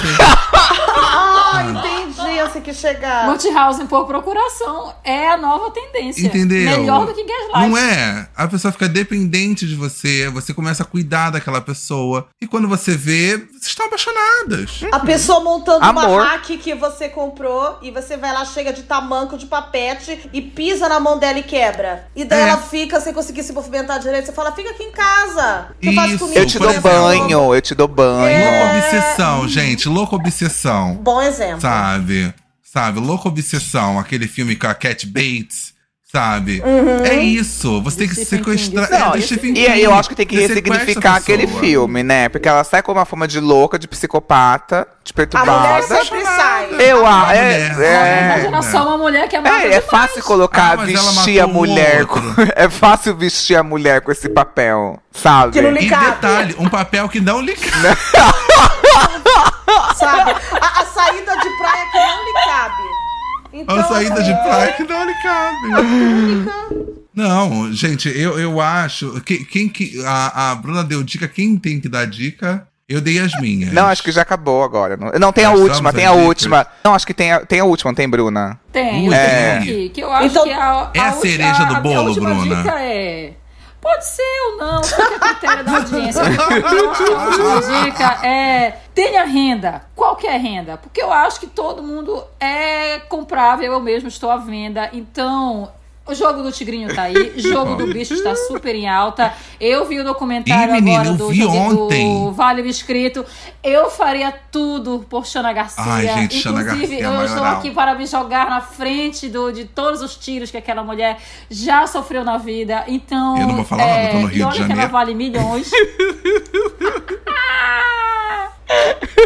Speaker 3: Ah, entendi. Eu sei que chegar.
Speaker 6: Multihousing por procuração é a nova tendência.
Speaker 5: Entendeu?
Speaker 6: Melhor do que Gaslight.
Speaker 5: Não é? A pessoa fica dependente de você, você começa a cuidar daquela pessoa. E quando você vê, vocês estão apaixonadas.
Speaker 3: A pessoa montando
Speaker 2: Amor.
Speaker 3: uma hack que você comprou e você vai lá, chega de tamanco, de papete e pisa na mão dela e quebra. E daí
Speaker 5: É.
Speaker 3: ela fica sem conseguir se movimentar direito. Você fala, fica aqui em casa. que Eu faço
Speaker 5: Isso,
Speaker 3: comida.
Speaker 2: Eu te
Speaker 5: por
Speaker 2: dou
Speaker 5: exemplo.
Speaker 2: banho, eu te dou banho.
Speaker 3: É.
Speaker 5: Louca obsessão, gente. Louca obsessão.
Speaker 3: Bom exemplo.
Speaker 5: Tá. Sabe? Sabe? Louca obsessão. Aquele filme com a Cat Bates. Sabe?
Speaker 2: Uhum.
Speaker 5: É isso. Você tem que
Speaker 6: Stephen
Speaker 5: sequestrar.
Speaker 6: King.
Speaker 5: É,
Speaker 6: Não,
Speaker 5: do
Speaker 6: esse-
Speaker 5: Stephen
Speaker 2: E aí
Speaker 5: King.
Speaker 2: eu acho que tem que
Speaker 5: Você sequestra
Speaker 2: ressignificar
Speaker 5: a pessoa.
Speaker 2: aquele filme, né? Porque ela sai com uma forma de louca, de psicopata, de
Speaker 3: A mulher é
Speaker 2: perturbada.
Speaker 3: sempre sai.
Speaker 2: Eu
Speaker 5: A
Speaker 2: acho.
Speaker 5: mulher. tá
Speaker 6: Na verdade,
Speaker 2: É,
Speaker 6: era
Speaker 5: né?
Speaker 6: só uma mulher que
Speaker 2: é,
Speaker 6: amava
Speaker 2: é, é fácil colocar,
Speaker 5: Ah, mas ela
Speaker 2: vestir a
Speaker 5: matou o
Speaker 2: mulher. Com,
Speaker 5: outro.
Speaker 2: <laughs> é fácil vestir a mulher com esse papel, sabe?
Speaker 3: Que não lhe
Speaker 5: E
Speaker 3: cabe.
Speaker 5: detalhe, um papel que não lhe cabe.
Speaker 3: sabe? A, a saída de praia que não lhe cabe. Então,
Speaker 5: A saída de
Speaker 3: assim,
Speaker 5: praia que não lhe cabe. Não, gente, eu, eu acho. Que, quem que. A, a Bruna deu dica, quem tem que dar dica? Eu dei as minhas.
Speaker 2: Não, acho que já acabou agora. Não, não, tem a
Speaker 5: Nós
Speaker 2: última,
Speaker 5: somos
Speaker 2: tem a
Speaker 5: as
Speaker 2: última. Não, acho que tem a, tem a última, não tem, Bruna?
Speaker 6: Tem,
Speaker 5: Ui,
Speaker 6: eu
Speaker 5: é.
Speaker 6: tenho aqui. Que eu acho
Speaker 3: Então-
Speaker 6: que a,
Speaker 5: É a
Speaker 6: ulti-
Speaker 5: cereja do
Speaker 6: minha
Speaker 5: bolo,
Speaker 6: última
Speaker 5: Bruna.
Speaker 6: dica é. Pode ser ou não, só que é critério da
Speaker 5: <laughs>
Speaker 6: audiência. a última dica é tenha renda, qualquer renda, porque eu acho que todo mundo é comprável, eu mesmo estou à venda, então o jogo do tigrinho tá aí,
Speaker 5: <laughs>
Speaker 6: jogo do bicho está super em alta. Eu vi o documentário
Speaker 5: Ih, menina,
Speaker 6: agora
Speaker 5: eu
Speaker 6: do,
Speaker 5: vi
Speaker 6: do-
Speaker 5: ontem.
Speaker 6: do Vale o Inscrito. Eu faria tudo por Xana Garcia.
Speaker 5: Ai, gente, Xana
Speaker 6: Inclusive,
Speaker 5: Garcia é
Speaker 6: eu
Speaker 5: maioral.
Speaker 6: estou aqui para me jogar na frente do, de todos os tiros que aquela mulher já sofreu na vida. Então.
Speaker 5: Eu não vou falar
Speaker 6: é,
Speaker 5: nada, eu tô no Rio
Speaker 6: e
Speaker 5: de
Speaker 6: olha que ela
Speaker 5: Janeiro.
Speaker 6: vale
Speaker 5: <laughs>
Speaker 6: milhões.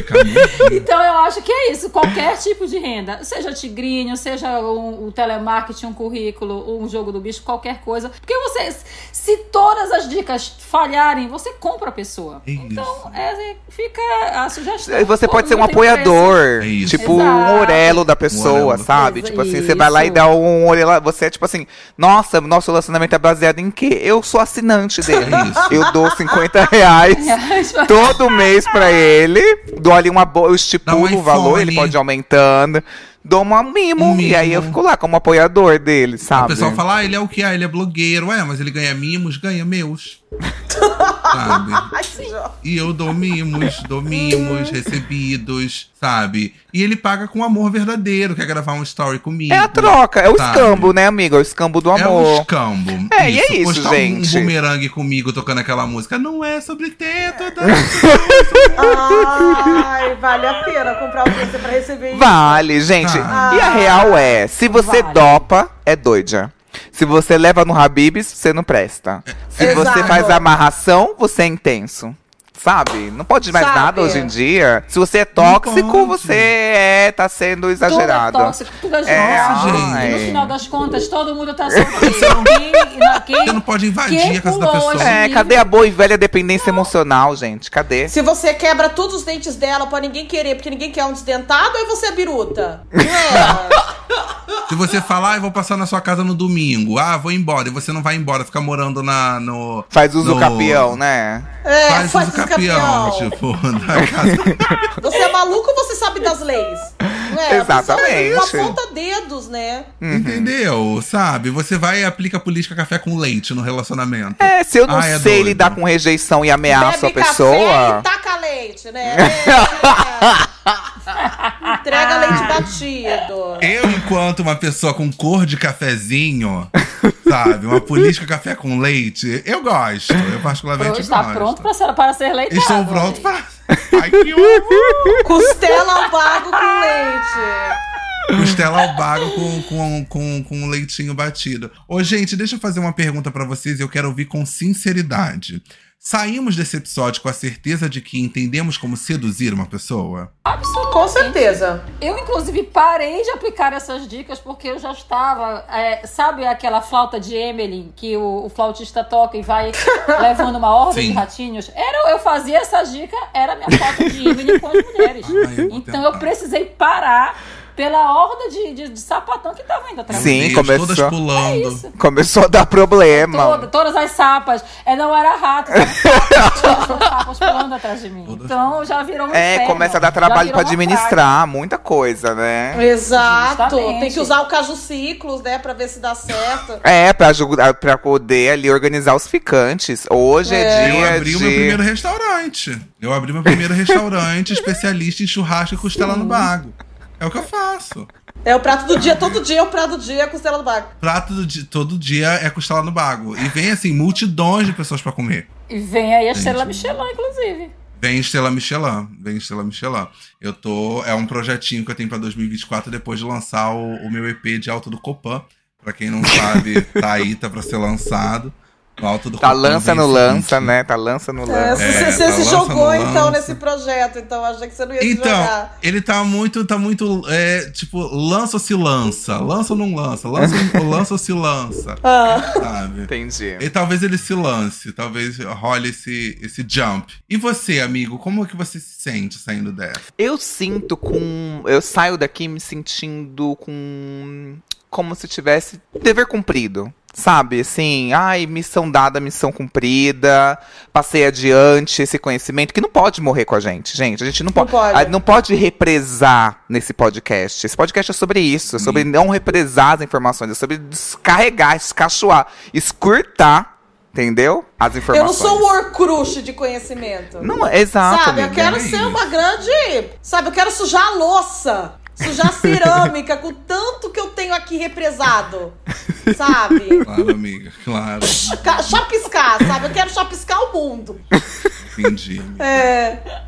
Speaker 5: Caminho.
Speaker 6: então eu acho que é isso. Qualquer tipo de renda, seja tigrinho, seja um, um telemarketing, um currículo, um jogo do bicho, qualquer coisa. Porque você, se todas as dicas falharem, você compra a pessoa.
Speaker 5: É isso.
Speaker 6: Então, é, fica a sugestão.
Speaker 2: E Você
Speaker 6: Todo
Speaker 2: pode ser um
Speaker 6: mundo tem preço. <laughs>
Speaker 2: apoiador.
Speaker 5: É isso.
Speaker 2: Tipo,
Speaker 6: Exato.
Speaker 2: um orelo da pessoa,
Speaker 5: orelo da
Speaker 2: sabe?
Speaker 6: pessoa.
Speaker 2: Tipo assim, você vai lá e
Speaker 6: Isso.
Speaker 2: dá um orelo. Você é tipo assim, nossa, nosso relacionamento é baseado em quê? Eu sou assinante dele.
Speaker 5: <laughs> É isso.
Speaker 2: Eu dou 50 reais
Speaker 6: <laughs>
Speaker 2: todo mês pra ele. Dou ali uma boa. Eu estipulo
Speaker 5: Dá um
Speaker 2: o valor,
Speaker 5: iPhone.
Speaker 2: ele pode ir aumentando. Dou uma mimo,
Speaker 5: Um
Speaker 2: E aí
Speaker 5: mimo.
Speaker 2: eu fico lá como apoiador dele,
Speaker 5: O
Speaker 2: sabe?
Speaker 5: pessoal fala, ah, ele é o que? Ah, ele é blogueiro. Ué, mas ele ganha mimos, ganha meus. sabe?
Speaker 3: Ai, esse jogo.
Speaker 5: E eu dou mimos, dou mimos, recebidos, sabe? E ele paga com amor verdadeiro, quer gravar um story comigo.
Speaker 2: É a troca, é o
Speaker 5: sabe?
Speaker 2: escambo, né, amigo? É o escambo do
Speaker 5: tá. É um
Speaker 2: amor.
Speaker 5: escambo.
Speaker 2: É, e é isso,
Speaker 5: Postar
Speaker 2: gente.
Speaker 5: um bumerangue comigo tocando aquela música. Não é sobre teto, é da...
Speaker 3: Ai, vale a pena comprar o pizza pra receber isso.
Speaker 2: Vale, gente.
Speaker 5: Ah.
Speaker 2: E a real é, se você
Speaker 6: Vale.
Speaker 2: dopa, é doida. Se você leva no Habibs, você não presta. Se
Speaker 3: Exato.
Speaker 2: você faz amarração, você é intenso. Sabe? Não pode mais
Speaker 3: Sabe.
Speaker 2: nada hoje em dia. Se você é tóxico,
Speaker 5: pode.
Speaker 2: você é, tá sendo
Speaker 6: Tudo é
Speaker 2: exagerado.
Speaker 6: tóxico, tudo é junto.
Speaker 2: É,
Speaker 5: ai.
Speaker 6: E no final das contas, todo mundo tá
Speaker 5: <laughs>
Speaker 6: solteiro. Quem- na- quem-
Speaker 5: Você não pode invadir
Speaker 6: Quem
Speaker 5: a casa da
Speaker 6: pulou
Speaker 5: pessoa.
Speaker 6: hoje?
Speaker 2: É, cadê a boa e velha dependência emocional, gente? Cadê?
Speaker 3: Se você quebra todos os dentes dela pra ninguém querer, porque ninguém quer um desdentado, aí você é biruta. Não é?
Speaker 5: Se você falar, "Ah, eu vou passar na sua casa no domingo. Ah, vou embora. E você não vai embora, fica morando na, no...
Speaker 2: Faz uso
Speaker 5: no-
Speaker 2: do capião, né?
Speaker 3: É,
Speaker 5: Faz uso
Speaker 3: faz
Speaker 5: capião,
Speaker 3: campeão.
Speaker 5: tipo, <laughs> na casa.
Speaker 3: <laughs> Você é maluco ou você sabe das leis? Não é?
Speaker 2: Exatamente.
Speaker 3: Você é uma ponta dedos, né?
Speaker 2: Uhum.
Speaker 5: Entendeu? Sabe? Você vai e aplica política café com leite no relacionamento.
Speaker 2: É, se eu não
Speaker 5: Ah, é
Speaker 2: sei
Speaker 5: doido.
Speaker 2: lidar com rejeição e ameaça a
Speaker 3: Bebe café e
Speaker 2: pessoa.
Speaker 3: taca leite,
Speaker 5: <laughs>
Speaker 3: né? É. Entrega leite batido.
Speaker 5: Eu, enquanto uma pessoa com cor de cafezinho, sabe? Uma política café com leite, eu gosto. Eu particularmente
Speaker 6: Está
Speaker 5: gosto.
Speaker 6: pronto pra ser, para ser leitado.
Speaker 5: Estou
Speaker 6: amigo.
Speaker 5: pronto pra. Ai, que horror!
Speaker 3: Costela ao bago com leite.
Speaker 5: Costela ao bago com, com, com, com um leitinho batido. Ô, gente, deixa eu fazer uma pergunta pra vocês e eu quero ouvir com sinceridade. Saímos desse episódio com a certeza de que entendemos como seduzir uma pessoa?
Speaker 6: Absolutamente.
Speaker 3: Com certeza.
Speaker 6: Eu, inclusive, parei de aplicar essas dicas porque eu já estava. é, sabe aquela flauta de Emily que o, o flautista toca
Speaker 5: <laughs>
Speaker 6: e vai levando uma ordem
Speaker 5: Sim.
Speaker 6: de ratinhos? Era, eu fazia essa dica, era a minha flauta de Emily com as mulheres.
Speaker 5: Ai, eu vou
Speaker 6: então eu
Speaker 5: tentar.
Speaker 6: precisei parar pela horda de, de- de sapatão que estava indo atrás.
Speaker 2: Sim. começou.
Speaker 5: Todas
Speaker 6: É
Speaker 5: pulando.
Speaker 2: Começou a dar problema.
Speaker 6: Tá Toda- todas as sapas. É, não era
Speaker 2: <laughs>
Speaker 6: rato, eram sapas, todas as sapas pulando atrás de mim.
Speaker 5: Todas.
Speaker 6: Então já virou um
Speaker 2: É,
Speaker 6: inferno.
Speaker 2: começa a dar
Speaker 6: Já
Speaker 2: trabalho
Speaker 6: virou
Speaker 2: pra
Speaker 6: uma praga.
Speaker 2: administrar, muita coisa, né?
Speaker 3: Exato.
Speaker 6: Justamente.
Speaker 3: Tem que usar o caju ciclos, né? Pra ver se dá certo.
Speaker 2: É, pra, ajudar- pra poder ali organizar os ficantes. Hoje é,
Speaker 5: Eu
Speaker 2: dia
Speaker 5: abri
Speaker 2: de...
Speaker 5: o meu primeiro restaurante. Eu abri meu primeiro
Speaker 2: <laughs>
Speaker 5: restaurante especialista em churrasco e costela no bago. É o que eu faço.
Speaker 3: É o prato do dia, todo dia é o prato do dia, é a costela do bago.
Speaker 5: Prato do di- todo dia é costela no bago. E vem, assim, multidões de pessoas pra comer.
Speaker 6: E vem aí a Estrela Michelin, inclusive.
Speaker 5: Vem Estrela Michelin, vem Estrela Michelin. Eu tô. É um projetinho que eu tenho pra 2024, depois de lançar o, o meu EP de Alto do Copan. Pra quem não sabe, tá aí, tá pra ser lançado. O Alto do
Speaker 2: Tá
Speaker 5: Copan
Speaker 2: lança
Speaker 5: vem
Speaker 2: no
Speaker 5: seguinte.
Speaker 2: lança, né? Tá lança no
Speaker 3: É,
Speaker 2: lança.
Speaker 3: você
Speaker 5: É,
Speaker 3: você
Speaker 5: tá
Speaker 3: se
Speaker 5: lança
Speaker 3: jogou,
Speaker 5: no
Speaker 3: então,
Speaker 5: lança.
Speaker 3: nesse projeto. Então, achei que você não ia se
Speaker 5: Então,
Speaker 3: jogar.
Speaker 5: ele tá muito, tá muito, é, tipo, lança ou se lança, lança ou não lança, lança, ou- lança ou se lança,
Speaker 3: Ah,
Speaker 5: sabe?
Speaker 2: Entendi.
Speaker 5: E talvez ele se lance, talvez role esse, esse jump. E você, amigo, como é que você se sente saindo dessa?
Speaker 2: Eu sinto com... Eu saio daqui me sentindo com... Como se tivesse dever cumprido. Sabe, assim, ai, missão dada, missão cumprida, passei adiante esse conhecimento, que não pode morrer com a gente, gente. A gente não
Speaker 3: não
Speaker 2: pode.
Speaker 3: pode.
Speaker 2: Ah, Não pode represar nesse podcast. Esse podcast é sobre isso, é
Speaker 3: Uhum.
Speaker 2: sobre não represar as informações, é sobre descarregar, escachoar, escurtar, entendeu? As
Speaker 3: Eu não
Speaker 2: informações.
Speaker 3: sou um horcruxe de conhecimento.
Speaker 2: Não, é exato.
Speaker 3: Sabe, eu
Speaker 2: amiga.
Speaker 3: quero
Speaker 5: é
Speaker 3: ser
Speaker 5: isso.
Speaker 3: uma grande. Sabe, eu quero sujar a louça, sujar
Speaker 5: <laughs>
Speaker 3: a cerâmica com tanto que eu tenho aqui represado. Sabe?
Speaker 5: Claro, amiga, claro.
Speaker 3: Ca- Chapiscar, sabe? Eu quero chapiscar o mundo.
Speaker 5: Entendi. amiga.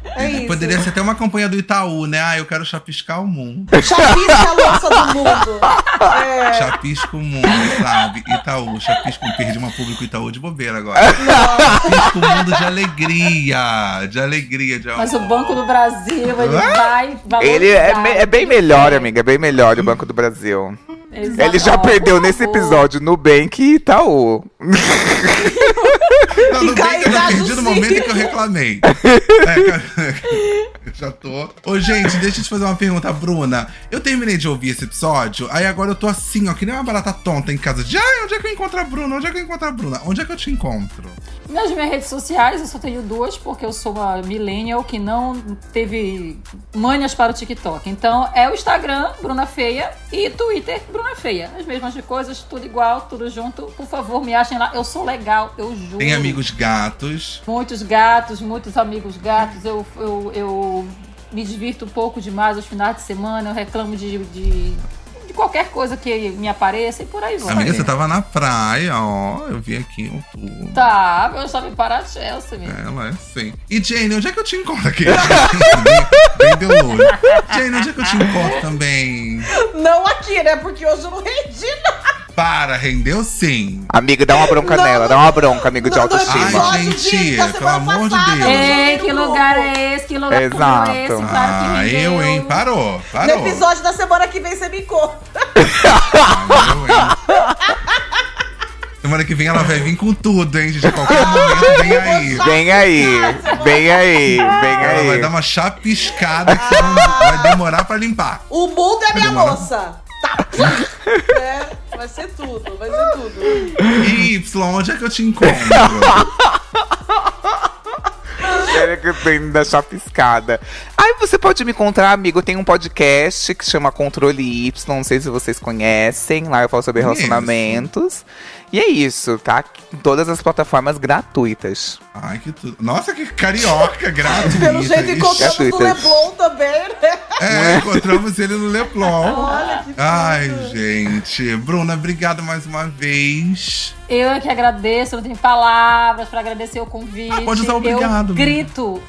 Speaker 3: <laughs> É. É isso.
Speaker 5: Poderia ser até uma campanha do Itaú, né? Ah, eu quero chapiscar o mundo.
Speaker 3: Chapisca a louça do mundo. É.
Speaker 5: Chapisco o mundo, sabe? Itaú, chapisco. Perdi uma público Itaú de bobeira agora. Chapisco o mundo de alegria. De alegria, de amor.
Speaker 6: Mas o Banco do Brasil, ele vai valorizar.
Speaker 2: Ele é, me- é bem melhor, amiga, é bem melhor o Banco do Brasil.
Speaker 6: Exato.
Speaker 2: Ele já
Speaker 6: Ó,
Speaker 2: perdeu
Speaker 6: por
Speaker 2: nesse
Speaker 6: favor.
Speaker 2: episódio Nubank e tá Itaú.
Speaker 5: Não, não
Speaker 3: Fica
Speaker 5: bem que eu já
Speaker 3: aí,
Speaker 5: perdi
Speaker 3: Gazuzinho.
Speaker 5: no momento em que eu reclamei. É, cara, <laughs> eu já tô. Ô, gente, deixa eu te fazer uma pergunta, Bruna. Eu terminei de ouvir esse episódio, aí agora eu tô assim, ó, que nem uma barata tonta em casa de. Ai, onde é que eu encontro a Bruna? Onde é que eu encontro a Bruna? Onde é que eu te encontro?
Speaker 6: Nas minhas redes sociais, eu só tenho duas, porque eu sou uma millennial que não teve manhas para o TikTok. Então é o Instagram, Bruna Feia, e Twitter, Bruna Feia. As mesmas coisas, tudo igual, tudo junto. Por favor, me achem lá. Eu sou legal, eu juro.
Speaker 5: Tem amigos gatos.
Speaker 6: Muitos gatos, muitos amigos gatos. Eu, eu, eu me divirto um pouco demais aos finais de semana, eu reclamo de, de, de qualquer coisa que me apareça e por aí vai.
Speaker 5: Amiga, você tá- tava na praia, ó. Eu vi aqui um tubo.
Speaker 6: Tá, eu estava em Parachelsea, menino.
Speaker 5: Ela é sim. E Jane, onde é que eu te encontro aqui? <laughs> bem, bem de longe. Jane, onde é que eu te encontro também?
Speaker 3: Não aqui, né? Porque hoje eu não rendi nada.
Speaker 5: Para, rendeu sim.
Speaker 2: Amigo, dá uma bronca
Speaker 3: Não,
Speaker 2: nela,
Speaker 3: não.
Speaker 2: dá uma bronca, amigo de
Speaker 3: Não, não,
Speaker 2: autoestima.
Speaker 5: Ai,
Speaker 3: episódio
Speaker 5: gente,
Speaker 3: de- da
Speaker 5: pelo
Speaker 3: semana
Speaker 5: amor de
Speaker 3: passada,
Speaker 5: Deus.
Speaker 6: Ei, que
Speaker 3: no
Speaker 6: lugar
Speaker 3: grupo.
Speaker 6: é esse? Que lugar
Speaker 2: Exato.
Speaker 6: é esse? Claro que
Speaker 5: Ah,
Speaker 6: rendeu.
Speaker 5: eu, hein? Parou,
Speaker 3: No
Speaker 5: parou.
Speaker 3: é episódio da semana que vem você me conta.
Speaker 5: Ah, eu, hein? Semana que vem ela vai vir com tudo, hein, gente? A qualquer momento vem aí.
Speaker 2: Vem aí, vem aí, vem
Speaker 5: Ela vai dar um
Speaker 2: aí.
Speaker 5: uma chapiscada que você não- vai demorar pra limpar.
Speaker 3: O mundo é minha
Speaker 5: demorar.
Speaker 3: moça. Tá. <laughs> É, vai ser tudo, vai ser tudo.
Speaker 5: E Y, onde é que eu te encontro?
Speaker 2: Ela que tem da chapiscada. Aí você pode me encontrar, amigo. Tem um podcast que chama Controle Y. Não sei se vocês conhecem. Lá eu falo sobre
Speaker 5: Conheço.
Speaker 2: relacionamentos. E é isso, tá? Em todas as plataformas gratuitas.
Speaker 5: Ai, que tudo. Nossa, que carioca, gratuita.
Speaker 3: Pelo jeito
Speaker 5: Ixi.
Speaker 3: encontramos no
Speaker 2: Gratuitas.
Speaker 3: Leblon também, né?
Speaker 5: É, encontramos ele no Leblon.
Speaker 3: Olha que
Speaker 5: Ai, gente. Bruna, obrigado mais uma vez.
Speaker 6: Eu é que agradeço, não tenho palavras pra agradecer o convite.
Speaker 5: Ah, pode usar obrigado,
Speaker 6: Eu
Speaker 5: né?
Speaker 6: grito.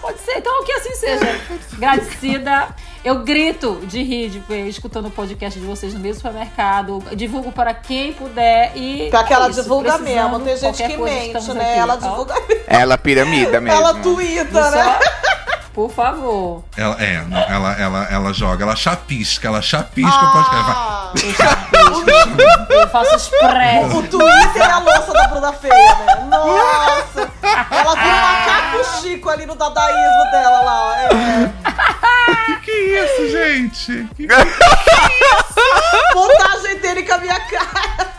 Speaker 6: pode ser, então que assim seja. Agradecida. Eu grito de rir de, ver, escutando o podcast de vocês no mesmo supermercado. Divulgo para quem puder e.
Speaker 3: Pra que ela
Speaker 6: é isso,
Speaker 3: divulga
Speaker 6: precisando,
Speaker 3: mesmo. Tem gente
Speaker 6: qualquer
Speaker 3: que
Speaker 6: coisa,
Speaker 3: mente,
Speaker 6: estamos
Speaker 3: né?
Speaker 6: aqui,
Speaker 3: Ela
Speaker 6: ó.
Speaker 3: divulga
Speaker 2: Ela é piramida mesmo.
Speaker 3: <laughs> Ela tuita,
Speaker 6: Não
Speaker 3: né?
Speaker 6: só- é- Por favor.
Speaker 5: Ela, é, não, ela, ela, ela joga, ela chapisca, ela chapisca o podcast.
Speaker 3: Ah,
Speaker 6: Eu faço expresso.
Speaker 5: <laughs>
Speaker 3: o Twitter é a louça da Bruna Feia, né? Nossa! Ela viu um macaco chico ali no dadaísmo dela lá, ó. É.
Speaker 5: O que, que é isso, gente? Que-
Speaker 3: É, Montagem dele com a minha cara.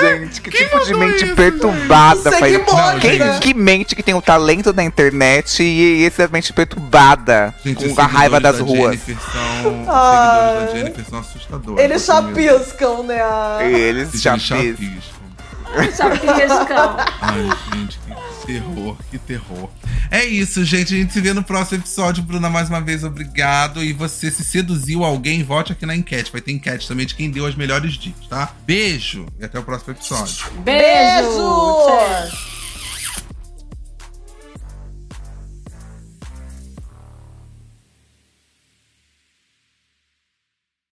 Speaker 2: Gente, que
Speaker 5: Quem
Speaker 2: tipo de
Speaker 5: mandou
Speaker 2: mente
Speaker 5: isso,
Speaker 2: perturbada
Speaker 3: gente?
Speaker 2: faz
Speaker 3: Isso é que
Speaker 2: isso?
Speaker 3: morde,
Speaker 2: Quem
Speaker 5: né?
Speaker 2: que mente que tem o talento da internet e essa mente perturbada
Speaker 5: Gente, os
Speaker 2: com a raiva das
Speaker 5: seguidores da
Speaker 2: ruas?
Speaker 5: Jennifer são, os
Speaker 3: Ah.
Speaker 5: seguidores da Jennifer são assustadores. assim
Speaker 3: Eles chapiscam, né?
Speaker 2: Eles já
Speaker 5: Eles
Speaker 2: fez.
Speaker 5: chapiscam.
Speaker 6: é Chapiscão.
Speaker 5: Ai, gente, que terror, que terror. É isso, gente. A gente se vê no próximo episódio. Bruna, mais uma vez, obrigado. E você se seduziu alguém, vote aqui na enquete. Vai ter enquete também de quem deu as melhores dicas, tá? Beijo e até o próximo episódio.
Speaker 6: Beijo.
Speaker 3: Beijo!
Speaker 6: Tchau.